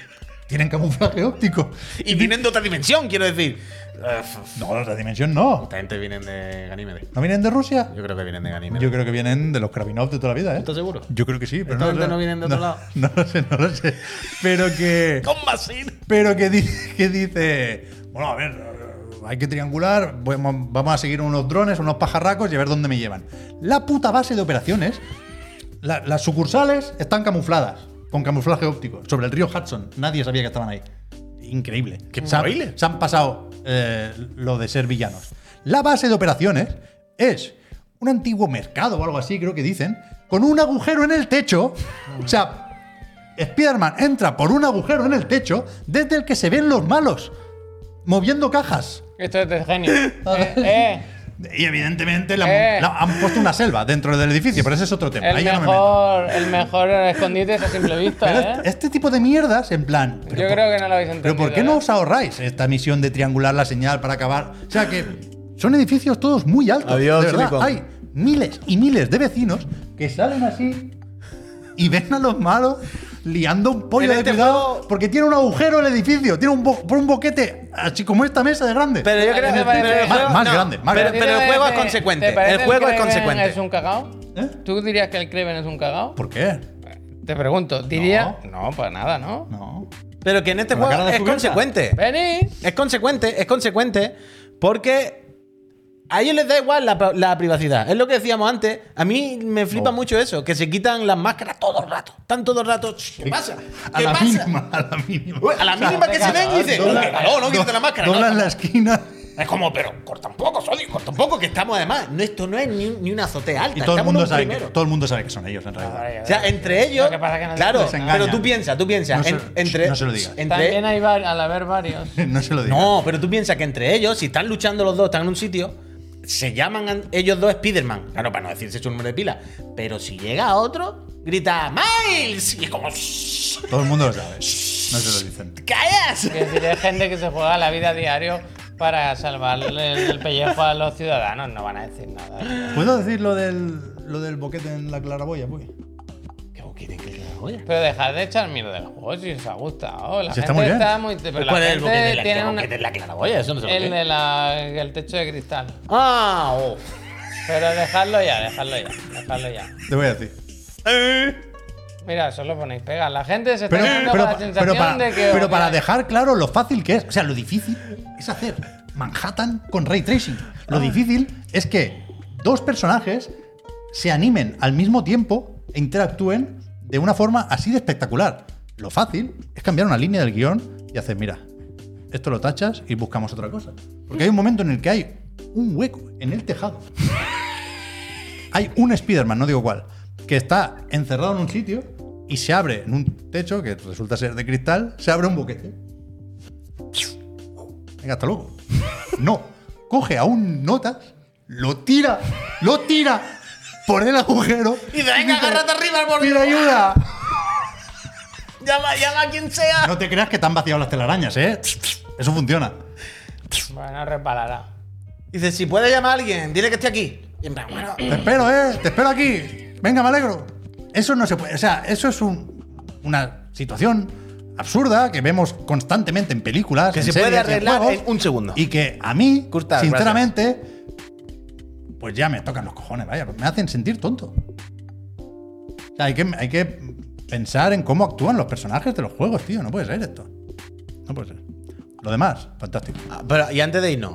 tienen camuflaje óptico. Y vienen de otra dimensión, quiero decir. Uf, No, la otra dimensión no. Esta gente vienen de Ganímedes. ¿No vienen de Rusia? Yo creo que vienen de Ganímedes. Yo creo que vienen de los Kravinov de toda la vida, ¿eh? ¿Estás seguro? Yo creo que sí, pero Esta no, lo gente sé. no vienen de otro lado. No lo sé, no lo sé. Pero que. ¡Con Basil! pero que dice, que dice, bueno, a ver, hay que triangular, vamos vamos a seguir unos drones, unos pajarracos y a ver dónde me llevan. La puta base de operaciones, la- las sucursales están camufladas, con camuflaje óptico, sobre el río Hudson. Nadie sabía que estaban ahí. Increíble. ¡Qué se, han, spoiler! se han pasado eh, lo de ser villanos. La base de operaciones es un antiguo mercado o algo así, creo que dicen, con un agujero en el techo. O sea, Spider-Man entra por un agujero en el techo desde el que se ven los malos, moviendo cajas. Esto es de genio. eh, eh, Y evidentemente la- Eh. la- han puesto una selva dentro del edificio, pero ese es otro tema. El ahí ya no me meto. mejor, el mejor escondite es a simple Pero vista, este- ¿eh? este tipo de mierdas, en plan. Yo pero por- creo que no lo habéis Pero entendido. ¿por qué no ¿eh? os ahorráis esta misión de triangular la señal para acabar? O sea que son edificios todos muy altos. Adiós, de verdad. Silicon. Hay miles y miles de vecinos que salen así y ven a los malos liando un pollo En de este cuidado porque tiene un agujero el edificio, tiene un, bo- por un boquete así como esta mesa de grande. Pero yo ¿A creo ti que te parece- Más- más grande, más pero, grande. pero ¿Te el juego es parece- consecuente. te parece El juego es Kraven consecuente. ¿Es un cagao? ¿Eh? ¿Tú dirías que el Kraven es un cagao? ¿Por qué? Te pregunto, ¿diría? No, para nada, ¿no? No. Pero que en este Con la juego cara es descubierta. consecuente. Vení. Es consecuente, es consecuente porque a ellos les da igual la, la privacidad. Es lo que decíamos antes. A mí me flipa No. mucho eso, que se quitan las máscaras todo el rato. Están todo el rato. "Shh, ¿Qué pasa? A ¿Qué la pasa?". mínima, a la mínima. Uy, a la mínima que se ven, dice. Doblan- No, no, quítate la máscara. no". Doblan la esquina. Es como, pero corta un poco, Sony, corta un poco, que estamos además. No, esto no es ni, un- ni una azotea alta. Y todo el, estamos Ah, en mundo un sabe que, primero. todo el mundo sabe que son ellos, en realidad. Ahora ya O sea, ves. entre ellos. Lo que pasa es que no se claro, puede engañar. pero tú piensas, tú piensas. No se- en- entre, no se lo digas. entre- También hay var- al haber varios. No se lo Este, digo. no, pero tú piensas que entre ellos, si están luchando los dos, están en un sitio, se llaman an- ellos dos Spider-Man. Claro, para no decirse su nombre de pila. Pero si llega otro, grita ¡Miles! Y es como. "Shh, Todo el mundo lo sabe. No se lo dicen. ¡Callas! Que decir, hay gente que se juega la vida a diario para salvarle el, el pellejo a los ciudadanos. No van a decir nada. ¿Puedo decir lo del, lo del boquete en la claraboya, pues? ¿Qué os quieren que les haga? Pero dejar de echar mierda del juego si os ha gustado. La Si está gente muy bien. está muy. Pero la ¿Cuál es el gente boquete de la, tiene el una- boquete de la claraboya? Eso no se lo el creo. de la- el techo de cristal. ¡Ah! oh. Pero dejarlo ya, dejarlo ya, dejarlo ya. Te voy a decir. Mira, solo ponéis pega. La gente se está Pero, quedando pero- con la pero sensación para, de que. pero para odiáis. dejar claro lo fácil que es, o sea, lo difícil es hacer Manhattan con ray tracing. Ah. Lo difícil es que dos personajes se animen al mismo tiempo e interactúen de una forma así de espectacular. Lo fácil es cambiar una línea del guión y hacer, mira, esto lo tachas y buscamos otra cosa. Porque hay un momento en el que hay un hueco en el tejado. Hay un Spider-Man, no digo cuál, que está encerrado en un sitio y se abre en un techo que resulta ser de cristal, se abre un boquete. Venga, hasta luego. No, coge a un notas, lo tira, lo tira por el agujero. Y venga, dice, agárrate arriba al borde. ¡Pide ayuda! Llama, llama a quien sea. No te creas que te han vaciado las telarañas, ¿eh? Eso funciona. Bueno, reparará. Dice, si puede llamar a alguien, dile que estoy aquí. Y en plan, bueno, Te espero, ¿eh? Te espero aquí. Venga, me alegro. Eso no se puede. O sea, eso es un- una situación absurda que vemos constantemente en películas. Que en se puede series y en arreglar juegos, en un segundo. Y que a mí, Curtas, sinceramente, pues ya me tocan los cojones, vaya. Me hacen sentir tonto. O sea, hay que, hay que pensar en cómo actúan los personajes de los juegos, tío. No puede ser esto. No puede ser. Lo demás, fantástico. Ah, Pero, y antes de irnos,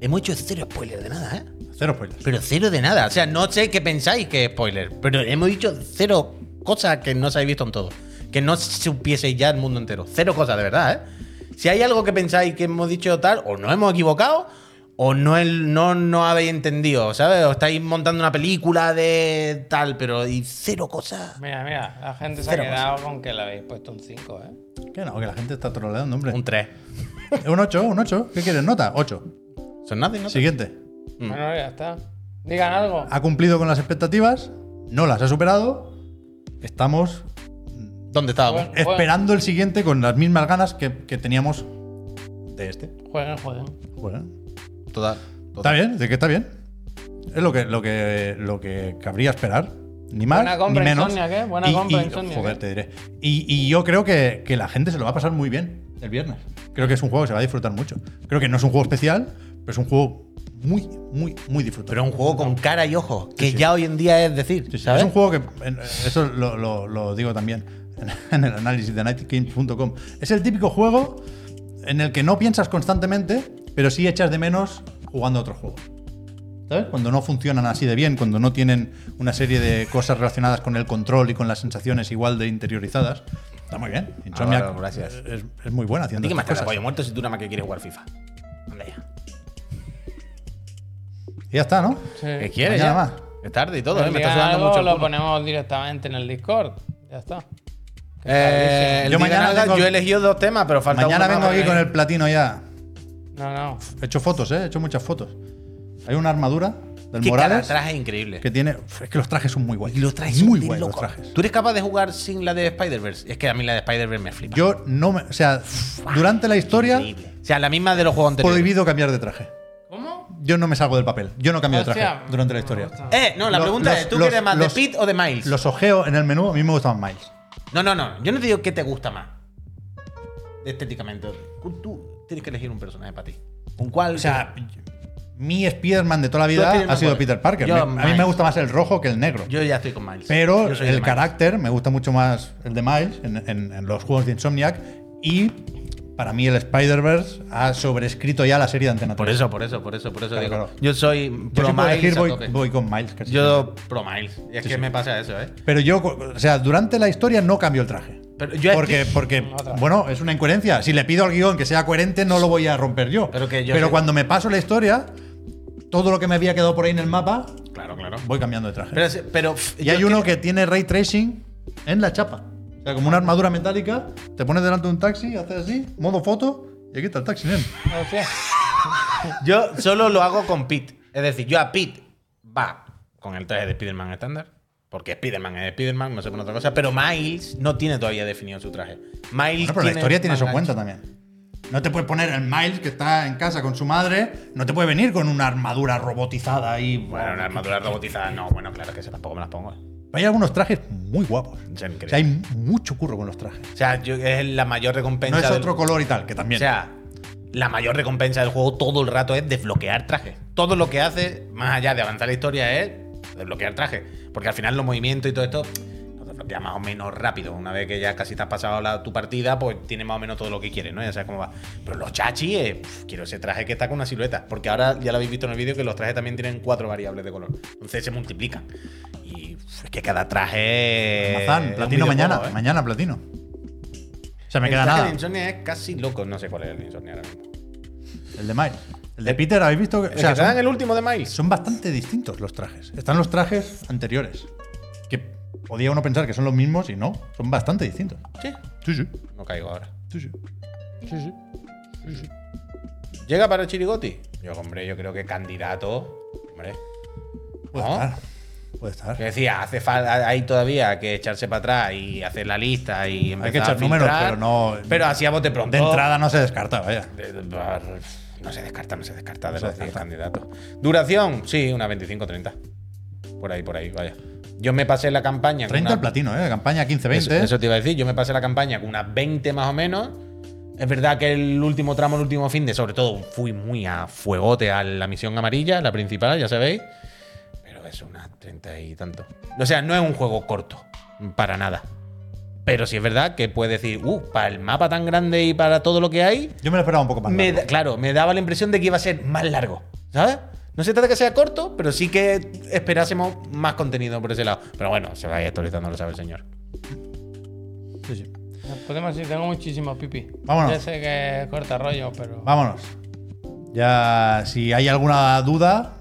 hemos hecho cero spoiler de nada, ¿eh? Cero spoilers. Pero cero de nada. O sea, no sé qué pensáis que es spoiler, pero hemos dicho cero cosas que no se habéis visto en todo. Que no supieseis ya el mundo entero. Cero cosas, de verdad, ¿eh? Si hay algo que pensáis que hemos dicho tal, o no hemos equivocado, o no, el, no, no habéis entendido, ¿sabes? O estáis montando una película de tal, pero y cero cosas. Mira, mira, la gente se ha Cero quedado con que le habéis puesto un 5, ¿eh? Que no, que la gente está troleando, hombre. Un 3. Un 8, un 8. ¿Qué quieres? Nota, 8. Son nada, ¿no? Ah, Siguiente. Mm. Bueno, ya está. Digan algo. Ha cumplido con las expectativas, no las ha superado. Estamos ¿Dónde estábamos? Bueno. esperando el siguiente con las mismas ganas que, que teníamos de este. Jueguen, jueguen. Bueno, Total. está total. bien, de que está bien. Es lo que, lo que, lo que cabría esperar. Ni más, Buena compra, ni menos. Insomnia, ¿qué? Buena y, compra, y- Insomnia, joder, ¿qué? te diré. Y, y yo creo que, que la gente se lo va a pasar muy bien el viernes. Creo que es un juego que se va a disfrutar mucho. Creo que no es un juego especial, pero es un juego muy, muy, muy disfrutado. Pero un juego con cara y ojos, que sí. ya hoy en día es decir, Sí, sí, ¿sabes? Es un juego que, en- eso lo, lo- lo digo también en, en el análisis de nightgames.com, es el típico juego en el que no piensas constantemente, pero sí echas de menos jugando a otros juegos. ¿Sabes? Cuando no funcionan así de bien, cuando no tienen una serie de cosas relacionadas con el control y con las sensaciones igual de interiorizadas. Está muy bien. Insomniac Álvaro, Ah, gracias. Es, es muy buena haciendo ¿Y qué más estas te da cosas. pollo muerto si tú nada más que quieres jugar FIFA? Anda ya. Y ya está, ¿no? Sí. ¿Qué quieres Mañana ya? más. Es tarde y todo, Pues ¿eh? me está digan sudando algo, mucho el lo culo. ponemos directamente en el Discord. Ya está. Eh, Yo yo mañana mañana vengo- yo he elegido dos temas, pero falta Mañana uno más vengo aquí porque- con el platino ya. No, no. He hecho fotos, ¿eh? He hecho muchas fotos. Hay una armadura del Que cada Morales traje es increíble. que tiene. Uf, Es que los trajes son muy guays. Y los trajes muy son de guays los loco. trajes. ¿Tú eres capaz de jugar sin la de Spider-Verse? Es que a mí la de Spider-Verse me flipa. Yo no me. O sea, durante la historia he Increíble. O sea, la misma de los juegos anteriores. prohibido cambiar de traje. ¿Cómo? Yo no me salgo del papel. Yo no cambio de Hostia, traje durante la me historia. gusta. Eh, no, la Los- pregunta los- es, ¿tú los- quieres más los- de Pete o de Miles? Los ojeos en el menú a mí me gustaban Miles. No, no, no. Yo no te digo qué te gusta más. Estéticamente. Tú- Tú tienes que elegir un personaje para ti. ¿Con cuál? O sea, mi Spider-Man de toda la vida Spider-Man ha sido cuál? Peter Parker. Yo, Me- a mí me Miles. gusta más el rojo que el negro. yo ya estoy con Miles. Pero Yo soy de el Miles. carácter me gusta mucho más el de Miles en, en- en los juegos de Insomniac. Y para mí el Spider-Verse ha sobrescrito ya la serie de Antena Por 3. eso, por eso, por eso, por eso Claro, digo. claro. Yo soy Yo pro si puedo Miles. elegir a voy, tope. voy con Miles. casi siempre. yo pro Miles. Y es que me pasa eso, ¿eh? Pero yo, o sea, durante la historia no cambio el traje. Pero yo es porque, que- porque Otra. bueno, es una incoherencia. Si le pido al guión que sea coherente, no lo voy a romper yo. Pero que yo sé- cuando me paso la historia, todo lo que me había quedado por ahí en el mapa, Claro, claro. voy cambiando de traje. Pero, es- pero pff, y yo hay es uno que... tiene ray tracing en la chapa. O sea, como una armadura metálica, te pones delante de un taxi, haces así, modo foto, y aquí está el taxi, nen. Hostia. Yo solo lo hago con Pete. Es decir, yo a Pete va con el traje de Spider-Man estándar. Porque Spider-Man es Spider-Man, no se pone otra cosa. Pero Miles no tiene todavía definido su traje. Bueno, Miles. pero la historia tiene más eso en cuenta gancho. también. No te puedes poner el Miles que está en casa con su madre, no te puede venir con una armadura robotizada y. Bueno, una armadura robotizada, no. Bueno, claro que eso tampoco me las pongo. O Hay algunos trajes muy guapos. sea, increíble. O sea, hay mucho curro con los trajes. yo, es la mayor recompensa. No es del- otro color y tal, que también. O sea, la mayor recompensa del juego todo el rato es desbloquear trajes. Todo lo que hace, más allá de avanzar la historia, es desbloquear trajes. Porque al final los movimientos y todo esto lo desbloquea más o menos rápido. Una vez que ya casi te has pasado la- tu partida, pues tiene más o menos todo lo que quieres, ¿no? Ya sabes cómo va. Pero los chachi, eh, pf, quiero ese traje que está con una silueta. Porque ahora ya lo habéis visto en el vídeo que los trajes también tienen cuatro variables de color. Entonces se multiplican. Y pf, es que cada traje. Mazán, es un platino mañana. videojuego, ¿eh? Mañana platino. O sea, me El queda traje de nada. Insomnia es casi loco. No sé cuál es el de Insomnia ahora mismo. El de Miles. El de Peter, ¿habéis visto? Que, o El sea, que te dan son, el último de Miles. son bastante distintos los trajes. Están los trajes anteriores. Que podía uno pensar que son los mismos y no. Son bastante distintos. Sí. Sí, sí. No caigo ahora. Sí, sí. ¿Llega para Chirigoti? Yo, hombre, yo creo que candidato. Hombre. Puede ¿No? estar. Puede estar. Ah. Que decía, hace falta ahí todavía que echarse para atrás y hacer la lista y empezar que echar a números, filtrar, pero no- Pero así a bote pronto. De entrada no se descarta, vaya. De- de- ah, No se descarta, no se descarta de No se los 10 descarta. candidatos. Duración, sí, una 25-30. Por ahí, por ahí, vaya. Yo me pasé la campaña. con 30 el una- platino, ¿eh? Campaña 15-20. Eso, eso te iba a decir. Yo me pasé la campaña con unas 20 más o menos. Es verdad que el último tramo, el último fin de, sobre todo, fui muy a fuegote a la misión amarilla, la principal, ya sabéis. Pero es unas 30 y tanto. O sea, no es un juego corto, para nada. Pero sí es verdad que puedes decir, uh, para el mapa tan grande y para todo lo que hay, Yo me lo esperaba un poco más. me largo. da- claro, me daba la impresión de que iba a ser más largo, ¿sabes? No se trata que sea corto, pero sí que esperásemos más contenido por ese lado. Pero bueno, se va a ir actualizando, lo sabe el señor. Sí, sí. Podemos ir, tengo muchísimo pipi. Vámonos. Ya sé que corta rollo, pero. Vámonos. Ya, si hay alguna duda,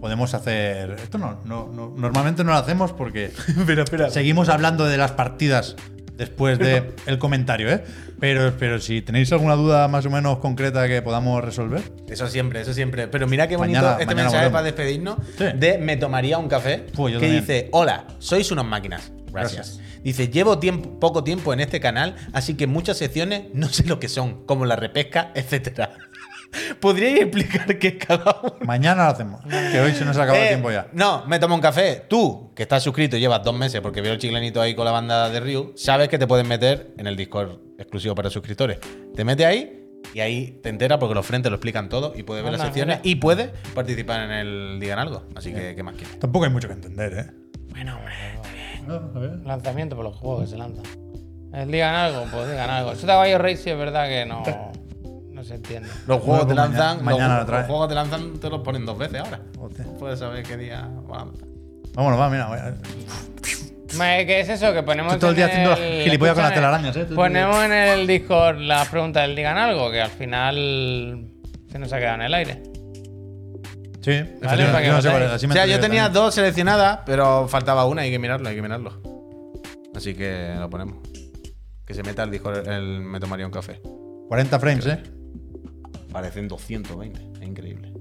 podemos hacer. Esto no, no- no- normalmente no lo hacemos porque Espera, espera. seguimos hablando de las partidas después del comentario, ¿eh? Pero, pero si tenéis alguna duda más o menos concreta que podamos resolver, Eso siempre, eso siempre. Pero mira qué bonito Mañana- este mañana mensaje volvemos. para despedirnos Sí. de Me tomaría un café. Pues yo que también. dice, hola, sois unas máquinas. Gracias. Dice, llevo tiempo, poco tiempo en este canal, así que muchas secciones no sé lo que son, como la repesca, etcétera. ¿Podríais explicar qué es cada uno? mañana lo hacemos. Que hoy se nos acaba el Eh, tiempo ya. No, me tomo un café. Tú, que estás suscrito y llevas dos meses porque veo el chiclenito ahí con la banda de Ryu, sabes que te puedes meter en el Discord exclusivo para suscriptores. Te metes ahí y ahí te enteras porque los frentes lo explican todo y puedes ver Anda, las secciones mira. y puedes participar en el Digan Algo. Así que, ¿qué más quieres? Tampoco hay mucho que entender, ¿eh? Bueno, hombre. Lanzamiento por los juegos que se lanzan. Eh, Digan algo, pues digan algo. Eso de Bayo Rey sí es verdad que no. No se entiende. Los Luego juegos te mañana- lanzan, los- mañana lo los, trae. juegos te lanzan, te los ponen dos veces ahora. Hostia. Puedes saber qué día. va. Vámonos, va, mira. vaya. Ma, eh, ¿Qué es eso? Que ponemos. Estoy todo el día en haciendo las gilipollas con las escúchame, telarañas, eh. Ponemos en el Discord las preguntas del Digan algo, que al final se nos ha quedado en el aire. Sí, Vale, yo- para que yo no sé votáis. cuál es, así O me sea, entero yo tenía también. dos seleccionadas, pero faltaba una, hay que mirarlo, hay que mirarlo. Así que lo ponemos. Que se meta el Discord, el me tomaría un café. 40 frames, ¿eh? Parecen 220, es increíble.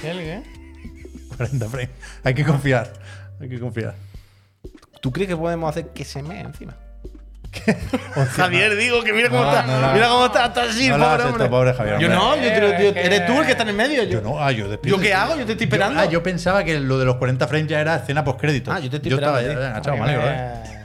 Es ¿El eh? qué? 40 frames. Hay que confiar. Hay que confiar. ¿Tú crees que podemos hacer que se mee encima? Hostia, Javier, digo que mira cómo No, está. no, no. mira cómo está. Está así, No le hagas pobre esto, hombre. pobre Javier, Yo hombre. no, yo te lo- yo- Eh, que- eres tú el que está en el medio. Yo, Yo no, ah, yo despido. ¿Yo qué hago? Yo te estoy Yo- esperando. ah, yo pensaba que lo de los 40 frames ya era escena post-crédito. Ah, yo te estoy estaba ya, esperando, tío. venga, chaval, me alegro, eh. Eh,